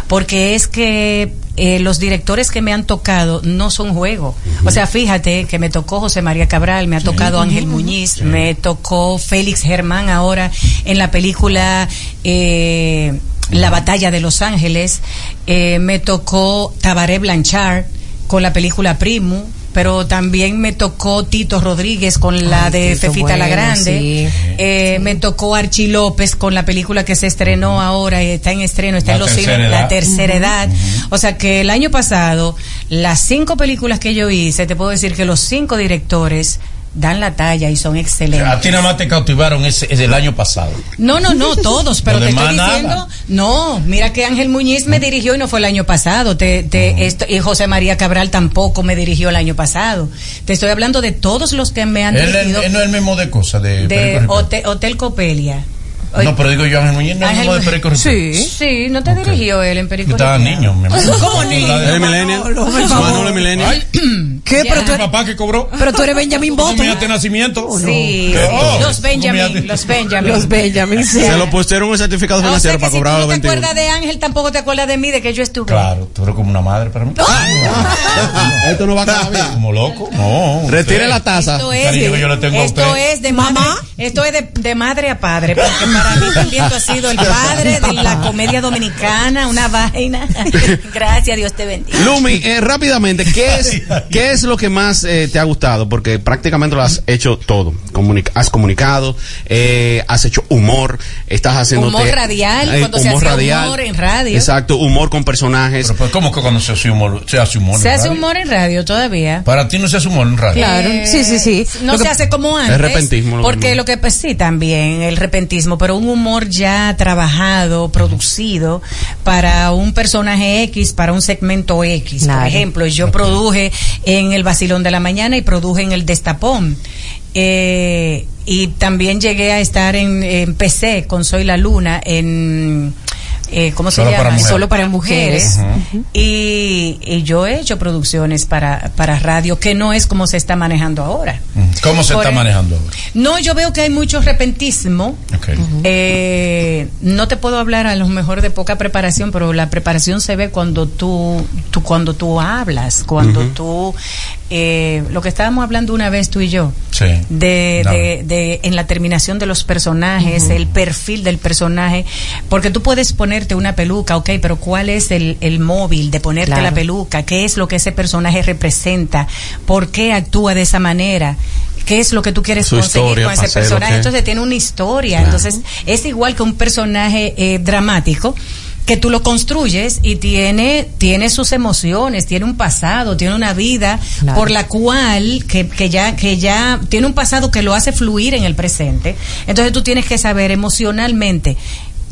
porque es que eh, los directores que me han tocado no son juego. O sea, fíjate que me tocó José María Cabral, me ha tocado Ángel Muñiz, me tocó Félix Germán ahora en la película... eh, la batalla de Los Ángeles, eh, me tocó Tabaré Blanchard con la película Primo, pero también me tocó Tito Rodríguez con la de
Tito,
Fefita la
bueno,
Grande,
sí.
Eh, me tocó Archie López con la película que se estrenó ahora, eh, está en estreno, está
La
en los
tercera
cines,
edad.
La Tercera
Ujú.
Edad. O sea que el año pasado, las cinco películas que yo hice, te puedo decir que los cinco directores dan la talla y son excelentes.
A ti nada más te cautivaron ese, ese el año pasado.
No, no, no, todos, pero
Los
te estoy
demás nada.
diciendo, no, mira que Ángel Muñiz me dirigió y no fue el año pasado, te, te- esto, y José María Cabral tampoco me dirigió el año pasado. Te estoy hablando de todos los que me han
Él,
dirigido
él- él no es el mismo de cosas. De,
de
Perico Rico.
Hotel, Hotel Copelia.
No, pero digo yo, Ángel Muñiz no es el mismo de
Ángel-
Perico Rico.
Sí, sí, no te dirigió él en Perico
Yo estaba
Rico.
niño, mi amor.
¿Cómo niño?
La de-
Eres millennial.
Manolo, por favor.
Manolo es millennial.
Ay,
¿Qué? Pero
tu papá que cobró.
Pero tú eres Benjamin
¿Tú
Button.
miraste nacimiento?
Sí,
¿Qué? Oh,
los
¿tú
Benjamin,
miraste?
los Benjamin.
Los Benjamin, sí.
Se lo pusieron un
O
certificado
sea
financiero
que
para
si tú
cobrar
no
los
te
21.
acuerdas de Ángel, tampoco te acuerdas de mí, de que yo estuve.
Claro, tú eres como una madre para mí.
Esto no va a acabar bien.
Como loco, no.
Retire la taza.
Esto es,
Cariño que yo le tengo a
esto
usted.
es de mamá, esto es de, de madre a padre, porque para mí también tú has sido el padre de la comedia dominicana, una vaina. Gracias, Dios te bendiga.
Lumi, eh, rápidamente, ¿qué es, ¿qué es lo que más eh, te ha gustado? Porque prácticamente lo has hecho todo. Comunica- has comunicado, eh, has hecho humor, estás haciendo...
Humor radial, cuando se hacía humor en radio.
Exacto, humor con personajes.
Pero, pero, ¿cómo que cuando se hace humor? Se hace humor.
Se
en
hace
radio?
humor en radio todavía.
Para ti no se hace humor en radio.
Claro,
Eh,
sí, sí, sí.
No
Lo
se
que-
hace como
Es
antes.
repentismo lo que
porque
no.
lo que pues, sí también el repentismo, pero un humor ya trabajado, producido para un personaje X, para un segmento X.
Claro.
Por ejemplo, yo produje en el Basilón de la mañana y produje en el Destapón. Eh, y también llegué a estar en, en PC con Soy la Luna en eh, ¿Cómo
Solo
se
para
llama?
mujeres. Solo para mujeres.
Y, y yo he hecho producciones para, para radio, que no es como se está manejando ahora.
¿Cómo se
Por
está
el-
manejando ahora?
No, yo veo que hay mucho repentismo. Eh, no te puedo hablar a lo mejor de poca preparación, pero la preparación se ve cuando tú, tú cuando tú hablas, cuando
Ujú.
tú eh, lo que estábamos hablando una vez tú y yo
Sí.
de,
Claro.
de- de- en la terminación de los personajes, el perfil del personaje, porque tú puedes ponerte una peluca, ok, pero ¿cuál es el, el móvil de ponerte
Claro.
la peluca? ¿Qué es lo que ese personaje representa? ¿Por qué actúa de esa manera? ¿Qué es lo que tú quieres
Su
conseguir
historia,
con ese
paseo,
personaje?
¿qué?
Entonces tiene una historia,
Claro.
entonces es igual que un personaje eh, dramático que tú lo construyes y tiene tiene sus emociones, tiene un pasado, tiene una vida
Claro.
por la cual que, que ya que ya tiene un pasado que lo hace fluir en el presente. Entonces tú tienes que saber emocionalmente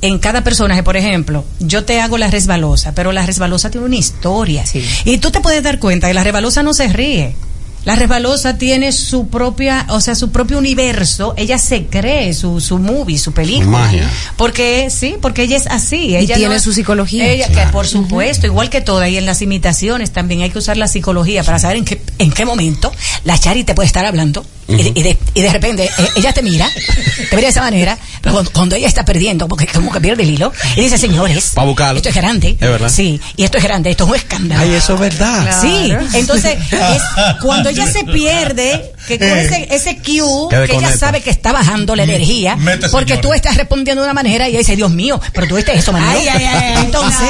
en cada personaje, por ejemplo, yo te hago la resbalosa, pero la resbalosa tiene una historia. Y tú te puedes dar cuenta que la resbalosa no se ríe. La resbalosa tiene su propia, o sea, su propio universo. Ella se cree su, su movie, su película.
magia.
Porque sí, porque ella es así. Ella
tiene
no-
su psicología.
Ella, que por supuesto, igual que toda, y en las imitaciones también hay que usar la psicología para saber en qué, en qué momento la Chari te puede estar hablando.
y, de, y de- y de repente eh, ella te mira, te mira de esa manera, pero cuando, cuando ella está perdiendo, porque como que pierde el hilo, y dice, señores,
Pa' buscarlo.
esto es grande.
Es verdad.
Sí, y esto es grande, esto es un escándalo.
Ay, eso es
Ah,
verdad.
Sí, entonces es cuando ella se pierde, que con
Eh.
ese, ese cue,
Que
que, ella
desconecta.
sabe que está bajando
Mm,
la energía,
Mete,
porque tú estás respondiendo de una manera y ella dice, Dios mío, pero tú viste eso, Manolo.
Ay, ay, ay, ay,
entonces,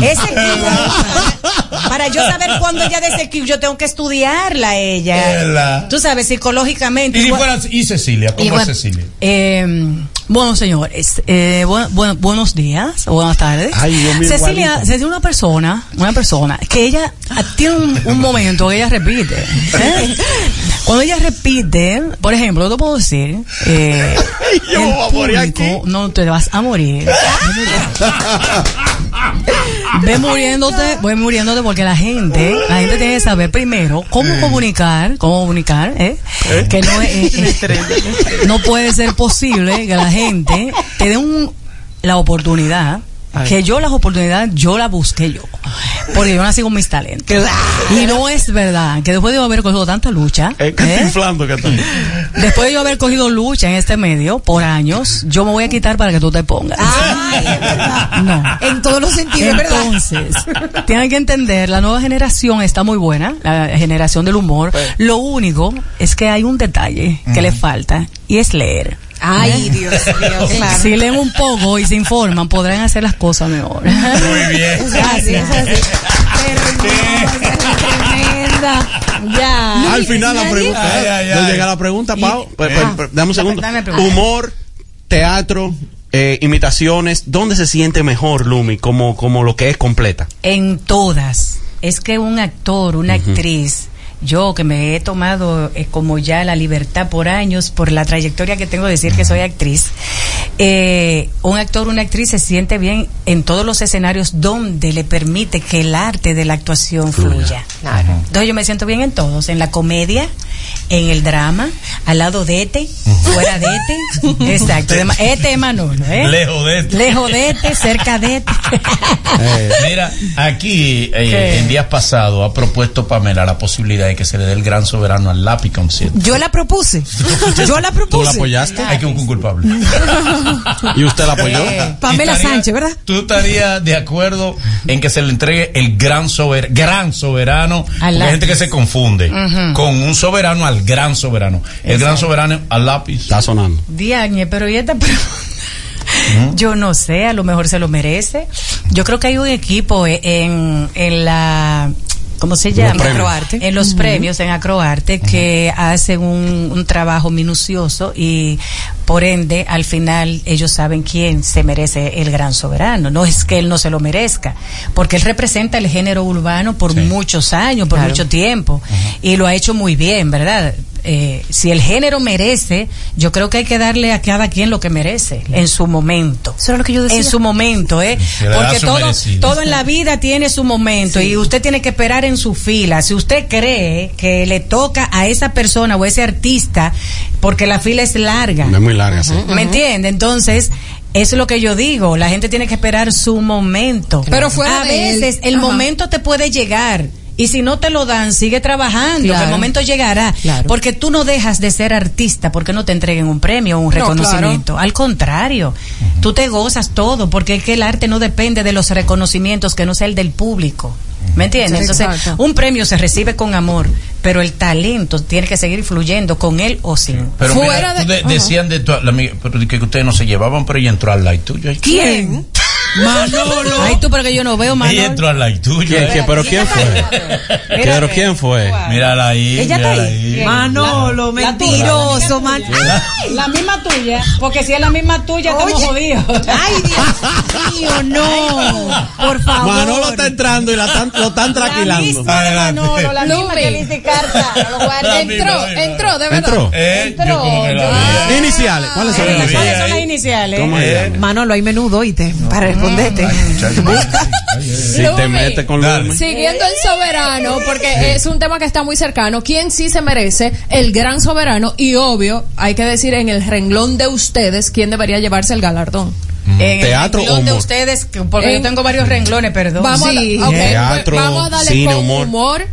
ese cue,
Para yo saber cuándo ella de ese cue, yo tengo que estudiarla a ella.
Ela.
Tú sabes, psicológicamente.
Eh, Y si
igual-
fuera- y Cecilia, ¿cómo
Igual-
es Cecilia?
Eh, bueno, señores, eh, bu- bu- buenos días, o buenas tardes.
Ay, Dios mío,
Cecilia,
igualita.
Cecilia es una persona, una persona que ella ah, tiene un, un momento que ella repite. ¿eh? Cuando ella repite, por ejemplo, yo te puedo decir, eh,
Yo
el
voy a morir
público- no te vas a morir. Ve muriéndote, voy muriéndote porque la gente, la gente tiene que saber primero cómo comunicar, cómo comunicar, ¿eh? que no es- eh, es- no puede ser posible que la gente te dé un, la oportunidad.
Ay.
Que yo las oportunidades, yo las busqué yo. Porque yo nací con mis talentos. Y no es verdad que después de yo haber cogido tanta lucha, ¿eh?
inflando que está.
después de yo haber cogido lucha en este medio por años, yo me voy a quitar para que tú te pongas. No. En todos los
sentidos, es verdad.
Entonces, tienen que entender, la nueva generación está muy buena, la generación del humor. Lo único es que hay un detalle que le falta y es leer.
Ay, Dios mío, claro.
Si leen un poco y se informan, podrán hacer las cosas mejor.
Muy bien.
Gracias.
Tremenda. Ya.
Al final la pregunta. eh,
Ay, ay, ay.
No llega la pregunta, Pau. Pues, pues, pues, dame un segundo.
dame primero.
Humor, teatro, eh, imitaciones. ¿Dónde se siente mejor, Lumi, como, como lo que es completa?
En todas. Es que un actor, una
Ujú.
actriz, yo que me he tomado eh, como ya la libertad por años, por la trayectoria que tengo de decir que soy actriz, eh, un actor, una actriz se siente bien en todos los escenarios donde le permite que el arte de la actuación fluya. Entonces yo me siento bien en todos, en la comedia, en el drama, al lado de Ete, fuera de Ete, exacto, de ma- Ete Manolo, ¿eh?
Lejos de Ete.
Lejos de Ete, cerca de E Ete.
Mira, aquí eh,
¿Qué?
en días pasados ha propuesto Pamela la posibilidad de que se le dé el gran soberano al lápiz concierto.
Yo la propuse. Yo la propuse.
¿Tú la apoyaste? Hay que buscar un culpable. ¿Y usted la apoyó?
Pamela Sánchez, ¿verdad?
¿Tú estarías de acuerdo en que se le entregue el gran, sober- gran soberano?
Al
Porque hay gente que
lápiz.
se confunde
Ujú.
con un soberano al gran soberano. El gran soberano al lápiz. Está
sonando.
Diagne, pero ¿y esta pregunta? Yo no sé, a lo mejor se lo merece. Yo creo que hay un equipo e- en, en la... ¿Cómo se
Los
llama?
premios. Acroarte.
En los
Ujú.
premios, en Acroarte, que hacen un, un trabajo minucioso y por ende, al final, ellos saben quién se merece el gran soberano. No es que él no se lo merezca, porque él representa el género urbano por muchos años, por
Claro.
mucho tiempo, y lo ha hecho muy bien, ¿verdad? Eh, si el género merece, yo creo que hay que darle a cada quien lo que merece en su momento. Eso lo que yo
decía.
En su momento, ¿eh?
Que le da
Porque
su
todo,
merecido.
todo en la vida tiene su momento y usted tiene que esperar en su fila. Si usted cree que le toca a esa persona o a ese artista, porque la fila es larga.
Es muy larga, sí.
¿Me entiende? Entonces, eso es lo que yo digo. La gente tiene que esperar su momento.
Pero fuera
A
de él.
veces el
Ajá.
momento te puede llegar. Y si no te lo dan, sigue trabajando. que
Claro.
El momento llegará. Porque tú no dejas de ser artista porque no te entreguen un premio o un
No,
reconocimiento. Al contrario, tú te gozas todo porque es que el arte no depende de los reconocimientos que no sea el del público. ¿Me entiendes?
Sí,
Entonces,
exacto.
un premio se recibe con amor, pero el talento tiene que seguir fluyendo con él o sin.
Pero mira, tú de- decían de tu, la amiga- pero de que ustedes no se llevaban, pero ella entró al like tuyo. Ella
¿Quién?
Manolo.
Ay, tú, pero que yo no veo Manolo.
entró al like tuyo.
¿Quién- quién- pero quién fue? ¿Pero quién fue?
Mírala ahí.
Ella está
mírala
ahí. Eh,
Manolo,
La- la tuya,
mentiroso,
la
man.
misma tuya. Ay, La misma tuya, porque si es la misma tuya, estamos jodidos.
Ay, Dios mío, no. Por favor.
Ah, Manolo está entrando y la tan- lo están traquilando.
Manolo, la misma que le hice carta.
Lo guardé. Entró, entró, de verdad.
¿Entró? Eh,
Entró.
Iniciales. ¿Cuáles son las
¿Cuáles son las
iniciales?
iniciales? Eh,
¿Cómo se llama?
Manolo, hay menudo, oíste, para responderte.
Si te
Lumi.
metes con Lumi.
Siguiendo el soberano, porque es un tema que está muy cercano. ¿Quién sí se merece el gran soberano? Y obvio, hay que decir en el renglón de ustedes quién debería llevarse el galardón.
En
Teatro
el
o
renglón de
humor.
ustedes, que- porque
En-
yo tengo varios renglones, perdón.
Vamos, a, ok, pues
Teatro,
vamos a darle
cine,
con
humor.
humor.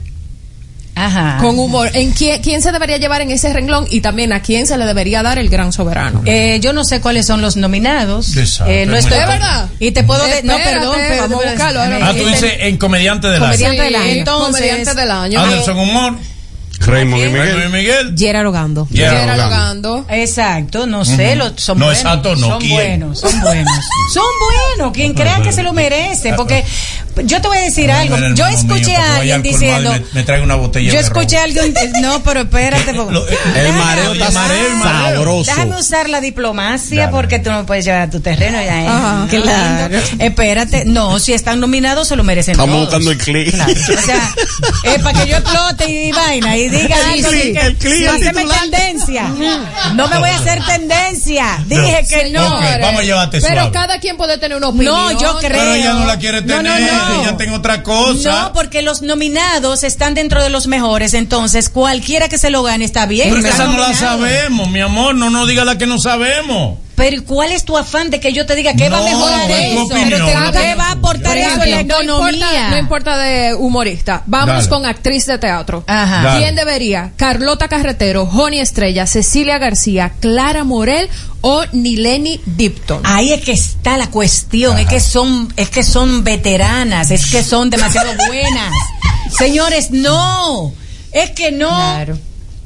Ajá. Con humor. ¿En quién, quién se debería llevar en ese renglón y también a quién se le debería dar el gran soberano?
Eh, yo no sé cuáles son los nominados.
Exacto.
Eh, no estoy
Es
verdad.
Y te puedo. de- no,
Espérate,
perdón, pero
vamos a buscarlo, ahora
Ah, tú dices en comediante del
Comediante
año.
del año.
Entonces-
Comediante del año.
Anderson Humor.
Raymond y Miguel.
Raymond y Miguel.
Gerard Ogando.
Gerard Gerard Ogando.
Exacto, no sé,
Ujú.
lo- son
No,
buenos.
exacto, no,
son
¿quién?
buenos, son buenos. son buenos, quien crea que se lo merece, porque yo te voy a decir
Ay,
algo.
mira,
Yo
hermano
escuché
mío,
a
cuando
alguien
vaya al
diciendo,
colmado y Me, me trae una botella
yo
de ron.
escuché a alguien, no, pero espérate, porque-
El mareo está sabroso.
Déjame usar la diplomacia porque tú no me puedes llevar a tu terreno ya. ¿eh?
Ajá,
Qué
claro.
lindo. Espérate, no, si están nominados se lo merecen
Estamos
todos.
buscando el clic.
O sea,
eh,
es para que yo explote y vaina y diga
El
algo.
clic,
que-
el clic,
no
el
hacerme
titular.
tendencia. No me voy a hacer tendencia. Dije que no.
Ok, vamos a llevarte
Pero
suave.
cada quien puede tener una opinión.
No, yo creo.
Pero ella no la quiere
No,
tener,
no, no.
ella tiene otra cosa.
No, pues, porque los nominados están dentro de los mejores, entonces cualquiera que se lo gane está bien.
Pero es que
está
esa no la
nominado.
sabemos, mi amor, no nos diga la que no sabemos.
Pero ¿cuál es tu afán de que yo te diga qué va a
No,
mejorar
es
eso?
tu opinión.
Pero te-
No,
¿Qué va a aportar
Por
eso en la
ejemplo, no, importa, no
economía?
importa de humorista. Vamos
Dale.
con actriz de teatro.
Ajá.
Dale.
¿Quién debería? Carlota Carretero, Joni Estrella, Cecilia García, Clara Morel o Nileni Dipton.
Ahí es que está la cuestión, es que son, es que son veteranas, es que son demasiado buenas. Señores, no, es que no.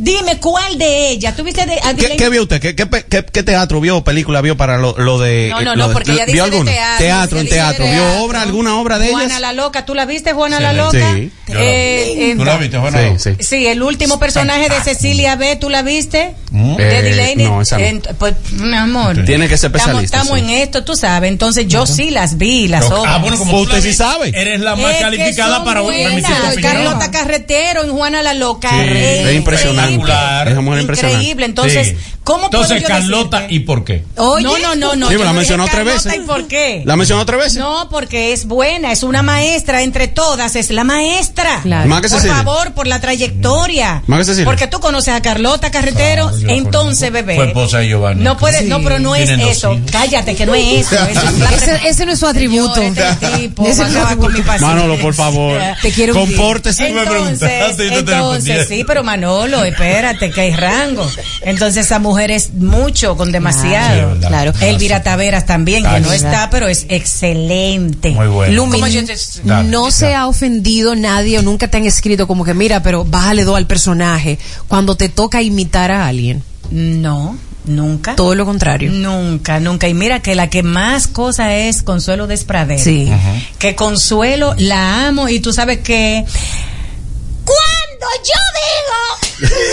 Dime cuál de ellas. ¿Tuviste de a
¿Qué,
Adelaide-
qué vio usted? ¿Qué, qué, pe- qué- qué teatro vio o película vio para lo, lo de.?
No, no,
Eh, lo
no,
de-
porque ella
¿Vio
dice de
alguno?
teatro,
Teatro,
ella
en
dice de
teatro.
teatro.
¿Vio obra, alguna obra de
Juana
ellas?
la Loca, ¿tú la viste, Juana la
Sí.
Loca?
Sí. Yo la vi.
Eh,
¿Tú la viste, Juana? Sí, sí.
Sí, el último personaje de Cecilia B, ¿tú la viste?
Eh,
de Delaney.
no, esa no.
En- pues, mi amor.
Tiene que ser
Estamos,
especialista,
estamos
sí.
en esto, tú sabes. Entonces yo sí las vi, las
Pero-
obras.
ah, bueno, como tú Usted las sí viste, sabe.
Eres la más
Es que
calificada
son
para un- permitir tu
buenas.
opinión.
Carlota Carretero en Juana la Loca.
Sí.
Rey.
Es impresionante.
Espectacular.
Es una mujer impresionante.
Increíble. Entonces,
Sí.
¿cómo
Entonces,
puedo yo
Carlota, ¿y por qué?
Oye, no, no, no, no.
Sí,
yo
pero la
no dije
mencionó tres
Carlota,
veces.
¿y por qué?
¿La mencionó tres veces?
No, porque es buena, es una maestra entre todas, es la maestra.
Claro. Más que
por
Cecilia.
favor, por la trayectoria.
Más que Cecilia.
Porque tú conoces a Carlota
Ah,
Carretero, entonces, bebé.
Fue esposa de Giovanni.
no puedes,
Sí.
no, pero no es
Tienen dos
eso.
hijos.
Cállate, que no es eso. eso es la-
Ese, ese no es su atributo. Ese no es su atributo.
Manolo, por favor.
Eh, Te quiero hundir.
Compórtese.
Entonces, entonces sí, pero Manolo, espérate, que hay rango. Entonces esa mujer es mucho con demasiado.
Sí,
claro. Elvira Taveras también, que
Ay,
no
verdad.
está, pero es excelente.
Muy
bueno.
Lumi-
no se ha ofendido nadie o nunca te han escrito como que mira, pero bájale dos al personaje cuando te toca imitar a alguien.
No, nunca.
Todo lo contrario.
Nunca, nunca. Y mira que la que más cosa es Consuelo Despradel.
Sí.
Que Consuelo la amo y tú sabes que
Cuando yo digo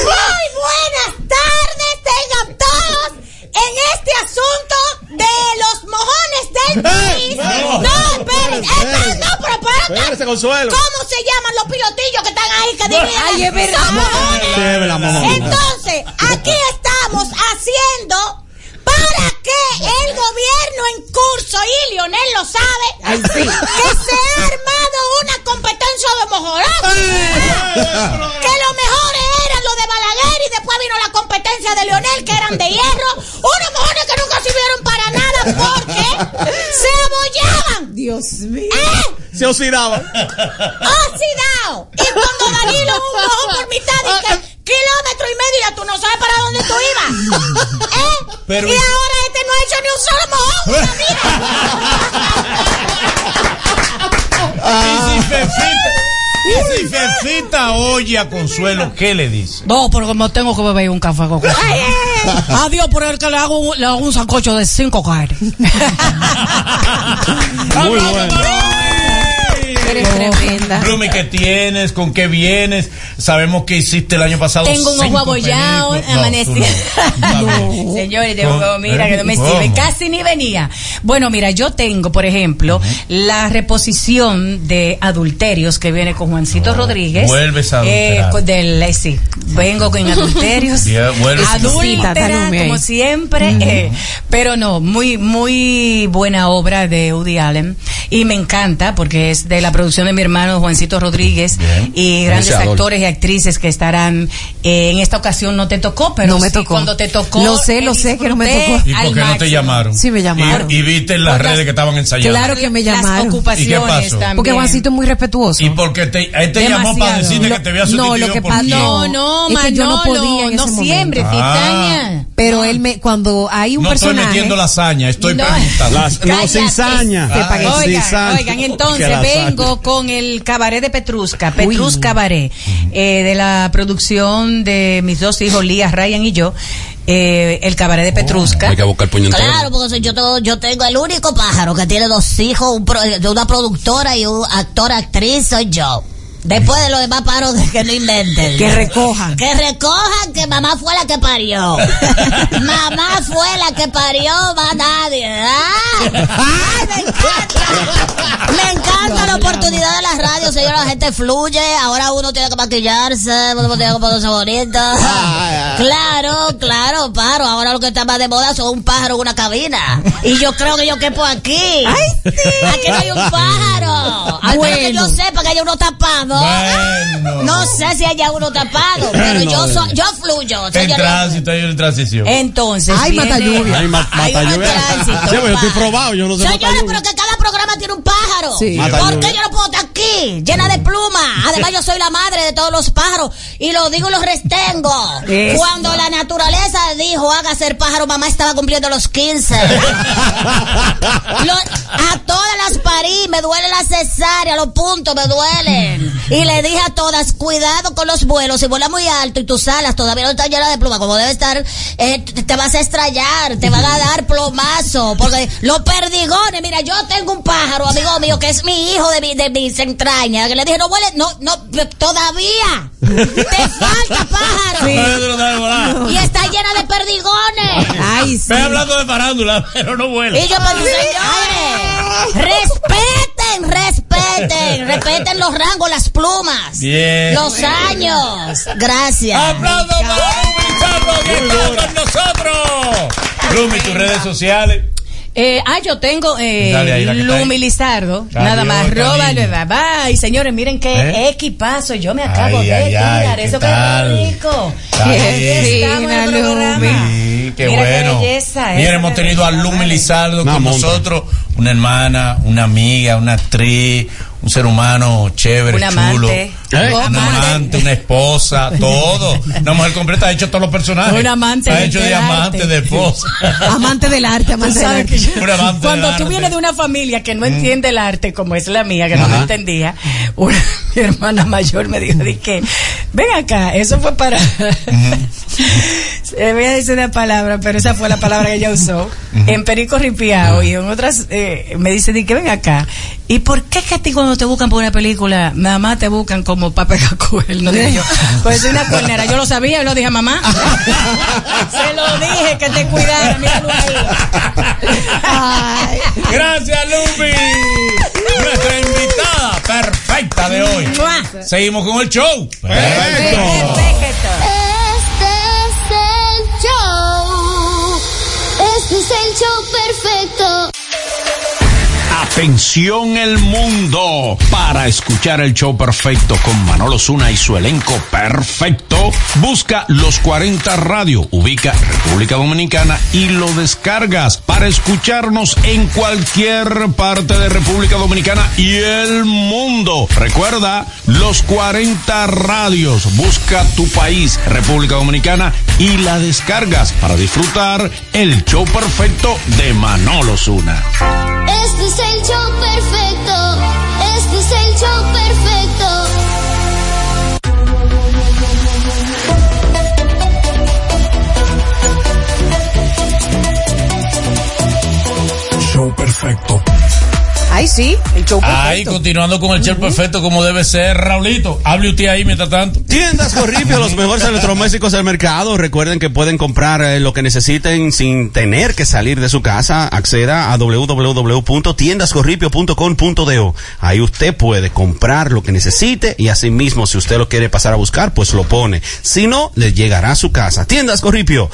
muy buenas tardes, tengan todos en este asunto de los mojones del país.
no.
No, esperen, esperen, no, pero espérate.
Espérese, Consuelo.
¿Cómo se llaman los pilotillos que están ahí que adivinan?
Ay, es verdad.
Son mojones.
Chévere, mojón.
Entonces, aquí estamos haciendo para que el gobierno en curso, y Lionel lo sabe, que se ha armado una competencia de mojorados. que los mejores eran los de Balaguer y después vino la competencia de Lionel, que eran de hierro. Unos mojones que nunca sirvieron para nada porque se abollaban. ¿Eh? Dios mío.
Se oxidaba.
¡Oxidado! Y cuando Danilo un ojo por mitad y que kilómetro y medio ya tú no sabes para dónde tú ibas. ¿Eh?
Pero-
y ahora este no ha hecho ni un solo mojón.
Y si Fefita, y si Fefita oye a Consuelo, ¿qué le dice?
No, porque me tengo que beber un café con coco. Adiós por el que le hago, un- le hago un sancocho de cinco carnes.
Muy bueno.
Eres tremenda.
Blumi, ¿qué tienes? ¿Con qué vienes? Sabemos que hiciste el año pasado.
Tengo un
cinco
ojo abollado, eh,
películas. No,
amanecí.
tú
Señores, tengo un ojo, mira que no me
¿Cómo?
sirve, casi ni venía. Bueno, mira, yo tengo, por ejemplo, la reposición de adulterios que viene con Juancito Rodríguez.
Oh, vuelves a
Eh,
adulterar.
con- del, eh, sí, vengo con adulterios.
Bien, vuelves a
Adúltera,
adulterar.
como siempre. eh, pero no, muy, muy buena obra de Woody Allen. Y me encanta porque es de la producción de mi hermano Juancito Rodríguez
Bien.
y grandes
Anunciador.
actores y actrices que estarán. eh, en esta ocasión no te tocó, pero
No me
sí,
tocó.
cuando te tocó.
Lo sé, lo sé que no me
disfruté
tocó.
¿Y por
al
qué no te
máximo.
llamaron?
Sí, me llamaron.
Y, y viste en las
Por las-
redes que estaban ensayando.
Claro que me llamaron.
ocupaciones ¿Y qué pasó? también.
Porque Juancito es muy respetuoso.
¿Y por qué te, él te llamó para
Demasiado.
decirte que te había
No,
sustituido
lo que
por
pasa-
quién?
no, no, es que yo no
Manolo,
podía en
no
ese momento.
siembre
Ah.
Pero él me cuando hay un
No estoy
personaje
metiendo la hazaña, estoy
No.
preguntando.
Las- no, Cállate. cizaña. Te pagué.
Oigan,
Cizaña.
oigan,
Que
entonces
la saque.
vengo con el cabaret de Petrusca, Petrus Cabaret, eh, de la producción de mis dos hijos, Lía, Ryan y yo, eh, el cabaret de
Oh,
Petrusca.
Hay que buscar el puño entero.
Claro, porque soy- yo, tengo- yo tengo el único pájaro que tiene dos hijos, un pro- de una productora y un actor, actriz, soy yo. Después de los demás pájaros que- que no inventen.
Que recojan.
Que recojan que mamá fue la que parió. mamá fue la que parió, más nadie. ¡Ah! ¡Ay, me encanta! Me encanta la oportunidad de las radios, señor. La gente fluye. Ahora uno tiene que maquillarse, uno tiene que ponerse bonito.
Ah,
Claro, claro, paro. Ahora lo que está más de moda son un pájaro en una cabina. Y yo creo que yo quepo aquí. Aquí no hay un pájaro. Al menos que yo
Bueno.
sepa que hay uno tapado.
Bueno.
No sé si haya uno tapado, pero
Bueno,
yo, soy,
bueno.
yo fluyo.
En
señor.
tránsito, hay una transición.
Entonces,
Ay,
viene-
mata lluvia.
Ay, ma-
Hay
mata
un
lluvia.
tránsito,
Sí, pero yo estoy
pa.
probado, yo no sé mata
Señores,
lluvia.
pero que cada programa tiene un pájaro.
Sí. Mata
¿Por
lluvia.
qué yo no puedo estar aquí? Llena de plumas. Además, yo soy la madre de todos los pájaros. Y lo digo y los restengo.
Eso.
Cuando la naturaleza dijo, haga ser pájaro, mamá estaba cumpliendo los 15. Lo- a todas las parí, me duele la cesárea, los puntos me duelen. Y le dije a todas, cuidado con los vuelos, si vuela muy alto y tus alas todavía no están llenas de pluma, como debe estar, eh, te te vas a estrellar, te van a dar plomazo, porque los perdigones, mira, yo tengo un pájaro, amigo mío, que es mi hijo de, mi, de mis entrañas, que le dije, no vuele, no, no, todavía, te falta pájaro. Y está llena de perdigones.
Ay,
Ve hablando de farándula, pero no vuela.
Y yo pues, para los señores, respeten, respeten, respeten los rangos, las plumas,
Bien.
los años. Gracias.
¡Aplausos que está con nosotros! Lumi, tus redes sociales.
Eh, ah, yo tengo eh,
Dale ahí, la que está ahí.
Lumi Lizardo,
Adiós,
nada más,
cariño.
roba, bye, bye. Señores, miren qué
¿Eh?
equipazo, yo me acabo
Ay,
de
ay, ay,
tirar,
¿qué
eso
tal?
qué rico.
Está
Qué
bien.
estamos en el programa.
Sí, qué
Mira qué
bueno.
belleza,
Mira,
esa
hemos
qué
tenido a Lumi Lizardo con nosotros, una hermana, una amiga, una actriz, un ser humano chévere,
Un amante.
chulo.
¿Eh?
Un amante, una esposa, todo. Una mujer completa ha hecho todos los personajes.
Un amante
Ha
este
hecho de
del arte.
amante, de esposa.
Amante del arte, amante del arte.
Un amante
Cuando
del
tú
arte. Mm.
vienes de una familia que no entiende el arte como es la mía, que no lo
Ajá.
entendía, una, mi hermana mayor me dijo, de que, ven acá, eso fue para... Eh, voy a decir una palabra, pero esa fue la palabra que ella usó. En Perico Ripiao y en otras, eh, me dice, de que ven acá. ¿Y por qué es que a ti cuando te buscan por una película, mamá te buscan como para pegar cuernos? Digo yo, pues soy una cuernera. Yo lo sabía, yo lo dije a mamá. Se lo dije, que te cuidara, míralo ahí.
Gracias, Lupi. Nuestra invitada perfecta de hoy. Seguimos con el show.
Este es el show. Este es el show perfecto.
Atención el mundo para escuchar el show perfecto con Manolo Zuna y su elenco perfecto. Busca los 40 Radio, ubica República Dominicana y lo descargas para escucharnos en cualquier parte de República Dominicana y el mundo. Recuerda los 40 radios. Busca tu país, República Dominicana y la descargas para disfrutar el show perfecto de Manolo Zuna.
Este es el show perfecto. Este es el show perfecto.
Show perfecto.
Ay, sí, el show
Ahí,
perfecto.
continuando con el show perfecto como debe ser, Raulito. Hable usted ahí mientras tanto.
Tiendas Corripio, los mejores electrodomésticos del mercado. Recuerden que pueden comprar eh, lo que necesiten sin tener que salir de su casa. Acceda a www.tiendascorripio.com.do. Ahí usted puede comprar lo que necesite y asimismo, si usted lo quiere pasar a buscar, pues lo pone. Si no, le llegará a su casa. Tiendas Corripio,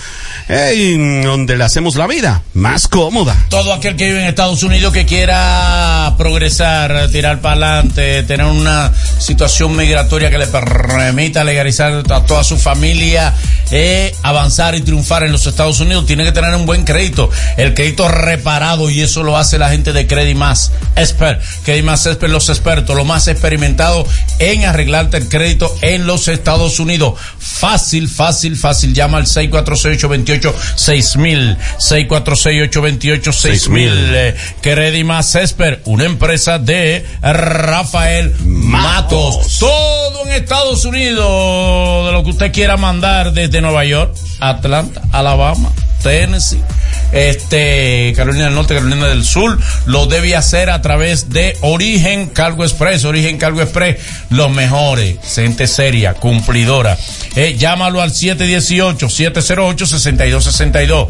ey, donde le hacemos la vida más cómoda.
Todo aquel que vive en Estados Unidos que quiera quiera progresar, tirar para adelante, tener una situación migratoria que le permita legalizar a toda su familia, eh, avanzar y triunfar en los Estados Unidos, tiene que tener un buen crédito. El crédito reparado y eso lo hace la gente de Credit Más Expert. Credit Más Expert, los expertos, lo más experimentado en arreglarte el crédito en los Estados Unidos. Fácil, fácil, fácil. Llama al 646-828-6000. 646-828-6000. Eh, Credit Más Expert, una empresa de Rafael Matos. Todo en Estados Unidos, de lo que usted quiera mandar desde Nueva York, Atlanta, Alabama. Tennessee, este, Carolina del Norte, Carolina del Sur, lo debe hacer a través de Origen Cargo Express. Origen Cargo Express, los mejores, gente seria, cumplidora. Eh, llámalo al 718-708-6262.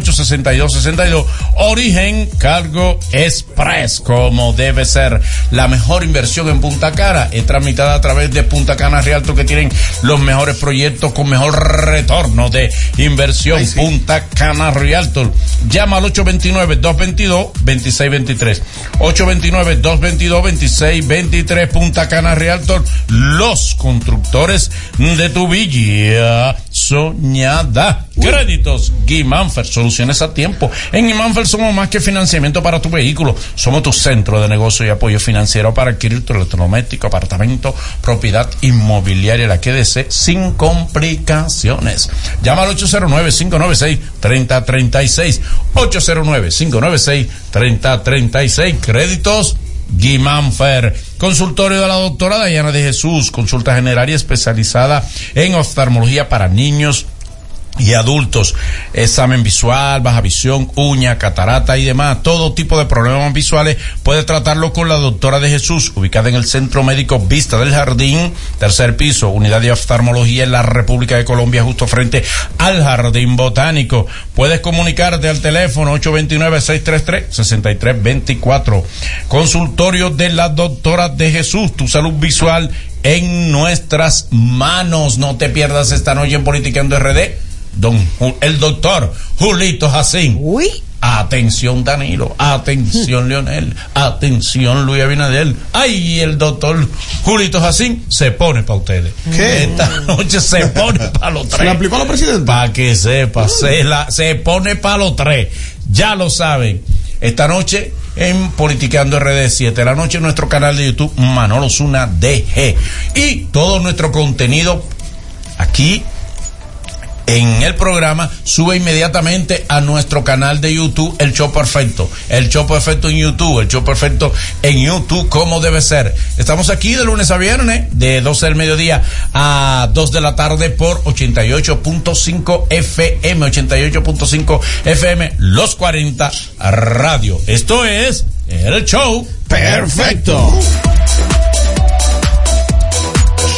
718-708-6262. Origen Cargo Express, como debe ser. La mejor inversión en Punta Cara es tramitada a través de Punta Cana Realto, que tienen los mejores proyectos con mejor retorno de inversión Punta Cana Realtor. Llama al 829-222-2623. 829-222-2623 Punta Cana Realtor. Los constructores de tu villa soñada. Créditos Guimánfer, soluciones a tiempo. En Guimánfer somos más que financiamiento para tu vehículo. Somos tu centro de negocio y apoyo financiero para adquirir tu electrodoméstico, apartamento, propiedad inmobiliaria, la que desee, sin complicaciones. Llama al 809-596-3036. 809-596-3036. Créditos Guimánfer. Consultorio de la doctora Dayana de Jesús. Consulta general y especializada en oftalmología para niños y adultos, examen visual, baja visión, uña, catarata y demás, todo tipo de problemas visuales, puede tratarlo con la doctora de Jesús, ubicada en el Centro Médico Vista del Jardín, tercer piso, unidad de oftalmología en la República de Colombia, justo frente al Jardín Botánico. Puedes comunicarte al teléfono 829-633-6324. Consultorio de la doctora de Jesús, tu salud visual en nuestras manos. No te pierdas esta noche en Politiqueando RD don Ju- el doctor Julito Jacín. Uy. Atención Danilo, atención Leonel, atención Luis Abinadel. Ay, el doctor Julito Jacín se pone para ustedes.
¿Qué?
Esta noche se pone para los
¿Se
tres.
la aplicó a la presidenta? Mm.
Para que sepa, se, la- se pone para los tres. Ya lo saben. Esta noche en Politiqueando RD 7 de la noche en nuestro canal de YouTube Manolo Zuna DG. Y todo nuestro contenido aquí en el programa, sube inmediatamente a nuestro canal de YouTube, El Show Perfecto. El Show Perfecto en YouTube, El Show Perfecto en YouTube, como debe ser. Estamos aquí de lunes a viernes, de 12 del mediodía a 2 de la tarde por 88.5 FM, 88.5 FM, los 40 Radio. Esto es El Show Perfecto.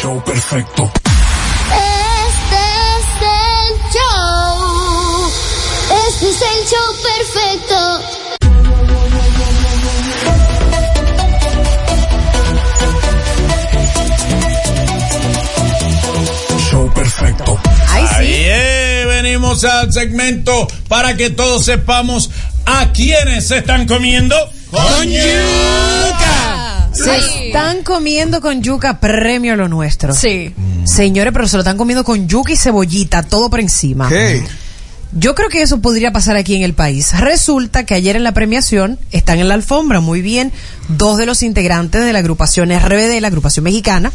Show perfecto.
Este es el show. Este es el show perfecto.
Show perfecto.
Ahí, eh, venimos al segmento para que todos sepamos a quiénes se están comiendo.
Con yuca. Se están comiendo con yuca premio lo nuestro. Sí. Señores, pero se lo están comiendo con yuca y cebollita, todo por encima. Yo creo que eso podría pasar aquí en el país. Resulta que ayer en la premiación están en la alfombra, muy bien, dos de los integrantes de la agrupación RBD, la agrupación mexicana,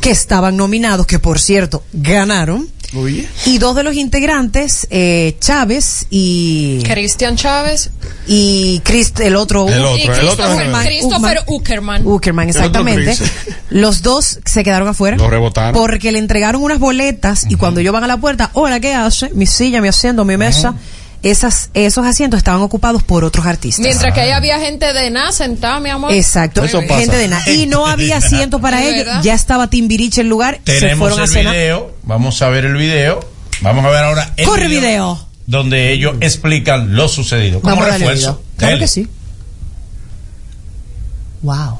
que estaban nominados, que por cierto ganaron,
Oye.
y dos de los integrantes, eh, Chávez y...
Cristian Chávez.
y Crist- el otro,
El otro,
y
el otro es
Uckerman,
rebelde. Christopher Uckerman.
Uckerman,
El otro
exactamente.
Chris.
Los dos se quedaron afuera.
Los rebotaron.
Porque le entregaron unas boletas y cuando ellos van a la puerta, hola, ¿qué hace? Mi silla, mi asiento, mi mesa. Esas, esos asientos estaban ocupados por otros artistas. Ah.
Mientras que ahí había gente de nada sentada, mi amor.
Exacto, gente de nada. Y no había asientos para
¿De
ellos.
verdad?
Ya estaba Timbiriche el lugar. se
Tenemos
fueron a
el
cenar.
video, vamos a ver el video, vamos a ver ahora el
Corre video.
donde ellos explican lo sucedido. Como
Vamos a darle
refuerzo,
video. Claro
Dele.
que sí. Wow.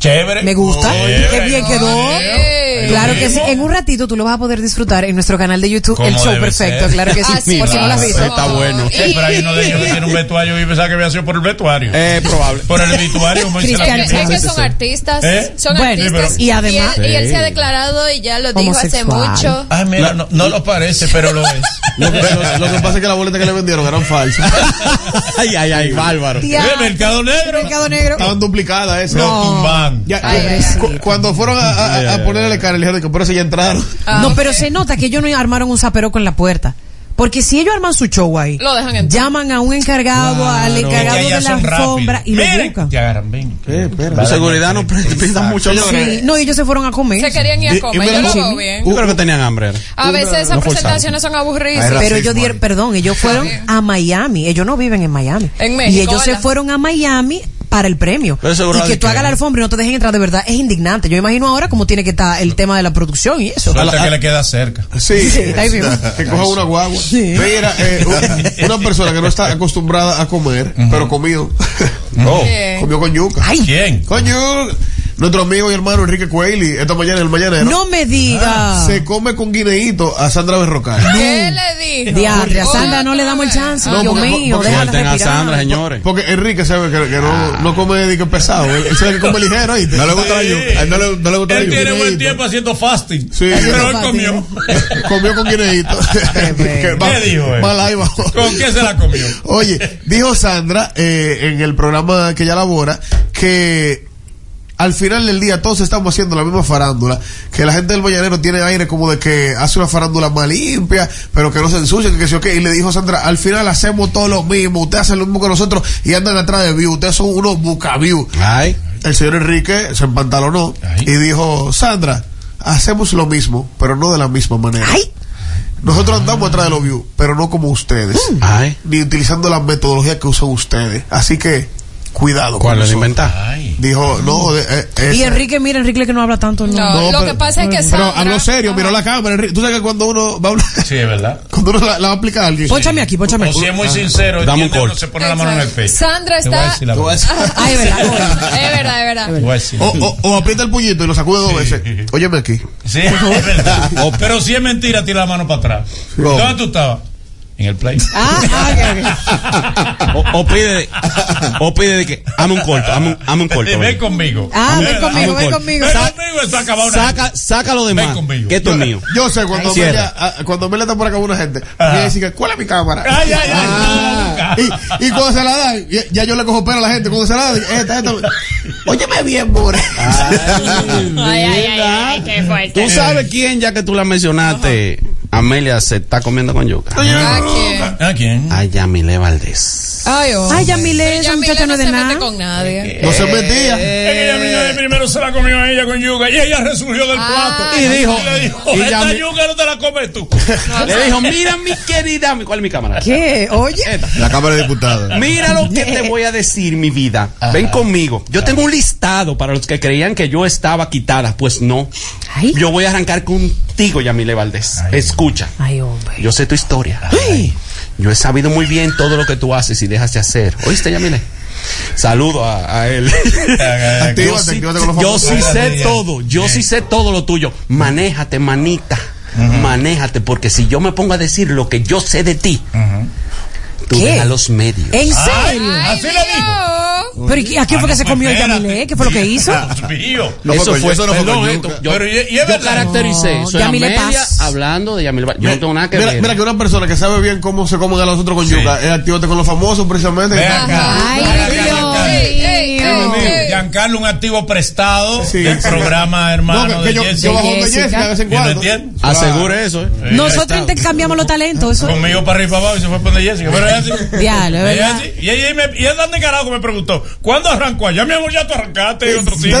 chévere.
Me gusta. Qué bien quedó.
Ahí Dios
Claro que
mío.
sí. En un ratito tú lo vas a poder disfrutar en nuestro canal de YouTube,
Como
El Show
debe
Perfecto.
ser.
Claro que sí.
Ah,
por si no lo has visto.
Sí, pero hay uno de ellos que tiene un vestuario y pensaba que había sido por el vestuario. Eh, probable. Por el vestuario. como dice la
Cristian,
gente.
es que son artistas,
¿Eh?
son
Bueno,
artistas
pero- y además-
él, y él
Sí.
se ha declarado y ya lo dijo hace mucho.
Ah, mira, no, no lo parece, pero lo es.
Lo que, lo- lo que pasa es que la boleta que le vendieron eran falsas.
ay, ay, ay, bárbaro.
El
mercado negro.
Mercado negro.
Estaban duplicadas esas.
No. Lo tumban.
Ya- ya-
Ay, ay, sí.
cu- cuando fueron a, a- a- a ponerle cara, le dijeron que por eso ya entraron.
Ah,
no, pero se nota que ellos no armaron un zapero con la puerta. Porque si ellos arman su show ahí,
Lo dejan entrar.
llaman a un
Ah,
encargado, al
Claro.
encargado
Es que
de
allá
la
son rápidos.
alfombra y lo
Miren,
buscan.
Te agarran, ven.
La seguridad no precipita mucho.
Sí, no, ellos se fueron a comer.
Se querían ir a comer, yo lo veo bien.
Yo creo que tenían hambre.
A veces esas
No forzaron.
presentaciones son aburridas.
Pero ellos dieron, perdón, ellos fueron a Miami. Ellos no viven en Miami.
En México,
y ellos se
¿verdad?
fueron a Miami para el premio.
Pero seguro
y que
de
tú
que-
hagas la alfombra y no te dejen entrar, de verdad, es indignante. Yo imagino ahora cómo tiene que estar el tema de la producción y eso.
Suelta que le queda cerca.
Sí,
Sí, está ahí mismo.
que coja una guagua. Mira, eh, un- una persona que no está acostumbrada a comer, pero comido.
¿Qué?
Comió con yuca.
¿Quién?
Con yuca. Nuestro amigo y hermano Enrique Cueli, esta mañana en el mañanero. Ah.
No me diga.
Se come con guineíto a Sandra Berrocal.
¿Qué le dijo?
Diatre, a
Otra
Sandra no le damos el chance. Dios mío, déjala respirar.
señores. Porque Enrique sabe que, que no, no come de que pesado. Él él sabe que come ligero. ¿oíste?
No le gusta la yuca.
No le, no le gusta la
Él
yuca.
tiene buen tiempo haciendo fasting.
Sí.
Pero él comió.
Comió con guineíto. ¿Qué,
¿Qué dijo él? ¿Con qué se la comió?
Oye, dijo Sandra eh, en el programa que ella labora que al final del día todos estamos haciendo la misma farándula, que la gente del Vallanero tiene aire como de que hace una farándula más limpia, pero que no se ensucia, que qué sé yo qué. Y le dijo Sandra, al final hacemos todo lo mismo, ustedes hacen lo mismo que nosotros y andan atrás de view, ustedes son unos bucaview. El señor Enrique se empantalonó y dijo, Sandra, hacemos lo mismo, pero no de la misma manera. Nosotros andamos atrás de los views, pero no como ustedes. Ni utilizando la metodología que usan ustedes. Así que, cuidado.
¿Cuál
con
es la
nosotros.
inventa?
Dijo, no, de- eh, eh,
Y Enrique, mira, Enrique que no habla tanto. No,
no,
lo que pasa es que
Pero
Sandra-
habló serio, miró la cámara. Enrique. Tú sabes que cuando uno va a hablar-
Sí, es verdad.
cuando uno la, la va a aplicar a alguien. Ah.
Pónchame aquí, pónchame
O si es muy sincero,
Dame un
entiende,
corte.
uno se pone la mano en el pecho.
Sandra
Te voy a
está. Ah,
decir la verdad.
Ay, es verdad.
Es verdad, es verdad.
O, o- o aprieta el puñito y lo sacude dos veces. Óyeme aquí.
Sí, es verdad. Oh, Pero si es mentira, tira la mano para atrás. ¿Dónde tú estabas? En el play.
O, o pide, de- o pide de que, hazme un corto, hazme un, hazme un corto.
Ven conmigo.
Ah,
Hazme-
ven
hazme
conmigo,
un
ven
corto.
conmigo.
Sa-
eso acaba una-
saca, sácalo de
Ven
más,
conmigo.
que esto es mío.
Yo sé, cuando
Cierra.
Amelia, ah, cuando Amelia está por acá con una gente, y dice, ¿cuál es mi cámara?
Ay, ay, ay,
Ah, y, y cuando se la dan, ya, ya yo le cojo pena a la gente. Cuando se la dan, esta, esta. Óyeme bien, More.
Ay, ay, ay, qué fuerte. Tú sabes quién, ya que tú la mencionaste, Amelia se está comiendo con yuca.
¿A quién?
A Yamile Valdés.
Ay, oh.
Ay, Yamile, esa
Yamile
muchacha no es de
se mete
nada.
con nadie.
No
Eh,
se metía.
Eh.
Ella vino de primero se la comió a ella con yuca y ella resurgió del
Ah.
plato.
Y dijo-
le dijo
y
esta
Yami-
yuca no te la comes tú.
Le dijo, mira mi querida, mi- ¿cuál es mi cámara?
¿Qué? Oye.
La Cámara de Diputados.
Mira lo que te voy a decir, mi vida. Ven conmigo. Yo tengo un listado para los que creían que yo estaba quitada. Pues no. Yo voy a arrancar contigo, Yamile Valdés. Escucha.
Ay, hombre.
Pues, Yo sé tu historia. Yo he sabido muy bien todo lo que tú haces y dejas de hacer. ¿Oíste, Yamile? Saludo a, a él. yo
Actívate,
sí,
actívate con los
yo sí
famosos.
sé todo. Yo sí sé todo lo tuyo. Manéjate, manita. Manéjate, porque si yo me pongo a decir lo que yo sé de ti, tú
¿Qué?
dejas los medios. Ah.
¿En serio?
Así le dijo.
Pero ¿y ¿a quién fue que se
Ah,
comió el
Espérate.
Yamile? ¿Qué fue lo que hizo?
Dios mío.
No eso fue, perdón, esto, yo,
Pero y- y es
yo
verdad.
caractericé,
No,
soy
Yamile
Amelia
Paz.
hablando de Yamil Yo no tengo nada que
Mira,
ver.
mira que una persona que sabe bien cómo se comen a los otros con yuca, es activate con los famosos precisamente.
Ve acá.
Ay,
Ay,
Dios mío.
Giancarlo, un activo prestado
Sí,
del
sí.
programa hermano
No, que- que
de
yo-
Jessica.
yo bajo donde
Jessica.
Jessica de vez en
¿Yo no
cuando.
entiendo?
Asegure eso, eh.
Eh,
Nosotros
prestado.
intercambiamos los talentos. Eso
Conmigo para arriba y para abajo y se fue para donde Jessica. Pero ella sí.
Diablo, es
Ella
verdad.
sí. Y ella me- y ella tan descarado que me preguntó, ¿cuándo arrancó? Ya mi amor, ya tú arrancaste y otro sitio.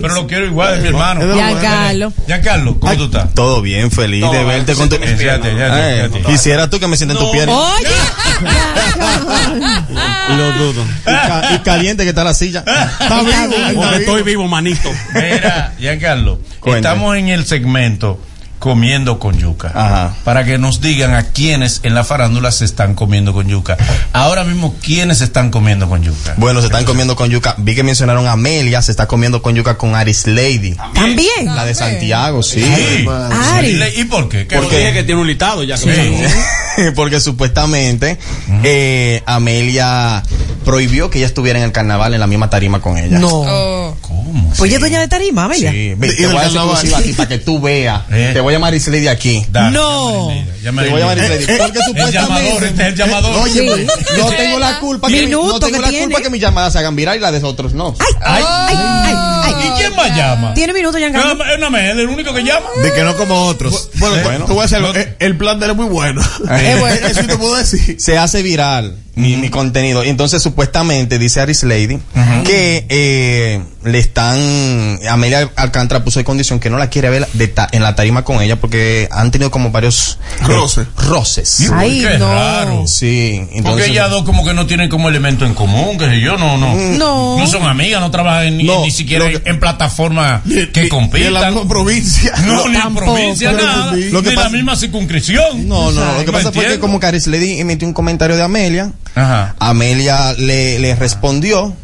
Pero lo quiero igual, es mi hermano.
Giancarlo.
Giancarlo, ¿cómo tú estás?
Todo bien, feliz
No,
de verte
sí,
con tu.
sí, fíjate,
Eh,
fíjate, fíjate.
Quisiera tú que me sienten en tu pierna.
Oye.
Lo dudo. Y, ca- y caliente que está la silla.
Está vivo.
Porque estoy vivo, manito.
Mira, Giancarlo,
Cuéntame.
estamos en el segmento comiendo con yuca. Para que nos digan a quiénes en la farándula se están comiendo con yuca. Ahora mismo, ¿quiénes se están comiendo con yuca?
Bueno, se están comiendo con yuca. Vi que mencionaron a Amelia, se está comiendo con yuca con Aris Lady.
También.
La de Santiago, sí.
Sí.
Ari.
¿Y por qué? ¿Qué
Porque-
fue?
que tiene un litado ya.
Sí. Porque supuestamente eh, Amelia prohibió que ella estuviera en el carnaval en la misma tarima con ella.
No. Pues ya es dueña de tarima, Amelia.
Sí, ve, te voy a hacer exclusiva aquí para que tú veas.
Eh.
Te voy a llamar Aris Lady aquí.
No.
Te voy a llamar Aris Lady.
Eh, eh,
Porque
el
supuestamente-
llamador, este es el llamador.
Oye,
Sí.
pues, no tengo la culpa que, mi- no
Minuto
tengo
que
la
tiene.
culpa que mis llamadas se hagan viral y las de otros no.
Ay, ay, ay, ay.
¿Y quién más llama?
Tiene minutos, ya
No, es una mela, el único que llama.
De que no como otros. Bueno,
Bueno.
te voy a decir algo. El, el plan de él es muy bueno.
Eh,
bueno. Eso te puedo decir.
se hace viral mi, mi contenido. Y entonces, supuestamente, dice Aris Lady que eh, le están. Amelia Alcántara puso de condición que no la quiere ver de ta- en la tarima con ella porque han tenido como varios eh,
Roces.
roces.
¿Y por Ay, qué? no. Raro.
Sí,
Porque
entonces.
ellas dos como que no tienen como elemento en común, que sé yo, no, no.
No.
No son amigas, no trabajan ni, ni siquiera en plataforma que
Y en la
compitan.
misma provincia.
No, ni en provincia, nada.
Lo que
ni
pasa-
la misma circunscripción.
No, no, lo que
¿Me
pasa fue que
entiendes?
como que Aris Lady emitió un comentario de Amelia,
Ajá.
Amelia le, le respondió.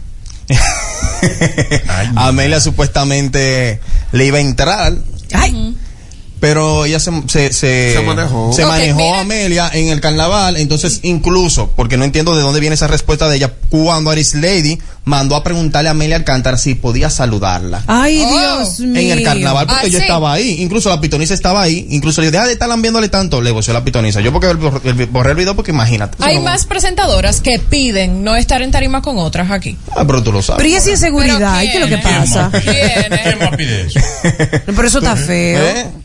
Amelia supuestamente le iba a entrar. Pero ella se, se, se,
Se manejó.
se
Ok,
manejó
mira.
Amelia en el carnaval. Entonces, incluso, porque no entiendo de dónde viene esa respuesta de ella, cuando Aris Lady mandó a preguntarle a Amelia Alcántara si podía saludarla
Ay, Dios mío.
en el carnaval porque
ah,
yo estaba ahí. Incluso la pitoniza estaba ahí. Incluso le dije, deja de estar lambiéndole tanto. Le voció la pitoniza. Yo porque el- el- borré el video porque imagínate.
Hay
Eso no-
más presentadoras que piden no estar en tarima con otras aquí.
Ah, pero tú lo sabes.
Pero y esa inseguridad,
Ay, ¿qué es lo que pasa? Pero eso
¿Eh?
está feo.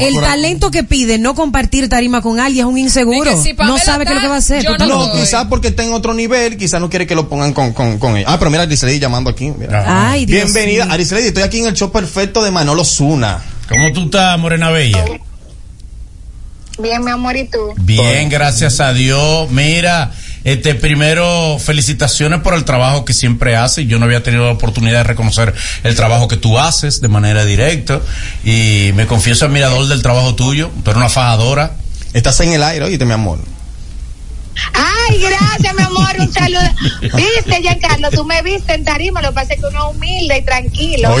El talento que pide no compartir tarima con alguien es un inseguro.
Dije, si Pamela
no sabe qué es lo que va a hacer.
está, yo
tú
No,
tampoco.
quizás porque está en otro nivel, quizás no quiere que lo pongan con, con, con ella. Ah, pero mira, Arisley llamando aquí. mira.
Ah. Ay, Dios
Bienvenida,
mío.
Arisley, estoy aquí en el show perfecto de Manolo Zuna.
¿Cómo tú estás, Morena Bella?
Bien, mi amor, ¿y tú?
Bien, gracias a Dios. Mira, este primero felicitaciones por el trabajo que siempre haces. Yo no había tenido la oportunidad de reconocer el trabajo que tú haces de manera directa y me confieso admirador del trabajo tuyo. Tú eres una fajadora.
Estás en el aire, oíste, mi amor.
Ay, gracias, mi amor, un saludo. Viste, Giancarlo, tú me viste en tarima, lo que pasa es que uno es humilde y tranquilo.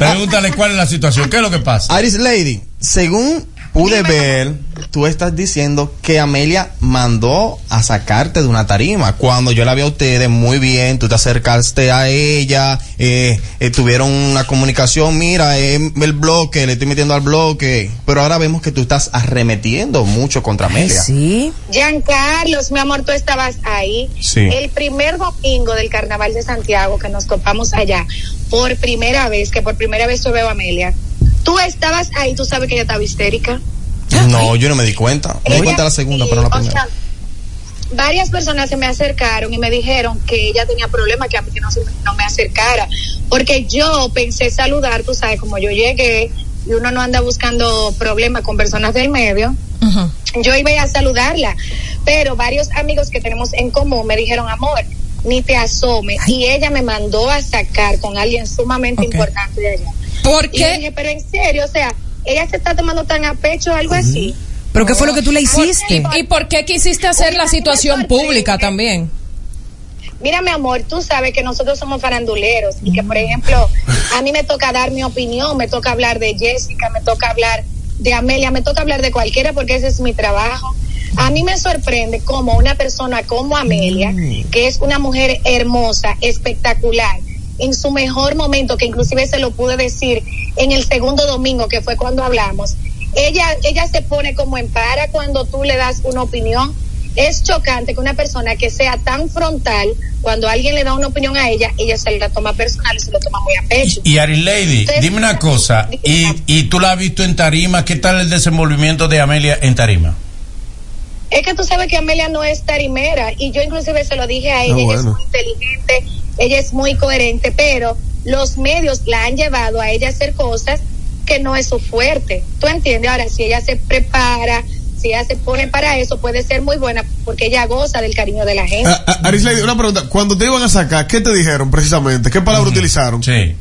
Pregúntale cuál es la situación, qué es lo que pasa.
Aris Lady, según pude ver, tú estás diciendo que Amelia mandó a sacarte de una tarima. Cuando yo la vi a ustedes muy bien, tú te acercaste a ella, eh, eh, tuvieron una comunicación, mira, eh, el bloque, le estoy metiendo al bloque. Pero ahora vemos que tú estás arremetiendo mucho contra Amelia.
Sí.
Giancarlos, mi amor, tú estabas ahí.
Sí.
El primer domingo del Carnaval de Santiago que nos topamos allá, por primera vez, que por primera vez yo veo a Amelia. Tú estabas ahí, tú sabes que ella estaba histérica.
No, yo no me di cuenta. Me di
Ella-
cuenta la segunda, pero no pues la
o
primera.
sea, varias personas se me acercaron y me dijeron que ella tenía problemas, que a mí no, se- no me acercara. Porque yo pensé saludar, tú sabes, como yo llegué y uno no anda buscando problemas con personas del medio, yo iba a ir a saludarla. Pero varios amigos que tenemos en común me dijeron, amor, ni te asome. Y ella me mandó a sacar con alguien sumamente importante de allá.
¿Por
Y yo dije, pero en serio, o sea, ella se está tomando tan a pecho algo así.
¿Pero qué fue lo que tú le hiciste?
¿Y por qué quisiste hacer la situación pública también?
Mira, mi amor, tú sabes que nosotros somos faranduleros y que, por ejemplo, a mí me toca dar mi opinión, me toca hablar de Jessica, me toca hablar de Amelia, me toca hablar de cualquiera porque ese es mi trabajo. A mí me sorprende cómo una persona como Amelia, que es una mujer hermosa, espectacular, en su mejor momento, que inclusive se lo pude decir en el segundo domingo, que fue cuando hablamos, ella, ella se pone como en para cuando tú le das una opinión. Es chocante que una persona que sea tan frontal, cuando alguien le da una opinión a ella, ella se la toma personal y se lo toma muy a pecho.
Y Aris Lady,
Entonces,
dime una cosa, y, y tú la has visto en tarima, ¿qué tal el desenvolvimiento de Amelia en tarima?
Es que tú sabes que Amelia no es tarimera y yo inclusive se lo dije a ella,
Ah,
ella es
bueno.
muy inteligente, ella es muy coherente, pero los medios la han llevado a ella a hacer cosas que no es su fuerte. ¿Tú entiendes? Ahora, si ella se prepara, si ella se pone para eso, puede ser muy buena porque ella goza del cariño de la gente.
A- a- Aris Lady, una pregunta. Cuando te iban a sacar, ¿qué te dijeron precisamente? ¿Qué palabra utilizaron?
Sí.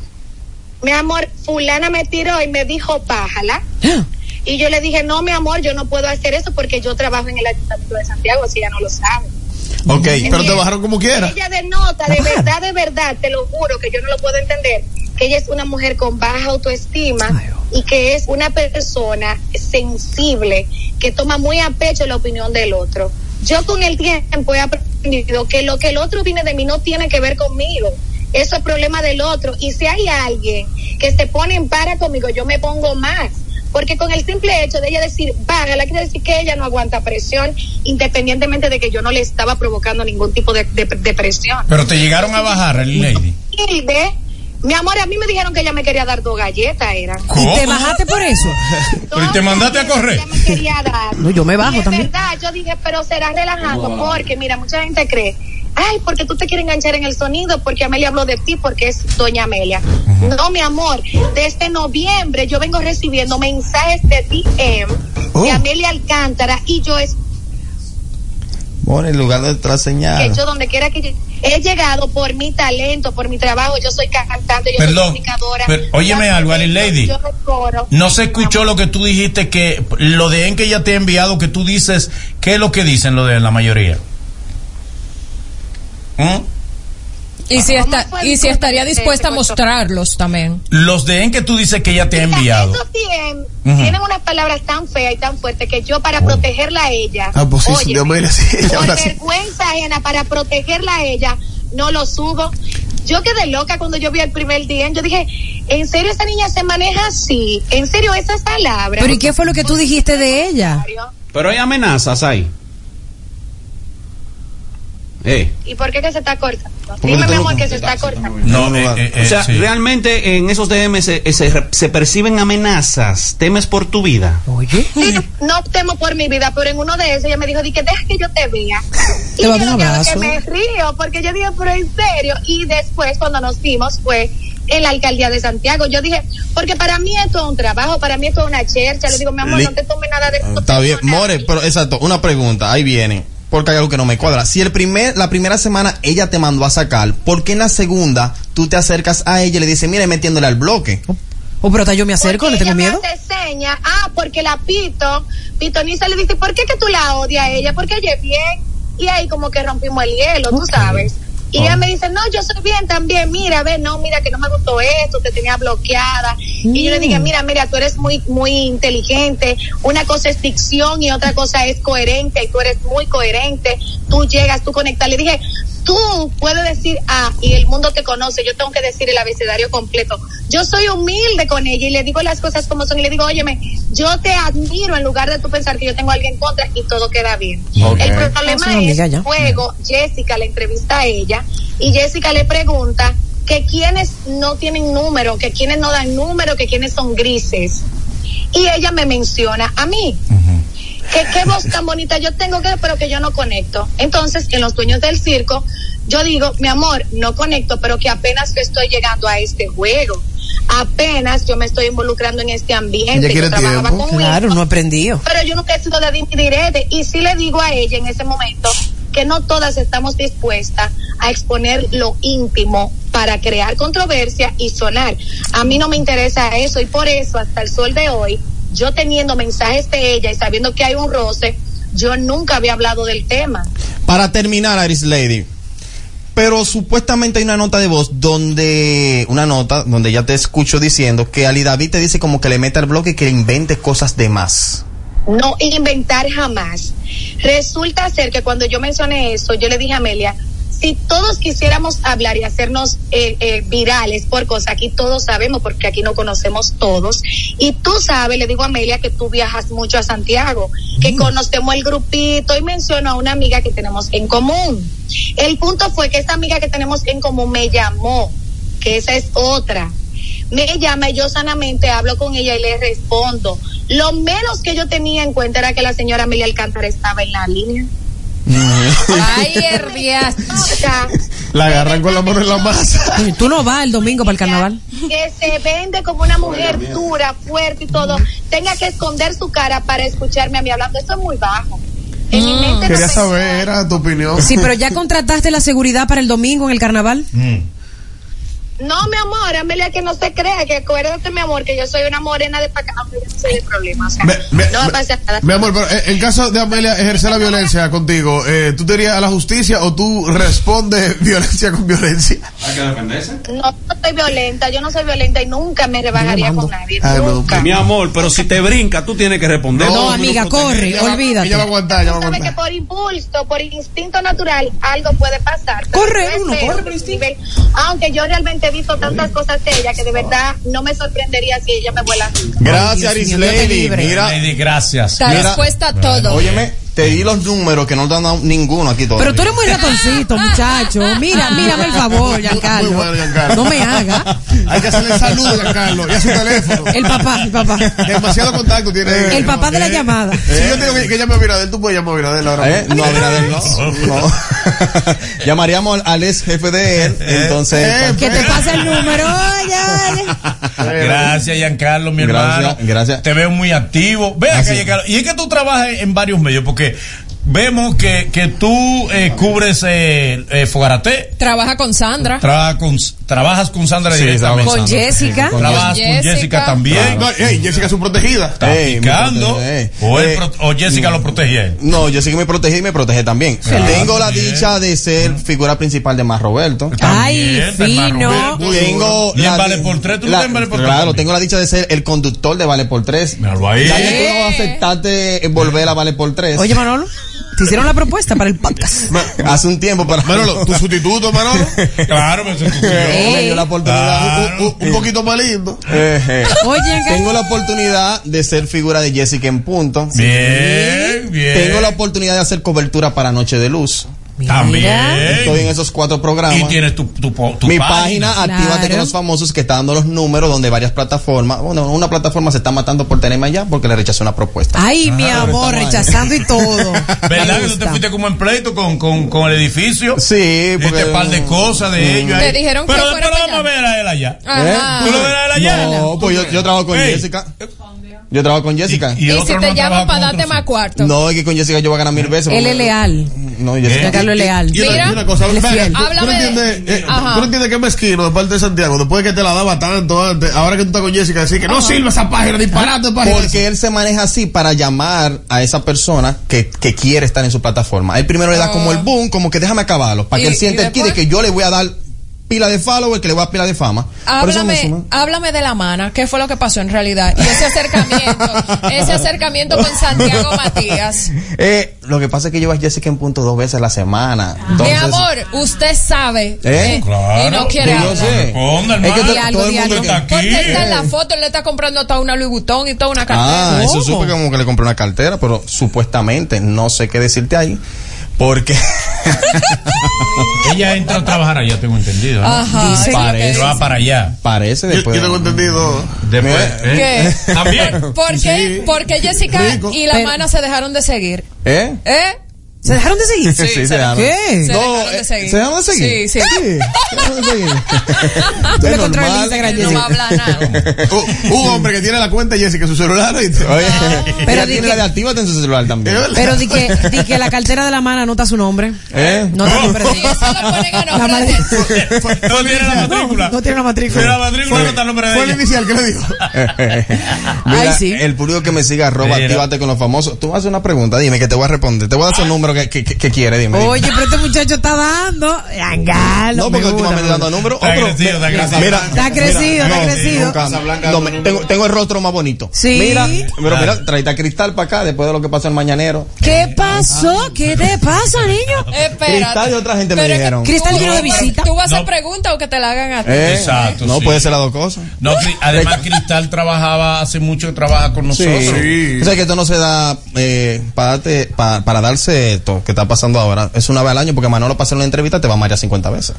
mi amor, fulana me tiró y me dijo, pájala.
Ah.
Y yo le dije, no, mi amor, yo no puedo hacer eso porque yo trabajo en el Ayuntamiento de Santiago, si ella no lo sabe.
Ok, pero
Entiendo.
te bajaron como quiera.
Ella denota, de verdad, de verdad, te lo juro que yo no lo puedo entender, que ella es una mujer con baja autoestima y que es una persona sensible que toma muy a pecho la opinión del otro. Yo con el tiempo he aprendido que lo que el otro viene de mí no tiene que ver conmigo. Eso es problema del otro. Y si hay alguien que se pone en para conmigo, yo me pongo más. Porque con el simple hecho de ella decir, págala, quiere decir que ella no aguanta presión, independientemente de que yo no le estaba provocando ningún tipo de, de- de presión.
Pero te llegaron a bajar, el lady.
Y ve, mi amor, a mí me dijeron que ella me quería dar dos galletas, era.
¿Cómo? te
bajaste por eso?
Pero te mandaste a correr.
Ella me quería dar.
No, yo me bajo
Y es
también.
verdad, yo dije, pero será relajando,
Wow.
porque mira, mucha gente cree, ay, porque tú te quieres enganchar en el sonido, porque Amelia habló de ti, porque es doña Amelia. No, mi amor, desde noviembre yo vengo recibiendo mensajes de DM de Amelia Alcántara y yo es
Bueno, en lugar de otra
Ah.
señal.
que yo donde quiera que yo- he llegado por mi talento, por mi trabajo, yo soy cantante, yo soy
Perdón.
comunicadora.
Pero, óyeme algo, Alin Lady.
Yo decoro.
No se escuchó lo que tú dijiste que lo de en que ella te ha enviado que tú dices, ¿qué es lo que dicen lo de la mayoría? ¿Mm?
Y si, está, y si estaría dispuesta a mostrarlos también.
Los de en que tú dices que ella te ha enviado.
Esos DM
Ujú. Oh.
tienen unas palabras tan feas y tan fuertes que yo para protegerla a ella,
Ah, pues sí,
oye,
Dios mío, sí,
por
ahora sí.
vergüenza ajena, para protegerla a ella, no lo subo. Yo quedé loca cuando yo vi el primer día. Yo dije, ¿en serio esa niña se maneja así? ¿En serio esas palabras? Pues,
Pero ¿y qué fue lo que tú dijiste de ella?
Pero hay amenazas ahí. Eh.
¿Y por qué que se está cortando?
Porque
Dime,
tú
mi
no
amor, que se está cortando.
No, eh, eh,
o sea,
sí.
realmente en esos DM se, eh, se- se perciben amenazas. ¿Temes por tu vida?
Oye.
No temo por mi vida, pero en uno de esos ella me dijo, di que deja que yo te vea.
Te
y
va a dar
yo lo
un
que hago es
abrazo.
que me río, porque yo dije, pero en serio. Y después, cuando nos vimos, fue en la alcaldía de Santiago. Yo dije, porque para mí esto es un trabajo, para mí esto es una chercha. Le digo, mi amor,
Le- Ah,
no te tomes nada de esto.
Está bien, More, pero exacto, una pregunta, ahí viene. Porque hay algo que no me cuadra. Si el primer, la primera semana ella te mandó a sacar, ¿por qué en la segunda tú te acercas a ella y le dices, mire, metiéndole al bloque?
O Oh, pero ta, yo me acerco, le tengo miedo.
Te enseña, ah, porque la pito, pitonisa le dice, ¿por qué que tú la odias a ella? Porque ella es bien. Y ahí como que rompimos el hielo, tú sabes. Y ella me dice, no, yo soy bien también, mira, ve, no, mira que no me gustó esto, te tenía bloqueada. Y yo le dije,
Mm.
mira, mira, tú eres muy, muy inteligente, una cosa es ficción y otra cosa es coherente, y tú eres muy coherente, tú llegas, tú conectas. Le dije, tú puedes decir A y el mundo te conoce, yo tengo que decir el abecedario completo. Yo soy humilde con ella y le digo las cosas como son y le digo, óyeme, yo te admiro en lugar de tú pensar que yo tengo a alguien contra y todo queda bien.
Ok.
El
Ah, es
problema
una amiga ya.
es luego Jessica le entrevista a ella y Jessica le pregunta que quienes no tienen número, que quienes no dan número, que quienes son grises. Y ella me menciona a mí. Que qué voz tan bonita yo tengo, que, pero que yo no conecto. Entonces, en los dueños del circo, yo digo, mi amor, no conecto, pero que apenas estoy llegando a este juego. Apenas yo me estoy involucrando en este ambiente. Yo trabajaba con Wilson,
Claro, no aprendió.
pero yo nunca he sido de di- direte y sí le digo a ella en ese momento que no todas estamos dispuestas a exponer lo íntimo para crear controversia y sonar. A mí no me interesa eso y por eso hasta el sol de hoy, yo teniendo mensajes de ella y sabiendo que hay un roce, yo nunca había hablado del tema.
Para terminar, Iris Lady. Pero supuestamente hay una nota de voz donde, una nota donde ya te escucho diciendo que Ali David te dice como que le meta al bloque y que invente cosas de más.
no inventar jamás. Resulta ser que cuando yo mencioné eso, yo le dije a Amelia, si todos quisiéramos hablar y hacernos eh, eh, virales por cosas, aquí todos sabemos, porque aquí no conocemos todos, y tú sabes, le digo a Amelia que tú viajas mucho a Santiago, que conocemos el grupito y menciono a una amiga que tenemos en común. El punto fue que esta amiga que tenemos en común me llamó, que esa es otra me llama y yo sanamente hablo con ella y le respondo. Lo menos que yo tenía en cuenta era que la señora Amelia Alcántara estaba en la línea.
Ay, herdias.
La agarran con la mano en la masa.
Tú no vas el domingo para el carnaval.
Que se vende como una mujer dura, fuerte y todo, tenga que esconder su cara para escucharme a mí hablando. Eso es muy bajo. En mi mente no
Quería
me-
saber, era tu opinión.
Mm. Sí, pero ya contrataste la seguridad para el domingo en el carnaval.
No, mi amor, Amelia, que no se crea, que acuérdate, mi amor, que yo soy una morena de pacá, no soy de problema. O sea, no va a pasar nada.
Mi amor, pero eh, en en caso de Amelia ejercer la violencia contigo, eh, ¿tú te irías a la justicia o tú respondes violencia con violencia?
¿Hay que defenderse?
No, no soy violenta, yo no soy violenta y nunca me rebajaría con nadie.
Ah,
nunca.
Mi amor, pero si te brinca, tú tienes que responder.
No, amiga, corre, olvídate.
Ella va a aguantar, ella va a
Sabe que
aguantar.
por impulso, por instinto natural, algo puede pasar. Pero
Corre,
yo
uno,
espero
corre,
que nivel- Aunque yo realmente he visto tantas cosas de ella que de verdad no me sorprendería si ella me vuela.
Gracias, Arislady. Mira,
Lady, gracias.
Está Mira-
dispuesta a todo.
Óyeme, te di los números que no te han dado ninguno aquí todavía.
Pero tú eres muy ratoncito, muchacho. Mira, mírame el favor, Giancarlo.
Muy bueno, Giancarlo.
No me haga.
Hay que hacerle saludo a Carlos y a su teléfono.
El papá, el papá.
Demasiado contacto tiene.
Eh,
El papá
Eh.
de la llamada.
Si yo tengo que, que llame a Viradel, tú puedes llamar a Viradel ahora.
¿Eh? No, Viradel, no. No. Llamaríamos al- al ex jefe de él,
Eh,
entonces.
Que te pase el número. Oye,
Gracias, Giancarlo, mi
Gracias,
hermano. Te veo muy activo. Ve acá, Giancarlo. Y es que tú trabajas en varios medios, porque vemos que, que tú eh, cubres eh, eh, Fogarate,
Trabaja con Sandra.
trabaja con- trabajas con Sandra
Sí,
directamente.
trabajo con Sandra. Con Jessica.
Sí, Trabajas
Con
con Jessica,
Jessica.
también.
No, ey, Jessica es su protegida.
Está picando. o, él pro- o Jessica lo protege a él.
No, yo sí que me protegí y me protege también.
Claro.
Tengo la
Bien.
dicha de ser figura principal de Más Roberto.
Ay, fino.
Tengo
Y en
la-
Vale por Tres, ¿tú no
la-
estás en Vale por Tres
Claro,
también?
tengo la dicha de ser el conductor de Vale por Tres.
ahí.
Ya
Eh.
que tú no aceptaste volver a Vale por Tres.
Oye, Manolo, te hicieron la propuesta para el podcast.
Hace un tiempo para
Manolo, tu sustituto, Manolo.
Claro, me sustituyó.
Me dio la oportunidad.
Un, un- un poquito más lindo.
Oye,
tengo la oportunidad de ser figura de Jessica en punto.
Bien, bien.
Tengo la oportunidad de hacer cobertura para Noche de Luz.
También.
Estoy en esos cuatro programas.
Y tienes tu, tu, po- tu
Mi página, Actívate con
Claro.
los famosos, que está dando los números donde varias plataformas, bueno, una plataforma se está matando por tenerme allá porque le rechazó una propuesta.
Ay, mi
Ah,
amor,
pero estamos ahí.
rechazando y todo.
¿Verdad que tú te fuiste como en pleito con, con, con el edificio?
Sí,
porque. Este par de cosas de ellos.
Te
ahí.
dijeron que
pero
fuera
después
para
vamos a ver a él allá.
Ajá.
¿Eh?
¿Tú lo verás a él allá?
No, pues yo, yo trabajo con
Ey.
Jessica. Yo trabajo con Jessica.
Y si te llaman para darte más cuarto.
No, es que con Jessica yo voy a ganar mil veces.
Él
porque-
es leal.
No, Jessica.
Carlos es leal.
¿Eh? Y una, y una cosa,
él es
Vega,
fiel.
¿tú- ¿tú, no
Háblame de-
entiendes, eh,
Ajá.
tú no entiendes que es mezquino de parte de Santiago? Después de que te la daba tanto antes, ahora que tú estás con Jessica, así que no sirve esa página, disparate página.
Porque él se maneja así para llamar a esa persona que, que quiere estar en su plataforma. Él primero le da como el
Oh.
boom, como que déjame acabarlo, para
Y-
que él siente
y
aquí de
después-
que yo le voy a dar pila de follower, que le voy a dar pila de fama. Por eso me
Háblame,
suman.
háblame de la mana, qué fue lo que pasó en realidad. Y ese acercamiento, ese acercamiento con Santiago Matías.
Eh, lo que pasa es que llevas Jessica en punto dos veces a la semana. Entonces,
Mi amor, usted sabe.
¿Eh? Pues
Y no quiere
Yo
hablar.
sé.
Responda,
Es que
Di
to-
algo,
todo el
di
mundo
algo.
está aquí. Eh.
Porque está en la foto, él le está comprando hasta una Louis Vuitton y toda una cartera.
Ah, eso supe que como que le compré una cartera, pero supuestamente no sé qué decirte ahí. Porque
Ella entra a trabajar allá, tengo entendido. ¿no?
Ajá, Dice. es lo que
Parece.
dice.
Va para allá.
Parece después.
Yo tengo entendido.
Después.
¿Qué? ¿Por,
¿Eh? También.
por qué? ¿Por qué Jessica y la mana se dejaron de seguir?
¿eh?
¿Eh?
¿Se dejaron de seguir?
Sí, se dejaron.
¿Qué?
Se
No,
dejaron de
eh,
seguir.
¿se dejaron de seguir?
Sí, sí.
se dejaron de seguir.
Tú
Es
le controlas el
normal.
Instagram,
No va a
Jessica.
hablar nada.
Un- un hombre que tiene la cuenta de Jessica en su celular. Y te-
Oye, pero
di
tiene
que-
la de actívate en su celular también.
Pero di que, di que la cartera de la mana no está su nombre.
¿Eh?
No está su nombre.
Sí, eso lo ponen
La
a nombre
madre-
de él.
No tiene la matrícula.
No tiene la
Tiene la
matrícula.
matrícula, no está el nombre de
Fue el
ella.
inicial que le dijo.
Mira,
Ay, sí.
El público que me siga, arroba,
Mira.
actívate con los famosos. Tú vas a hacer una pregunta, dime que te voy a responder. Te voy a
Ah.
dar su número que, que, que- que quiere, dime. dime.
Oye, pero este muchacho está dando. Angalo,
no,
me gusta,
porque últimamente
me
dando
gusta.
número.
Está
Otro.
crecido, está crecido.
Mira,
Ah, Está crecido, está crecido.
Casablanca, no, me- tengo, tengo el rostro más bonito.
Sí.
Mira, pero mira, traíte a cristal para acá después de lo que pasó el mañanero.
¿Qué pasó? ¿Qué te pasa, niño?
Espérate.
Cristal y otra gente
Pero
me
es que
dijeron.
tú-
Cristal lleno de visita.
¿Tú vas a hacer
No.
preguntas o que te la hagan a ti?
Eh,
Exacto,
No
sí.
puede ser las dos cosas.
No, Cri- además Cristal trabajaba hace mucho que trabaja con
Sí.
nosotros.
O sea que esto no se da eh, para, darte- pa- para darse esto que está pasando ahora. Es una vez al año porque Manolo pasa una entrevista te va a marear 50 veces.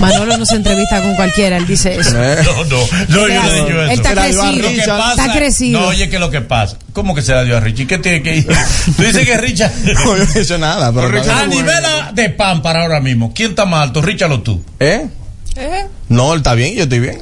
Manolo no se entrevista con cualquiera, él dice eso.
Eh.
No, no, no, yo
Claro.
le he dicho
Él
eso.
está
Se la dio a
crecido.
Richard.
Está crecido.
No, oye, que lo que pasa. ¿Cómo que se la dio a Richie? ¿Qué tiene que ir? Tú dices que Richard.
No, yo no he hecho nada. Pero
a nivel a- de pan para ahora mismo, ¿quién está más alto, Richard o tú?
¿Eh?
Eh.
No, él está bien, yo estoy bien.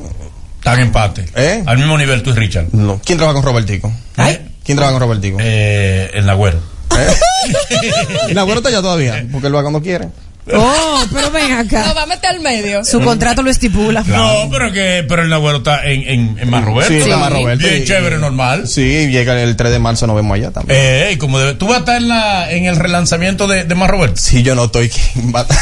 Están en empate.
¿Eh?
Al mismo nivel tú y Richard.
No. ¿Quién trabaja con Robertico? ¿Eh? ¿Quién trabaja con Robertico?
Eh, el Nagüero.
¿Eh? La güera está allá todavía, porque él va cuando quiere.
Oh, pero ven acá.
Lo va a meter al medio.
Su contrato lo estipula.
No, pero que pero el abuelo está en, en, en Marroberto.
Sí, está en Marroberto.
Bien
Y-
chévere, normal.
Sí, llega el 3 de marzo, nos vemos allá también.
Eh, y como debe- tú vas a estar en, la, en el relanzamiento de, de Marroberto.
Si yo no estoy, ¿quién va a estar?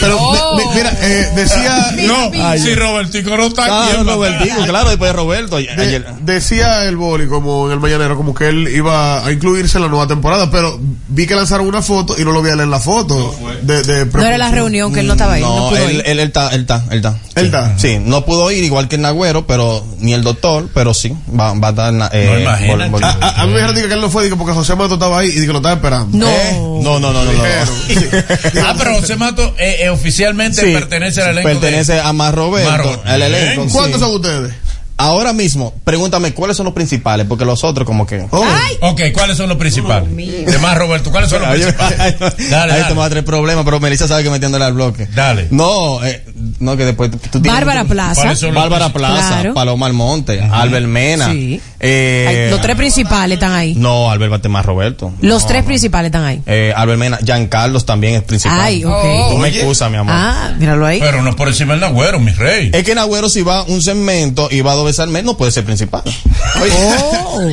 Pero mi- mi- mira, eh, decía.
No, si Robertico no está aquí.
Claro, Robertico, claro, después de Roberto.
De- decía el boli como en el mañanero como que él iba a incluirse en la nueva temporada pero vi que lanzaron una foto y no lo vi a él en la foto de, de
No era la reunión que él no
Mm.
estaba ahí. No,
No,
pudo
él,
ir.
él, él está, él está, él está. Sí. Sí, no pudo ir igual que el Nagüero, pero ni el doctor, pero sí, va, va a estar. na- eh, vol- vol-
Ah,
a, a- a mí me dijeron que él no fue dije, porque José Mato estaba ahí y dije, lo estaba esperando
No. Eh, no, no, no, no, no.
Dijeron.
Ah, pero José Mato eh, eh, oficialmente
Sí,
pertenece al elenco.
pertenece
de-
a Mar Roberto,
Marroberto.
al elenco.
Bien.
sí.
¿cuántos son ustedes?
Ahora mismo, pregúntame cuáles son los principales, porque los otros como que...
Oh,
Ok, ¿cuáles son los principales? De más Roberto, ¿cuáles son los
Ahí-
principales? Dale,
Ahí
dale.
te va a traer problemas, pero Melissa sabe que metiéndole al bloque. Dale. No, eh, no, que después... tú- tú tienes-
Bárbara Plaza. ¿Cuáles son los
Bárbara
principales?
Plaza,
Claro.
Paloma Almonte, Albert Mena.
Sí.
eh,
Ay, Los tres principales están ahí.
No, Albert va a estar más Roberto.
Los
No,
tres
no.
principales están ahí.
Eh, Albert Mena, Giancarlos también es principal.
Ay, ok.
Oh,
Tú me
Oye.
excusas, mi amor.
Ah, míralo ahí.
Pero no por encima del Nagüero, mi rey.
Es que en Agüero si va un segmento y va dos veces al mes, no puede ser principal. Diablo.
Oh.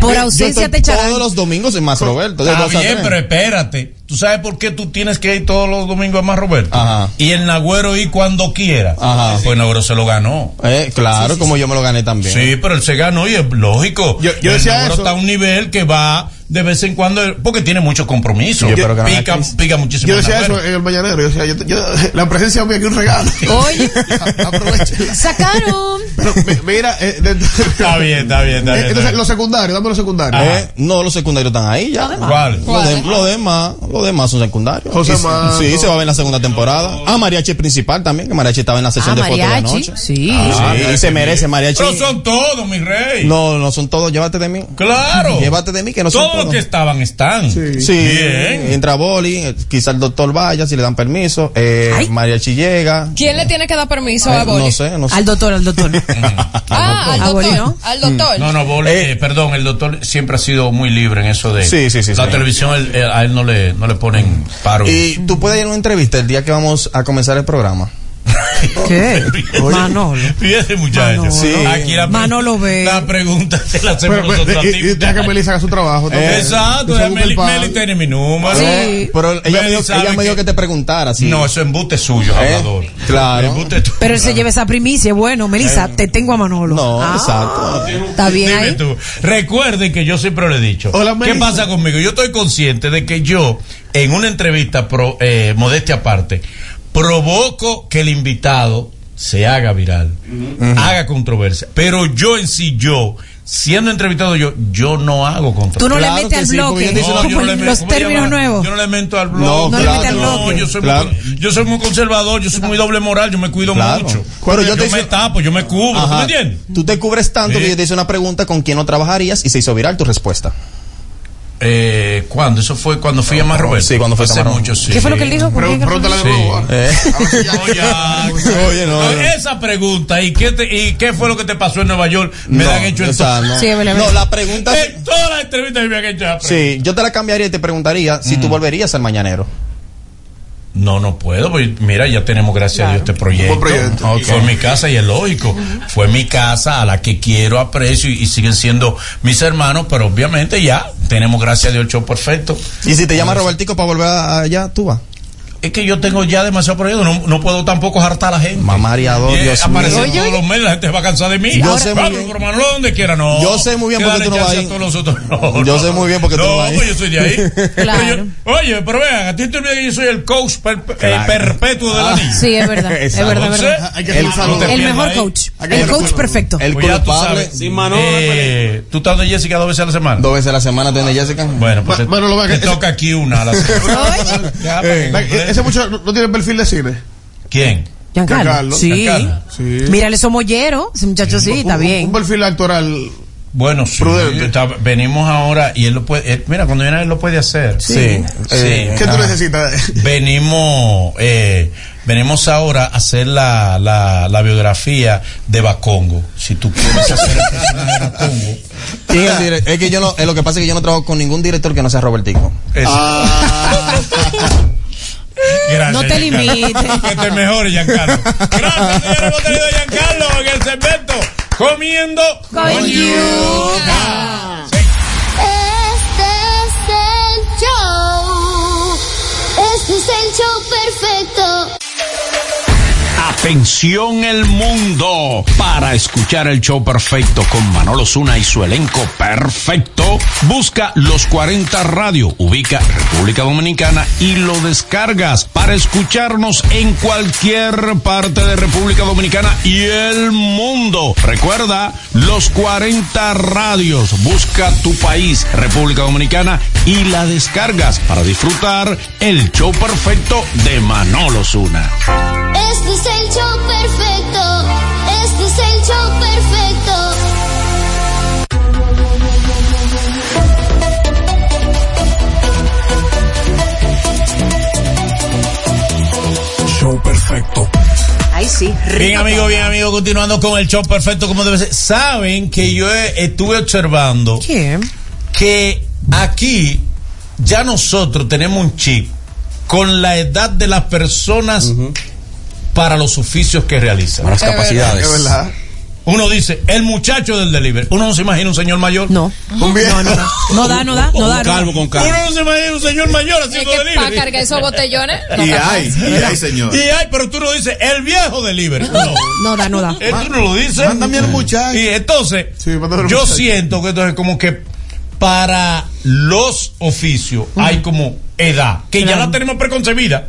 Por
Oh. Yo
ausencia
estoy
te echarán.
Todos los domingos en Más Roberto. de
Está
dos a
bien,
tres.
pero espérate. ¿Tú sabes por qué tú tienes que ir todos los domingos a más Roberto? Y el Nagüero ir cuando quiera. Pues Nagüero se lo ganó.
Eh, claro, como yo me lo gané también.
Sí, pero él se ganó y es lógico. Yo,
yo decía eso.
está a un nivel que va de vez en cuando, porque tiene muchos compromisos.
Yo espero que no haga
pica, pica muchísimo.
yo
el
decía
Nagüero.
eh.
eso en el mañanero yo decía, yo te- yo- la presencia mía aquí es un regalo
oye
sacaron mira eh, de- eh,
Está bien, está bien,
Eh,
está bien. está
entonces
bien.
los secundarios dame los secundarios
Eh, no, los secundarios están ahí ya.
¿Cuáles?
Los, de- los demás, los demás son secundarios.
José
Y se-
Mato.
Sí, se va a ver en la segunda temporada. Ah, Mariachi es principal también, que Mariachi estaba en la sesión
Ah,
de fotos de la
Mariachi,
noche.
sí.
Ah,
Sí,
y se merece Mariachi.
Pero son todos, mi rey.
No, no son todos, llévate de mí.
Claro.
Llévate de mí que no son
todos los que estaban están.
Sí. Entra Boli, eh, quizá el doctor vaya si le dan permiso. Eh, Mariachi llega.
¿Quién le tiene que dar permiso a
Eh,
Boris?
no sé, no sé.
Al doctor, al doctor.
Ah, al
A Boris,
doctor. Al
Mm.
doctor.
No, no, Bol- eh, perdón, el doctor siempre ha sido muy libre en eso de
Sí, sí, sí,
la
sí.
televisión, él- él- a él no le, no le ponen paro.
Y tú puedes ir a una entrevista el día que vamos a comenzar el programa.
¿Qué? Manolo.
Fíjate, muchachos.
Sí.
Aquí la, pre-
Manolo ve.
la pregunta te la hacemos
Pero, pero,
nosotros a
y- y
ti.
deja que Melissa haga su trabajo también.
Exacto,
Que se
ya
ocupe
Meli,
el padre.
Meli tiene mi número.
Eh, pero ella, me
Meli
dijo,
sabe
ella me dijo que te preguntara. sí.
No, eso es embuste suyo,
Eh,
hablador.
claro. Eh.
Embuste tuyo.
Pero él se lleva esa primicia. Bueno, Melissa, te tengo a Manolo.
No,
Ah,
exacto.
Está bien
Dime
ahí.
tú. Recuerden que yo siempre lo he dicho.
Hola,
¿Qué
Melissa.
pasa conmigo? Yo estoy consciente de que yo, en una entrevista, pro, eh, modestia aparte, provoco que el invitado se haga viral, haga controversia. Pero yo en sí, yo, siendo entrevistado yo, yo no hago controversia.
Tú no le metes al bloque.
No, yo no le meto-
los
¿cómo se
términos
llama?
nuevos.
Yo no le meto al
No,
blog.
No le claro, mete al
no,
bloque.
yo, soy
Claro.
muy, yo soy muy conservador, yo soy muy doble moral, yo me cuido
Claro.
mucho.
Pero yo
yo
te
me
hice-
tapo, pues yo me cubro, ¿tú me
Ajá.
entiendes?
Tú te cubres tanto
Sí.
que yo te hice una pregunta con quién no trabajarías y se hizo viral tu respuesta.
Eh, ¿Cuándo? Eso fue cuando fui a Mar Roberto. Sí, cuando
fue a
Hace
Mar Roberto.
mucho, sí.
¿Qué fue lo que él dijo? ¿Con quién
Pregúntale de
fue?
nuevo. ahora.
Eh. Oye, no, eh.
No,
no.
Esa pregunta, ¿y qué, te- ¿y qué fue lo que te pasó en Nueva York? Me
No,
la han hecho en
o sea,
to-
no. Sí, es verdad, es No, verdad. la pregunta es-
En todas las entrevistas que me han hecho. esa pregunta.
Sí, yo te la cambiaría y te preguntaría si tú
Mm.
volverías al mañanero.
No, no puedo, porque mira, ya tenemos, gracias a Dios, este proyecto.
Buen proyecto.
Ok. Fue mi casa y es lógico. Fue mi casa a la que quiero, aprecio y, y siguen siendo mis hermanos, pero obviamente ya tenemos, gracias a Dios, el show perfecto.
Y si te llama Robertico para volver a- allá, tú vas.
Es que yo tengo ya demasiado proyecto, no, no puedo tampoco hartar a la gente.
Mamariador,
Y, eh,
Dios
aparecer
mío.
todos los meses, la gente se va a cansar de mí.
Yo
Ahora,
sé muy
vamos,
bien.
pero Manolo, donde quiera, no.
Yo sé muy bien
Que
por qué
dale
tú no
chance
vas
a
ahí.
todos los otros. No,
Yo
no.
sé muy bien por qué tú no vas ahí.
pues yo soy de ahí.
Claro.
Pero yo- oye, pero vean, a ti te olvidas que yo soy el coach per- eh,
Claro.
perpetuo de la
Ah.
niña.
Sí, es verdad. es
Exacto.
verdad, es verdad.
Entonces, hay que El- saludarlo. no te
el
pierdas
mejor
ahí.
coach.
Hay que
El coach
saludarlo.
perfecto.
El
Pues ya tú
culpable.
sabes. eh, ¿Tú estás de Jessica dos veces a la semana?
Dos veces a la semana tiene Jessica.
Bueno, pues te, te toca aquí una a la semana. Ya, para que
Eh,
completes.
Ese muchacho no tiene perfil de cine.
¿Quién?
Giancarlo.
Giancarlo.
Sí.
Giancarlo.
Mírale, somollero. Ese muchacho sí, está
Un-
bien.
Un perfil actoral.
Bueno, sí, está- venimos ahora y él lo puede. él- mira, cuando viene él lo puede hacer.
Sí. Eh,
¿Qué tú
Ah.
necesitas?
Venimos, eh, venimos ahora a hacer la, la, la biografía de Bacongo. Si tú quieres hacer el personaje de Bacongo.
¿Quién es el dire- Es que yo no, es
Ah,
lo que pasa es que yo no trabajo con ningún director que no sea Robertico.
es- Gracias,
No te
Giancarlo.
limites.
Que te mejores, Giancarlo. Gracias, señores. Hemos tenido a Giancarlo en el segmento Comiendo
Con yuca. Este es el show. Este es el show perfecto.
Atención el mundo para escuchar el show perfecto con Manolo Zuna y su elenco perfecto. Busca los 40 Radio, ubica República Dominicana y lo descargas para escucharnos en cualquier parte de República Dominicana y el mundo. Recuerda los 40 radios. Busca tu país, República Dominicana y la descargas para disfrutar el show perfecto de Manolo Zuna.
Este es el show perfecto. Este es el show perfecto.
Show perfecto.
Ay, sí.
Bien amigo, bien amigo, continuando con el show perfecto como debe ser. Saben que yo eh, estuve observando que aquí ya nosotros tenemos un chip con la edad de las personas para los oficios que realizan.
Para las Es verdad. capacidades. Es verdad.
Uno dice, el muchacho del delivery. Uno no se imagina un señor mayor. No.
No, no, no. No da, no da, no da, no.
Calvo con calvo. Uno no se imagina un señor mayor
Es
haciendo
que para
delivery.
cargar esos botellones. no
Y
capaz.
hay, y hay, señor. Y hay, pero tú no dices el viejo delivery. No.
No da, no da.
Eh, tú no lo dices.
Mándame al muchacho.
Y entonces,
al
yo
muchacho.
siento que entonces como que para los oficios hay como edad, que ya la tenemos preconcebida.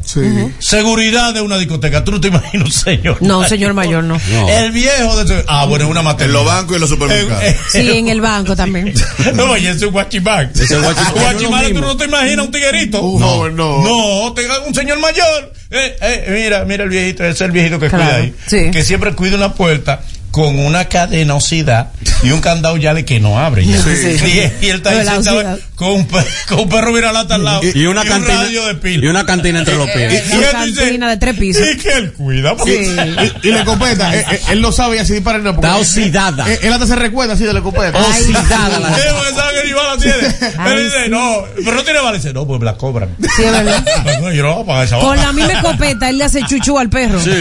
Seguridad de una discoteca. Tú no te imaginas, un señor.
No, señor mayor, no.
El viejo de... Ah, bueno, es una materia. En los bancos y los supermercados.
Sí, en el banco también.
No, y ese es guachimán.
Ese es guachimán.
Guachimán, tú no te imaginas un tiguerito.
No, no.
No, te- un señor mayor. Eh, eh, mira, mira el viejito, ese es el viejito que
Claro,
cuida ahí.
sí.
Que siempre cuida una puerta con una cadenosidad y un candado ya de que no abre. ya.
Sí.
Y, y él está ahí
Velocidad.
sentado con un, pe- con un perro viralata al lado.
Y una
un
cantina.
radio de p-
Y una cantina entre los pies.
y
Una cantina de tres pisos.
y que él cuida. porque-
Sí. Y, y la escopeta, eh, eh, él, lo sabe y así dispara en la
Está oxidada.
Él, él hasta se recuerda así de la escopeta.
Oxidada
Sí, porque sabe que ni bala tiene. Él dice, no, pero no tiene bala. Dice, no, pues me la cobran. Pues
Sí, es verdad.
No, yo no voy a pagar esa
Con
bala.
la misma escopeta, él le hace chuchu al perro.
Sí.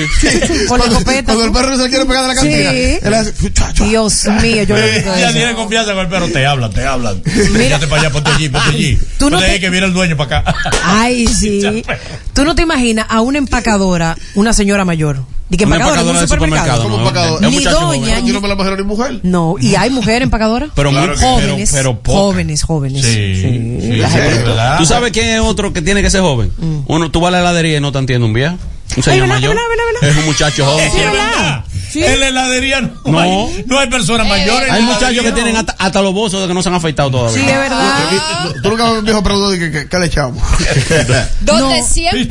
Con la escopeta.
Cuando el perro se quiere pegar de la cantina, él hace,
Dios mío, yo lo
Eh,
digo
ya
eso.
tiene confianza con el perro, te hablan, te hablan. Fíjate para allá, ponte allí, ponte allí.
Tú no
Ponte ahí
te-
que viene el dueño para acá.
Ay, sí.
pues.
Tú no te imaginas a una empacadora, una señora mayor. ¿Y que
Una
empacadora, en un
empacadora de
supermercado?
supermercado, no, es un
Ni
muchacho
doña.
joven.
ni-
no me la mujer ni mujer.
No, y hay mujer empacadoras.
Pero muy- Claro que-
jóvenes,
pero- pero poca.
jóvenes, jóvenes.
Sí, sí,
Las
sí.
épocas.
¿Tú sabes quién es otro que tiene que ser joven? Uno, tú vas a la heladería y no te entiende un viejo. Un señor
Mm. verdad,
mayor.
verdad,
Es un muchacho joven.
Sí, es verdad. En la heladería no,
No.
Hay, no hay personas
Eh,
mayores.
Hay
en la heladería.
muchachos que tienen hasta, hasta los bozos de que no se han afeitado todavía.
verdad. Tú nunca ves un viejo preguntó de que, que, que le echamos. Eh,
Donde siempre.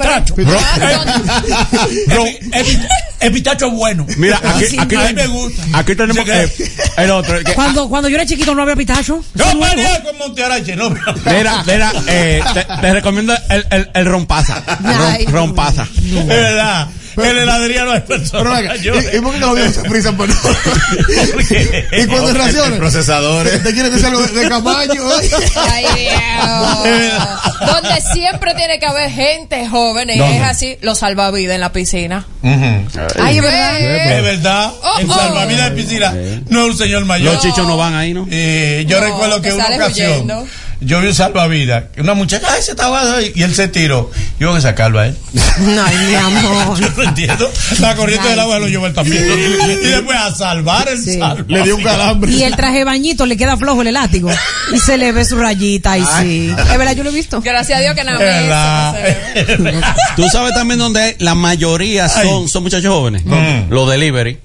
Bro, el, el pistacho es bueno.
Mira, aquí-
Sí,
aquí-
a mí me gusta.
Aquí tenemos eh, el otro. el que-
Cuando, cuando yo era chiquito no había pitacho.
No, pelea con Montearache, no. mi amor.
Mira, mira, eh, te, te recomiendo el, el, el rompaza.
Ay.
Rom- rompaza.
Es verdad. En la heladería no hay
Pero
personas
venga,
mayores.
¿y, ¿y por qué los viejos se frisan por no? ¿Y cuando raciones? Procesadores. ¿Te quieres decir algo de, de caballo?
Ay, Dios. Donde siempre tiene que haber gente joven y
¿Dónde?
es así, los salvavidas en la piscina.
Ay,
es verdad.
pues.
Es verdad.
Oh,
en
oh.
salvavidas de piscina no es un señor mayor.
Los chichos no van ahí, ¿no?
Eh, yo
No,
recuerdo
te
que una
sales
ocasión
huyendo.
yo vi un salvavidas, una muchacha, ay, se estaba ahí", y él se tiró. Yo tengo que sacarlo a él.
No, mi amor.
Yo no entiendo. La corriente del agua lo llevó él también. Y después ah. a salvar el salvavidas.
Le dio un calambre.
Y el traje bañito le queda flojo el elástico. Y se le ve su rayita y sí. Es verdad, yo lo he visto.
Gracias a Dios que nada
Es
más.
verdad. Tú sabes también dónde la mayoría son, son muchachos jóvenes.
Mm.
Los delivery.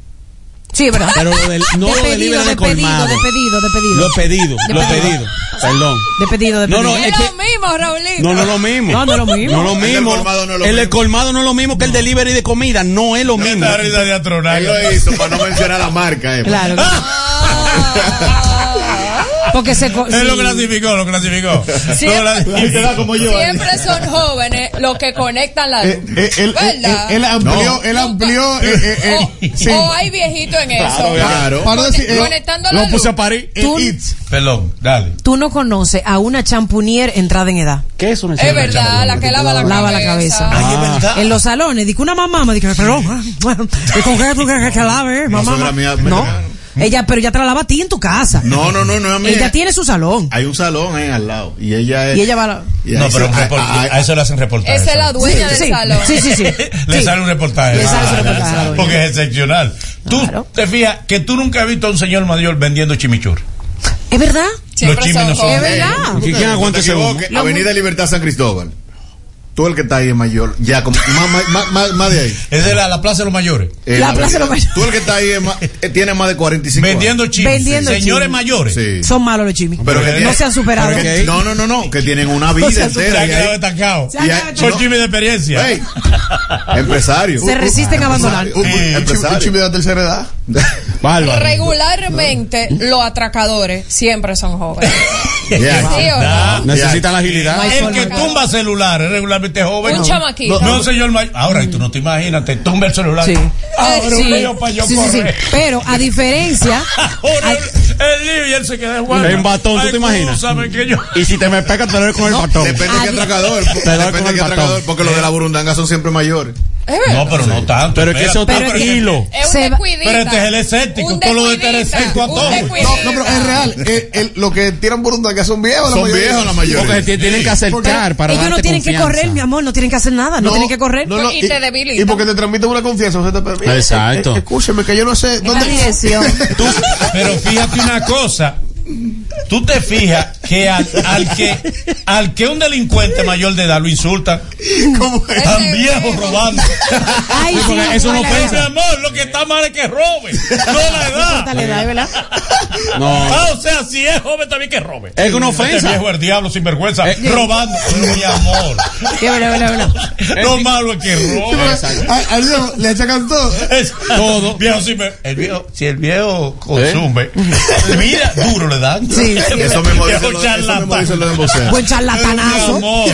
Sí, es verdad.
Pero lo del- no
despedido,
lo delivery de
despedido,
colmado.
despedido, despedido.
Los pedidos, los pedidos. Perdón.
Despedido, despedido.
No, no, es que-
mismo, Raulito.
No, no es lo mismo.
No, no es lo mismo.
No es lo
El del
mismo.
colmado no es lo
El del
mismo.
colmado no es lo mismo que el delivery de comida. No es lo mismo.
Esta risa de atronar. Ah.
Ah,
Él lo hizo para no mencionar la marca. eh.
Claro. Porque se. co-
Él
sí.
lo clasificó, lo clasificó.
Siempre,
Lo clasificó.
siempre son jóvenes los que conectan la
Eh, eh, él,
¿Verdad?
él- él amplió,
No.
él amplió. eh, eh, eh,
Oh.
sí.
O hay viejito en eso.
Para
Conect-
decir, eh,
conectando la luz.
parir.
Tú-
Perdón, dale.
Tú no conoces a una champunier entrada en edad.
¿Qué es una
Es verdad, la que lava la
Lava la
cabeza.
cabeza.
Ah.
En los salones, dijo una mamá, me dijo, pero, ah, ¿y con qué tú crees que lave, mamá?
suegra mía me-
No. Ella, pero ya te la lava a ti en tu casa.
No, no, no, no es a mí.
Ella tiene su salón.
Hay un salón eh, al lado. Y ella es.
Y ella va a la-
y ahí
No, pero
se-
un report-
a- a-
a eso le hacen reportaje.
Esa es la dueña
Sí,
del
sí,
salón.
sí, sí, sí.
Eh, Le sale un reportaje.
Le sale su
Ah,
reportaje a la dueña.
Porque es excepcional. Tú te fijas que tú nunca has visto a un señor mayor vendiendo chimichurri.
¿Es verdad?
Los chimis no son.
Es verdad.
¿Quién aguanta ese
Los
Avenida Libertad San Cristóbal. Todo el que está ahí en mayor, ya como más, más- más, más, más de ahí.
Es de la, la Plaza de los Mayores.
Eh, la avenida- Todo el que está ahí es más- eh, tiene más de 45
Vendiendo
años.
chimis.
Vendiendo
Señores
chimis.
mayores.
Sí.
Son malos los chimis.
Pero que
no
tiene-
se han superado.
pero que- no, no, no, no, que tienen una vida
No se han
entera.
superado.
y
Se han quedado
ahí-
estancados.
y ahí-
Son
no,
chimis de experiencia.
ey, empresario.
Se resisten a abandonar.
Un- un-
Eh,
empresario.
Un chimi de la tercera edad.
Regularmente los atracadores siempre son jóvenes. ¿Sí o no?
Necesitan la agilidad.
El que tumba celulares regularmente es joven.
Un
No.
chamaquito.
No, un señor mayor. Ahora, y tú no te imaginas, te tumba el celular.
Sí.
Eh,
Ahora
Sí.
un lío para yo
Sí, sí, sí.
correr.
Pero a diferencia,
Ahora el- el lío y él se queda igual.
En batón, ¿tú
Ay,
te imaginas?
escúchame que yo-
Y si te me pegas, te doy con el batón.
Depende de qué atracador.
Te doy con
Depende de
el
qué
batón.
atracador. Porque los de la burundanga son siempre mayores.
No, pero no tanto.
Pero es que eso
espérate.
está
Pero es que-
tranquilo.
Es un
Se va-
descuidista.
Pero este es el escéptico.
Un
Todo lo de este
descuidista,
Tereséptico a
un
todos.
descuidista.
No, no, pero es real. Eh, el- los que tiran burundanga son viejos. la
Son
mayoría.
viejos la mayoría.
Porque te tienen que acercar para
ellos no
darte
tienen
confianza.
que correr, mi amor, no tienen que hacer nada, no, tienen que correr.
no, no,
Y te debilitan.
Y porque te transmiten una confianza, no se te permite.
Exacto.
Eh, escúcheme, que yo no sé dónde.
Tú- pero fíjate una cosa. Tú te fijas que al, al que al que un delincuente mayor de edad lo insulta,
Este
tan viejo robando.
Ay, sí,
eso
no,
no
la
ofensa.
Pero, mi
oh,
amor, lo que está mal es que robe, no la edad.
No.
Ah, o sea, si es joven también que robe.
Es una
Este
ofensa.
viejo el diablo sin vergüenza,
Eh.
robando. Mi amor, lo malo es que robe.
Ay, al viejo le echacan todo.
Es-
Todo.
Viejo sin ver- el viejo- si el viejo consume, mira, duro le dan.
Sí.
Eso mismo
Viejo
dicen los- eso mismo
charlatán.
dicen los de voceo.
Buen
Mi
charlatanazo.
amor.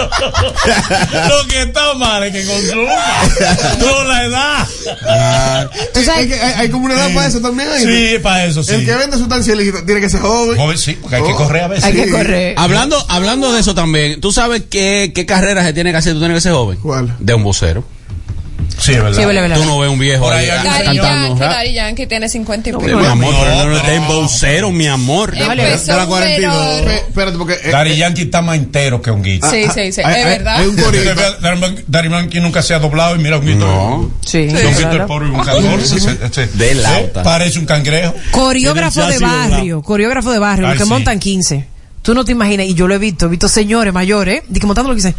Lo, lo que está mal es que consuma. No la edad.
Eh, hay, que- hay- hay como una edad para eso también. ¿eh?
Sí, para eso sí.
El que vende sustancia ilícita tiene que ser joven.
Joven, sí, porque hay que
Oh.
correr a veces.
Hay que
correr.
Hablando, hablando de eso también, ¿tú sabes qué, qué carrera se tiene que hacer? ¿Tú tienes que ser joven?
¿Cuál?
De un vocero.
Sí, es verdad.
Tú no ves un viejo
Por
ahí
ahí hay un
ah,
Daddy
cantando.
Yankee,
rap.
Daddy Yankee tiene 50 y pico.
Mi amor,
No,
pero no, no
pero-
está en vocero, mi amor.
Empezó un
Pe-
verón.
Espérate, porque. eh,
Dari Yankee está más entero que un guito.
Sí, sí, sí.
ah,
hay-
eh,
Es
hay-
verdad.
Hay un corito.
Dari Yankee nunca se ha doblado y mira un guito.
No.
Sí.
Un guito es pobre y un 14. se- se-
De lauta.
se- Parece un cangrejo.
Coreógrafo
Tiene
de
un chasis doblado.
barrio, coreógrafo de barrio,
Ay,
los que
sí.
montan 15. Tú no te imaginas, y yo lo he visto, he visto señores mayores, de que montando lo que dicen.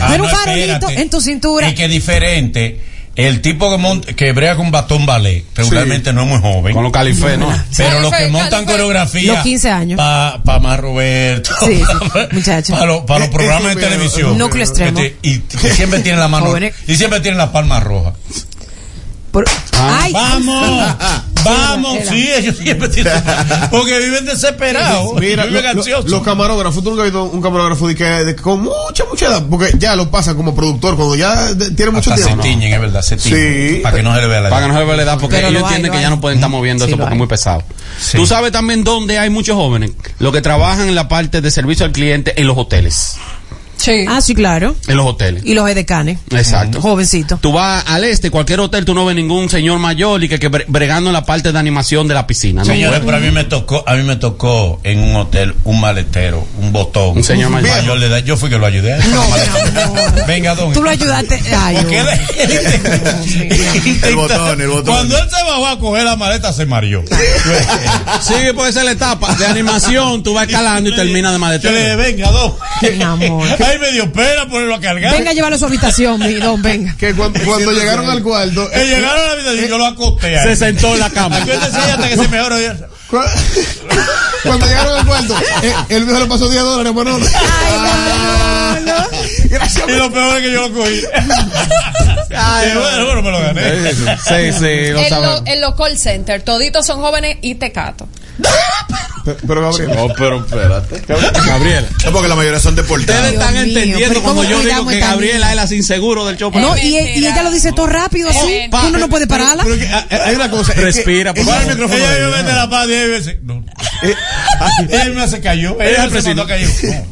Ah,
Ten un
no,
farolito
espérate. Eh,
en tu cintura.
Y que diferente. El tipo que, monta, que brea con batón ballet regularmente no es muy joven.
Con los califes, ¿no?
Pero los que
Calife,
montan
Calife.
coreografía.
Los 15 años.
Para pa más Roberto.
Sí, sí,
pa-
muchacho.
pa los- pa los programas de
Eso,
televisión.
Núcleo extremo.
Este, Y, y siempre tienen la mano.
Jóvenes.
y siempre tienen la palma roja.
Por-
Ah.
Ay,
¡Vamos! ¡Vamos! Sí, ellos siempre tienen. Porque viven desesperados.
Mira,
viven
lo- lo-
ansiosos.
los camarógrafos, tú nunca has visto un camarógrafo de que, de que con mucha, mucha edad, porque ya lo pasan como productor, cuando ya de- tiene mucho
Hasta se
tiempo.
tiñen, es verdad. Se tiñen.
Sí.
Para que no se le vea la
Para que no se vea la edad, porque
Pero
ellos
lo hay,
entienden
lo
que ya
hay.
no pueden estar moviendo
Sí,
eso
lo
porque
hay.
es muy pesado.
Sí.
Tú sabes también dónde hay muchos jóvenes, los que trabajan en la parte de servicio al cliente en los hoteles.
Sí.
ah, sí, claro.
En los hoteles.
Y los edecanes.
Exacto.
Jovencito.
Tú vas al este, cualquier hotel, tú no ves ningún señor mayor y que, que bre- bregando en la parte de animación de la piscina. Ah, ¿no?
Señores, pero a mí me tocó, a mí me tocó en un hotel un maletero, un botón.
Un señor mayor.
de edad. Yo fui que lo ayudé.
No,
Venga, don.
Tú lo ayudaste. Ay,
Porque él-
El botón, el botón.
Cuando él se bajó a coger la maleta, se mareó.
Sigue por esa es la etapa de animación, tú vas escalando y termina de
Yo le
maletero.
dije, venga, don.
Mi amor.
Ahí me dio pena ponerlo a cargar.
Venga a llevarlo a su habitación, mi don, venga.
Que cuando, cuando llegaron al cuarto.
Eh, llegaron a la vida y yo lo acosté. ahí.
Se sentó en la cama.
Yo decía hasta que se mejoró. yo-
cu- Cuando llegaron al cuarto, eh, el viejo le pasó 10 dólares, bueno.
Y lo peor es que yo lo cogí. Ay, bueno, bueno, me lo gané.
Sí, sí, lo
en,
sabemos.
lo- en los call centers, toditos son jóvenes y tecatos.
Pero Gabriela.
No, pero espérate.
Gabriela.
Es porque la mayoría son deportados.
Ustedes están entendiendo
pero
cuando
¿cómo
yo digo
cuidamos
que
esta
Gabriela
niña?
es la sin seguro del show.
No, y, e-, y ella lo dice todo rápido así. Uno no puede pararla.
Pero que,
ah,
a- a- Eh, hay una cosa. es que-
Respira, por
Ella-
favor. Eh,
ella
Ella me
vive en
mete
la-
la paz diez veces. No.
ah,
Ella me hace cayó.
Ella
Ella
es
me hace mandó cayó.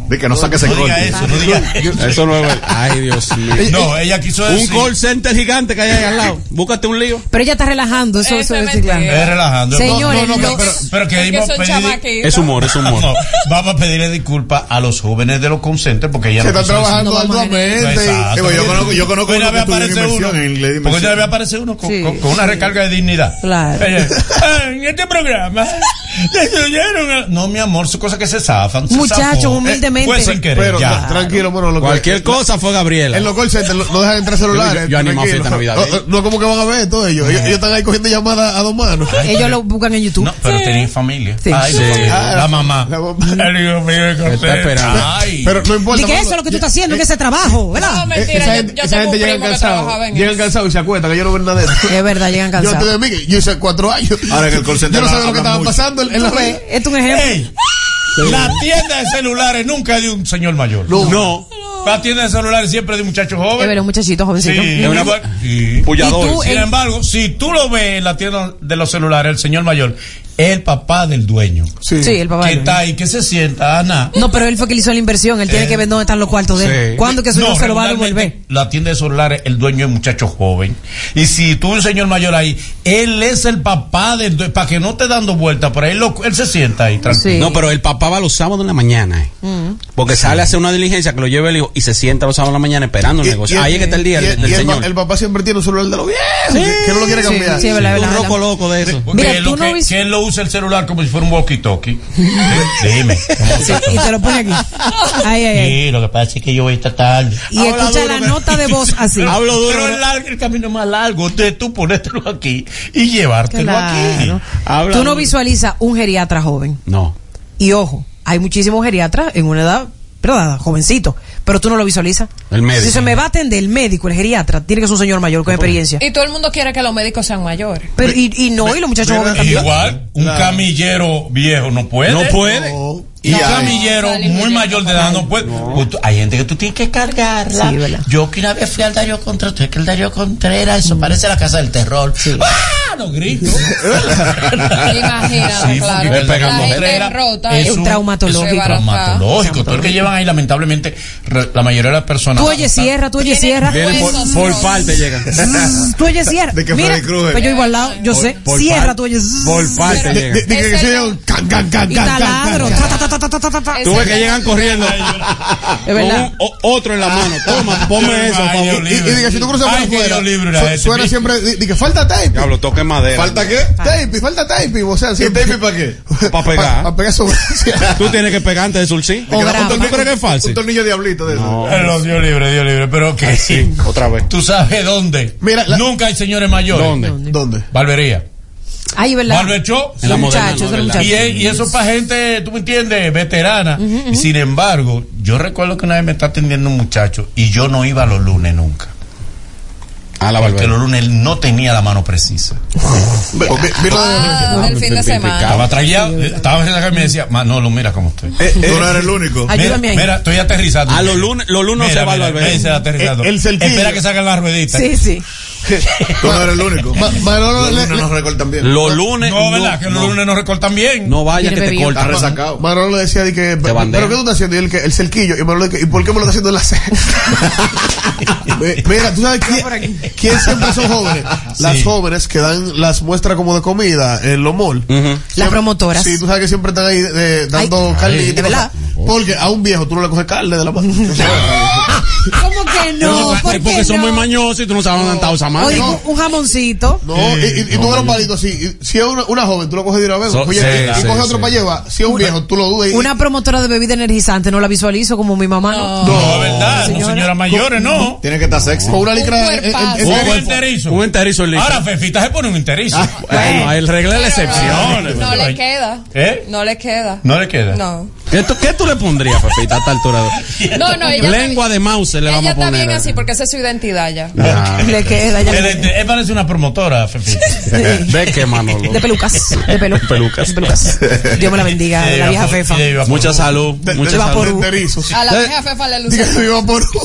De que no saque ese
No diga
corte.
eso, no diga
Eso no es. Ay, Dios mío.
No, ella quiso
Un
decir.
call center gigante que hay ahí al lado. Búscate un lío.
Pero ella está relajando, eso, eso es
Es relajando.
Señores,
no, no, no, pero,
los-
pero que
es que
íbamos a
son
pedir...
chamaquitos. Es humor,
es humor.
No, vamos a pedirle disculpas a los jóvenes de los consentes porque ya
Que están trabajando arduamente. y-
Digo, yo conozco- yo conozco
una
uno que
vez aparece
estudió
uno.
inmersión en la
Porque
dimensión.
una vez aparece uno con,
Sí,
con- con una
sí.
recarga de dignidad.
Claro.
Ella, "Ah, en este programa destruyeron. a-". No, mi amor, son cosas que se zafan. se
Muchachos,
zafó. Eh,
humildemente.
Fue sin querer.
Pero,
ya.
tranquilo, bueno, lo que-
Cualquier cosa fue Gabriela.
En los call centers lo- no dejan entrar celulares.
Yo- yo animo a
tranquilo.
fiesta ¿eh? navideña.
No, no, como que van a ver todos ellos.
Eh.
Ellos, ellos están ahí cogiendo llamadas a dos manos.
Ellos lo buscan en YouTube.
No, pero tenía familia.
Sí.
Ay,
Sí.
La, mamá. El hijo mío de Cortés.
Está esperando.
Ay.
Pero no importa.
Ni que
mano.
eso es lo que tú estás haciendo, que ese trabajo, ¿verdad?
No, mentira,
eh, esa
yo-
gente,
yo
esa
tengo
gente
un
llega
primo que trabajaba
cansado.
en
Llegan
eso.
cansados y se acuerdan que yo no ven nada de eso.
Es verdad, llegan
Yo estoy
cansados.
de Miguel, yo hice cuatro años.
Ahora que el call
Yo
center
no sabía
habla
lo que estaba
mucho.
pasando en la
Tú ves,
red.
Esto es un ejemplo.
Ey, La tienda de celulares nunca es de un señor mayor.
No.
La tienda de celulares siempre es de un muchacho
Es verdad,
joven.
un muchachito
Sí,
jovencito.
es una- sí.
Pullador.
Y tú,
Sin
en-
embargo, si tú lo ves en la tienda de los celulares, el señor mayor, el papá del dueño.
Sí, el papá
Que
del
está ahí, que se sienta, ah, Ana.
No, pero él fue que le hizo la inversión. Él tiene que ver dónde están los cuartos de él.
Sí.
¿Cuándo que su hijo se lo va a
regularmente,
devolver?
La tienda de celulares, el dueño es muchacho joven. Y si tú, un señor mayor ahí, él es el papá del dueño, para que no esté dando vueltas por ahí, lo- él se sienta ahí, tranquilo.
No, pero el papá va los sábados en la mañana. eh.
Mm.
Porque sale a hacer una diligencia que lo lleve el hijo y se sienta los sábados en la mañana esperando el
Y-
negocio.
y-
Ahí es que está el día
y-
del, del
y el, pa-
señor.
el papá siempre tiene un celular de los viejos que, que no lo quiere
Sí,
cambiar.
sí, es verdad, es
un
verdad,
roco
es verdad.
loco de eso.
Mira,
que,
tú
lo
no
que-
viste-
que él lo usa el celular como si fuera un walkie-talkie. Dime. ¿cómo
Sí,
está todo?
y te lo pone aquí. Ay, ay, ay.
Sí, lo que pasa es que yo voy esta tarde.
Y escucha la nota de voz así.
Pero,
Hablo duro,
pero
¿no?
es largo, el camino es más largo de tú ponértelo aquí y llevártelo
Claro.
aquí.
Habla
Tú no
duro.
visualizas un geriatra joven.
No.
Y ojo, hay muchísimos geriatras en una edad, ¿verdad? Jovencito. Pero tú no lo visualizas.
El médico.
Si se me va a atender el médico, el geriatra, tiene que ser un señor mayor con experiencia.
Eh,
Y todo el mundo quiere que los médicos sean mayores.
Pero, y, y no, y los muchachos jóvenes también.
Igual, un camillero viejo no puede.
No puede.
Y un
ay.
camillero
Sale
muy
huyendo
mayor de edad no puede. Pues tú- Hay gente que tú tienes que cargarla.
Sí, ¿verdad? Mm.
yo que una vez fui al Darío Contreras, estoy que el Darío Contreras, eso parece la casa del terror. ¡Ah! No grito.
Imagínate,
Sí,
claro.
porque
Le
el Darío
pegan
Contreras
mujer. rota,
es
un-
traumatológico.
es un traumatológico. Todo el que llevan ahí, lamentablemente, re- la mayoría de las personas.
Tú oye cierra, tú oye cierra.
Viene por,
Huesos
por
rotos.
parte llega.
Zzz, Tú oye cierra.
De que
Mira,
Freddy Krueger.
pues yo iba al lado, yo sé. Cierra, tú oye. zzz.
Por parte
De,
llega.
de- de que
Es
se
el-
oye un can, can, can,
Y
can, can, can,
taladro.
can.
ta, ta, ta, ta, ta, ta, ta, ta.
Es
Tú ves que
el-
llegan corriendo.
Es verdad.
Con un- o- otro en la mano. Toma, ponme eso, por
Ay, Dios
favor.
Y, y de que si tú cruzas
Ay,
por
que
afuera,
yo libre era
su-
ese,
suena
mi-
siempre, di di que falta tape.
Diablo, toque madera.
¿Falta qué?
Ah.
Tape, falta tape. O sea, siempre.
tape para qué?
Pa' pegar.
Para pegar sobre.
Tú tienes que pegar antes de surcir.
O brava.
¿Tú crees que es falso?
Un tornillo diablito de eso.
Eh, lo dio libre, dio libre. Pero que
Sí, otra vez.
¿Tú sabes dónde?
Mira, la-
Nunca hay señores mayores.
¿Dónde?
¿Dónde?
Barbería.
Ay, ¿verdad?
Barbershop.
En la moderna,
Muchachos,
no,
esos
¿verdad?
Y,
muchachos.
es- y eso es para gente, tú me entiendes, veterana. Y Sin embargo, yo recuerdo que una vez me está atendiendo un muchacho y yo no iba los lunes nunca.
A la
Porque los
barbería.
lunes él no tenía la mano precisa.
Ve- ve- mira-
Ah, del fin de semana.
Estaba tragueado, estaba en la cama y me decía, Manolo, mira cómo estoy.
Eh, eh,
Tú no eres el único.
Ay,
Mira,
Ayúdame ahí.
mira, estoy aterrizando.
A los lunes- los lunes no
Mira,
se va
mira,
al barbero.
ese aterrizador.
El- el cerquillo.
Espera que salgan las rueditas.
Sí, sí.
Tú no eres el único.
Ma- Manolo
Los
le-
lunes
le-
nos recortan bien.
Los lunes.
No, ¿verdad? Que los
no.
lunes no recortan bien.
No vaya
Mire,
que te
bebé.
cortan.
Están resacados.
Manolo le decía, di que,
bandean.
pero ¿qué tú estás haciendo? Y él, que, el cerquillo. Y Manolo, de que, ¿y por qué me lo estás haciendo en la ceja? Mi- Mira, ¿tú sabes quién, quién siempre son jóvenes? Las
Sí.
jóvenes que dan las muestras como de comida en los malls.
Las
Siempre-
promotoras.
Sí, tú sabes que siempre están ahí eh, dando
Ay,
carne. y
de verdad.
cosas. Porque a un viejo tú no le coges carne de la mano.
¿Cómo que no?
Es
¿Por
porque
qué
son muy
no?
mañosos y tú no sabes dónde está esa madre.
Oye, un- un jamoncito.
No, y, y, y tú ves los palitos así. y Si es una, una joven, tú lo coges de una vez.
So-
oye,
sí,
y, y
sí,
coges
sí.
otro para llevar. Si es un viejo, tú lo dudas. y-
Una promotora de bebida energizante, no la visualizo como mi mamá. No.
No, ¿verdad? No, señoras mayores, no.
Tiene que estar sexy.
con una licra.
Un
en- en-
cuerpazo.
en-
Un
en-
enterizo.
Un enterizo listo.
Ahora Fefita se pone un enterizo.
Pues.
Bueno, el regla es la
Pero
excepción.
No, no le queda.
¿Eh?
No le queda.
¿No le queda?
No.
¿Qué tú, qué tú le pondrías, Pepita, a esta altura?
No, no, ella
Lengua de mouse le vamos
Ella
a
está
poner.
bien así porque esa es su identidad ya.
Ah,
Ah,
Ya.
Le queda, ya le
Él, él parece una promotora, Fefi.
¿De qué, Manolo?
De pelucas. De pelu-
pelucas.
pelucas. Dios me la bendiga, la vieja Fefa.
Mucha salud. Mucha salud. Eh,
A la vieja Fefa le luce.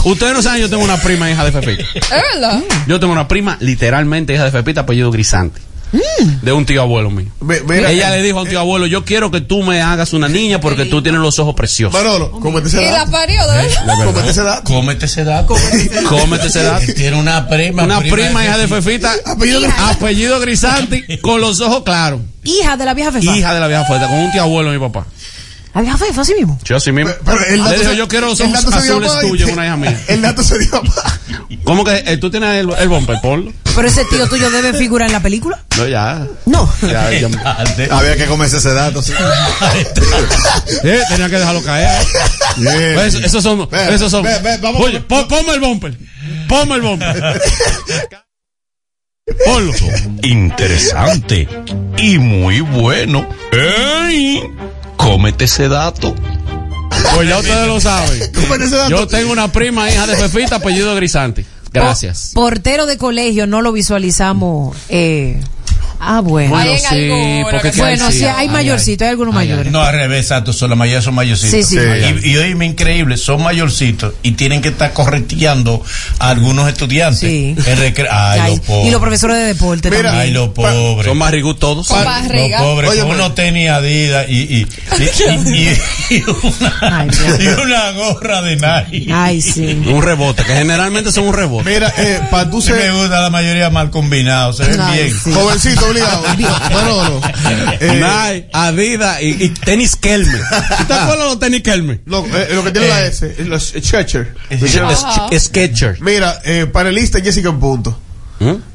Ustedes no saben, yo tengo una prima hija de Fefita.
¿Es verdad?
Yo tengo una prima, literalmente hija de Fepita, apellido Grisante.
Mm.
De un tío abuelo mío.
mira,
Ella
eh,
le dijo a un tío abuelo, yo quiero que tú me hagas una niña porque tú tienes los ojos preciosos.
Oh,
Manolo, cómete
Y la parió, de verdad.
Cómete ese dato.
Cómete ese dato.
Cómete ese dato.
Tiene una prima.
Una prima, hija de
Fefi.
Fefita,
apellido,
apellido Grisanti, con los ojos claros.
Hija de la vieja Fefa.
Hija de la vieja Fefita, con un tío abuelo de mi papá.
La vieja Fefa, así mismo.
Yo así mismo.
Pero el dato
le dijo,
se-
yo quiero los
el
ojos
dato se dio
azules
pa-
tuyos, una hija mía.
El dato se dio
¿Cómo que eh, tú tienes el, el bumper, Polo?
Pero ese tío tuyo debe figurar en la película.
No, ya.
No.
Ya, ya-
Había que comerse ese dato. sí.
Eh, tenía que dejarlo caer. Pues,
Bien.
Eso- esos son.
Ve,
esos son.
ve, ve, vamos
Oye, pon- ponme el bumper. Ponme el bumper. Ponlo.
Interesante y muy bueno. ¡Ey! Cómete ese dato.
Pues ya ustedes lo saben.
Cómete ese dato.
Yo tengo una prima hija de Fefita, apellido Grisanti. Gracias.
Portero de colegio, no lo visualizamos. eh, Ah, bueno.
Bueno, Hay en sí, alguno porque que sí.
bueno, sí, hay
Ay,
mayorcito, hay algunos mayores.
No, al revés, exacto. Son, la mayoría son mayorcitos.
Sí, sí.
Y, y oíme, increíble, son mayorcitos y tienen que estar correteando a algunos estudiantes. En recre- Ay,
Ay,
los pobres.
y los profesores de deporte también.
Ay, los pobres.
Son más rigus todos.
Con
Los
barriga.
pobres,
Oye,
con unos tenis Adidas y, y, y- y- y- y una, y una gorra de Nike.
Ay, sí.
Un rebote, que generalmente son un rebote.
Mira, eh, para tú
Sí
ser.
me gusta la mayoría mal combinados, se ven
Ay,
bien.
sí. Jovencito obligado. Manolo. eh,
Nike, Adidas y, y tenis Kelme. ¿Tú te acuerdas de los tenis Kelme?
lo, eh, lo que tiene la S, eh, los eh, Churcher.
Sch- Sketcher.
Mira, eh, panelista Jessica en punto.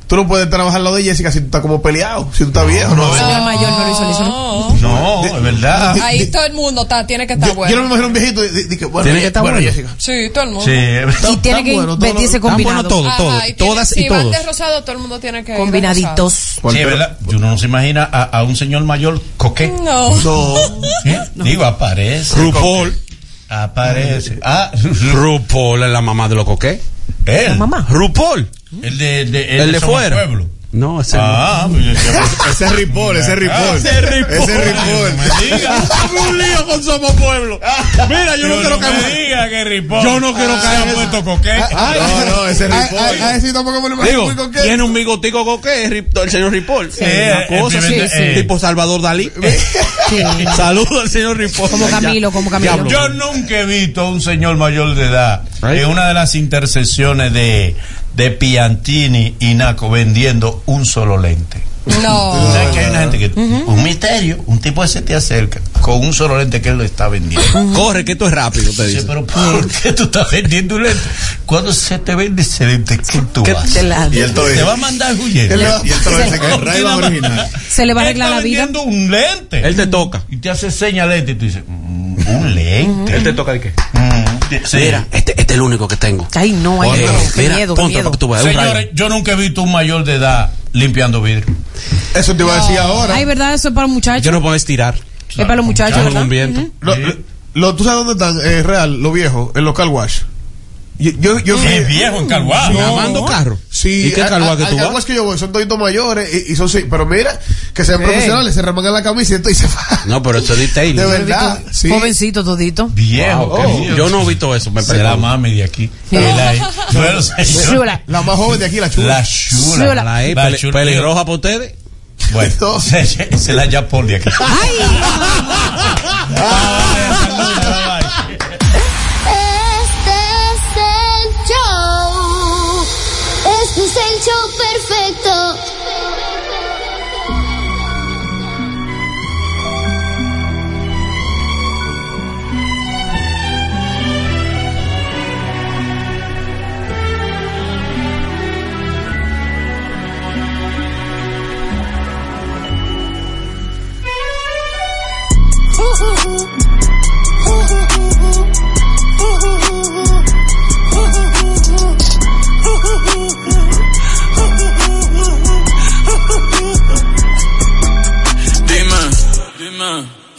Tú no puedes trabajar al lado de Jessica si tú estás como peleado, si tú estás viejo. No,
Señor mayor no lo visualizó.
No.
No, es verdad.
Ahí todo el mundo está, tiene que estar
Yo-
bueno.
Yo no me imagino un viejito. di- di que, bueno, eh,
Tiene que estar
bueno,
bueno.
Jessica.
Sí, todo el mundo.
Sí, es verdad.
Y tiene que
bueno, todo lo-
vestirse
está
combinado.
todo, todo,
tiene-
todas y
si van
todos.
de rosado, todo el mundo tiene que ir de
Combinaditos.
Sí, es verdad. Uno no se imagina a, a un señor mayor coqué.
rosado. No.
No.
¿Eh? Digo, aparece.
RuPaul.
Aparece. Ah, ¿Eh?
RuPaul es la mamá de los coqués.
él.
Mamá.
RuPaul.
El de, el de,
El de
Somos
fuera.
Pueblo.
No, ese no.
Ah, pues yo decía, pues,
Ese es Ripoll, ese es
Ah,
Ripoll.
ese es Ripoll.
Ese es
No me
Ripoll.
diga.
un lío con Somos Pueblo. Mira, yo no quiero
me
que
diga que Ah, Ripoll.
Yo no quiero
se
caer
ha
en eso.
puesto coqué.
No, no, ese es Ripoll. A, a ese tampoco me lo imagino. muy
Digo,
coqueto.
tiene un bigotico coque, Rip- el señor Ripoll.
eh,
una cosa
el
así,
primer- eh.
tipo Salvador Dalí. Saludo al señor Ripoll.
Como Camilo, como Camilo.
Diablo.
Yo nunca he visto a un señor mayor de edad
Right.
en una de las intersecciones de, de Piantini y Naco vendiendo un solo lente.
No.
¿Sabes que hay una gente que un misterio, un tipo ese te acerca con un solo lente que él lo está vendiendo.
Corre, que esto es rápido, te
Dice,
dice.
pero ¿por qué tú estás vendiendo un lente? Cuando se te vende ese lente, ¿qué tú
¿Qué
vas?
te la-
Y él todo
Te
dice-
va a mandar huyendo.
él va- y él todo dice que el Ray va original.
Se le va a
Él
arreglar
está
la vida.
vendiendo un lente.
Él te toca.
y te hace seña lente y tú dices, "Mm, un lente.
Él te toca de qué.
Mm, sí.
Mira, este, este es el único que tengo.
Ay, no, ay,
Eh,
no, qué
mira,
miedo, qué
ponte
miedo.
para que tú veas, un
Señores,
rayo.
yo nunca he visto un mayor de edad limpiando vidrio.
Eso te iba a decir ahora.
Ay, ¿verdad? Eso es para los muchachos.
Yo no puedo estirar.
es para los muchachos,
Yo con
¿verdad?
un viento.
Lo- lo- lo- ¿Tú sabes dónde están? eh, real, los viejos, en los car wash. Yo, yo, yo
Qué viejo en carguaje.
Lavando carro.
Sí,
¿Y qué
a-
car
a-
wash que
al
tú
car
vas?
wash que yo voy, son toditos mayores y, y son sí, pero mira, que sean profesionales, se remangan la camisa y esto y se va.
No, pero esto es de
De
Taylor.
verdad, sí.
Jovencito todito.
Viejo,
Wow,
qué
oh,
viejo.
Yo no he visto eso, me
Será
pregunto.
mami de aquí. La, Bueno, señor,
Chula.
La más joven de aquí, la chula.
la chula.
Chula.
La E,
La
pele-
chula.
peligrosa para ustedes.
Bueno, se, se- se la ya por de aquí.
Este es el show. Este es el show perfecto.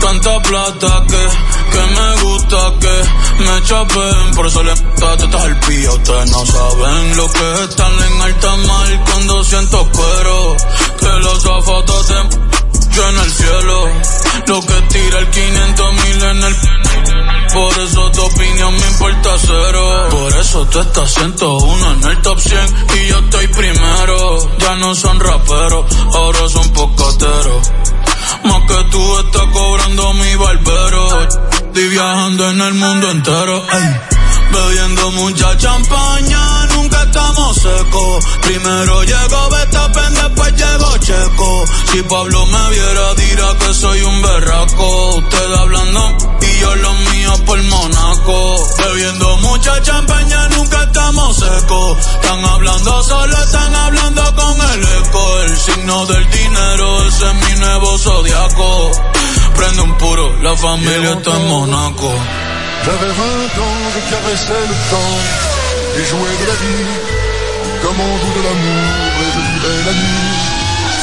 Tanta plata que, que me gusta que me chapen. Por eso le a todas al pía. Ustedes no saben lo que están en alta mar cuando siento cuero. Que los zafatos te yo en el cielo. Lo que tira el 500 mil en el. Por eso tu opinión me importa cero. Por eso tú estás 101 en el top 100 y yo estoy primero. Ya no son raperos, ahora son pocateros. Más que tú estás cobrando mi barbero. Estoy viajando en el mundo entero. ey. Bebiendo mucha champaña, nunca estamos secos. Primero llegó Betapen, después llegó Checo. Si Pablo me viera, dirá que soy un berraco. Usted hablando y yo lo mío por Monaco. Bebiendo mucha champaña, nunca estamos secos. Están hablando solo, están hablando con el eco. El signo del dinero, ese es mi nuevo zodiaco. Prende un puro, la familia está en Monaco.
J'avais 20 ans, je caressais le temps et jouais de la vie comme on joue de l'amour et je vivais la nuit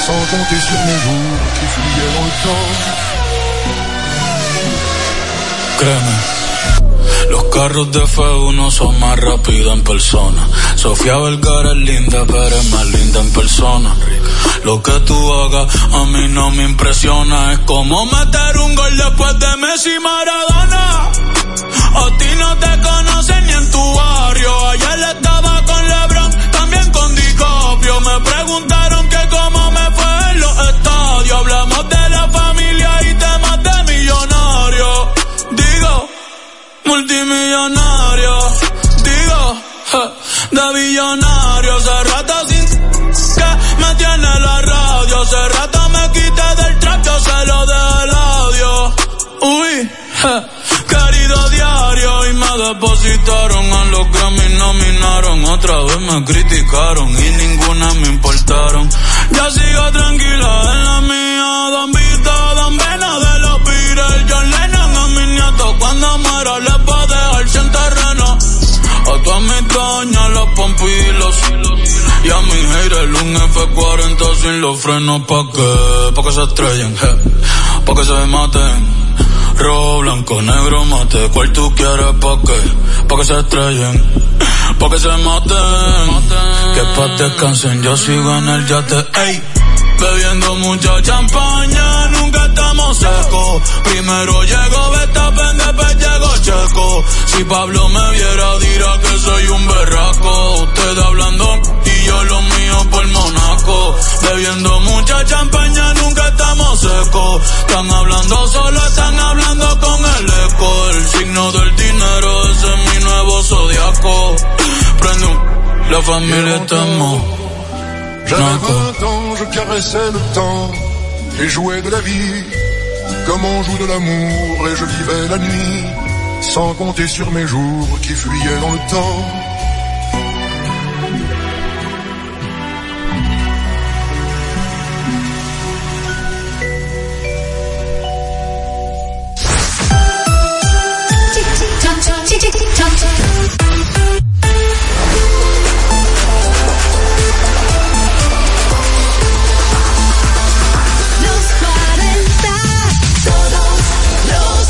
sans compter sur mes jours qui fuyaient dans le temps.
Créeme. Los carros de F1 son más rápidos en persona. Sofía Vergara es linda, pero es más linda en persona. Lo que tú hagas a mí no me impresiona. Es como meter un gol después de Messi y Maradona. A ti no te conocen ni en tu barrio. Ayer estaba con LeBron, también con DiCaprio. Me preguntaron que cómo me fue en los estadios. Hablamos de la familia y temas de millonario. Digo, multimillonario. Digo, je, de billonario. Hace rato sin que me tiene la radio. Hace rato me quité del trap, yo se lo dejé el audio. Uy, je, querido diario. Y me depositaron a los Grammy, nominaron. Otra vez me criticaron y ninguna me importaron. Yo sigo tranquila en la mía. Don Vito, Don Vena de los Beatles. John Lennon a mis nietos cuando muera les va a dejar sin terreno. A todas mis doñas los pompilos Y a mi haters un F40 sin los frenos Pa' que, pa' que se estrellen, je. pa' que se maten Rojo, blanco, negro, mate ¿Cuál tú quieres pa' que, pa' que se estrellen? Pa' que se maten Que pa' descansen, yo sigo en el yate Ey, bebiendo mucha champaña Nunca estamos secos Primero llegó Betapen, después llegó Checo Si Pablo me viera dirá que soy un berraco Usted hablando y yo lo mío por Monaco Bebiendo mucha champaña Nunca estamos secos Están hablando solo, están hablando con el eco El signo del dinero, ese es mi nuevo zodiaco Prende un... La familia está en
J'avais
Monaco
20 ans, je caressais le temps et jouais de la vie comme on joue de l'amour et je vivais la nuit sans compter sur mes jours qui fuyaient dans le temps.
Los 40, todos los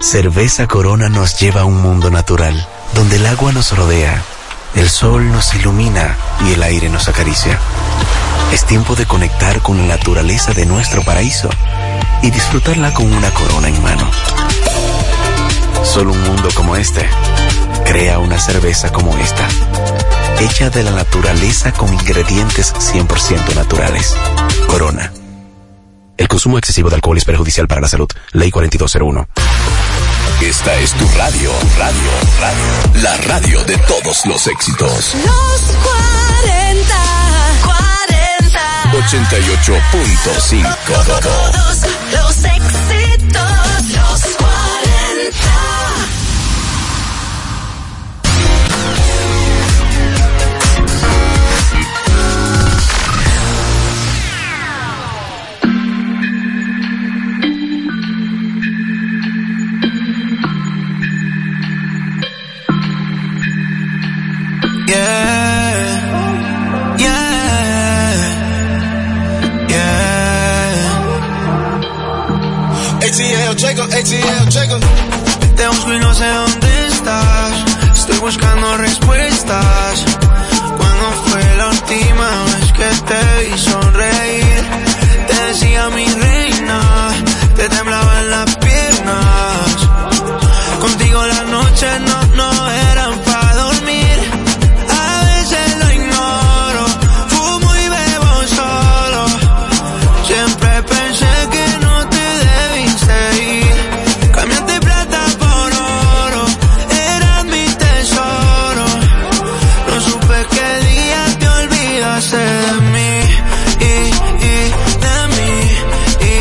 Cerveza Corona nos lleva a un mundo natural, donde el agua nos rodea, el sol nos ilumina y el aire nos acaricia. Es tiempo de conectar con la naturaleza de nuestro paraíso y disfrutarla con una corona en mano. Solo un mundo como este crea una cerveza como esta, hecha de la naturaleza con ingredientes 100% naturales. Corona. El consumo excesivo de alcohol es perjudicial para la salud. Ley 4201.
Esta es tu radio, radio, radio. La radio de todos los éxitos.
Los 40, 40.
88.5.
Todos los éxitos, los 40.
Yeah, yeah, yeah.
ATL, Jacob, ATL, Jacob.
Te busco y no sé dónde estás. Estoy buscando respuestas. ¿Cuándo fue la última vez que te vi sonreír? Te decía mi reina, te temblaban las piernas. Contigo las noches no, no eran para dormir. A veces lo ignoro, fumo y bebo solo. Siempre pensé que no te debiste ir. Cambiaste plata por oro, eras mi tesoro. No supe qué día te olvidaste de mí. Y, y de mí, y,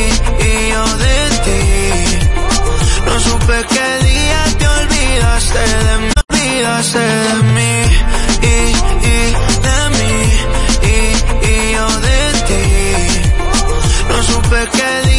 y yo de ti. No supe qué día te olvidaste de mí, olvidaste de mí, y, y de mí, y, y yo de ti. No supe qué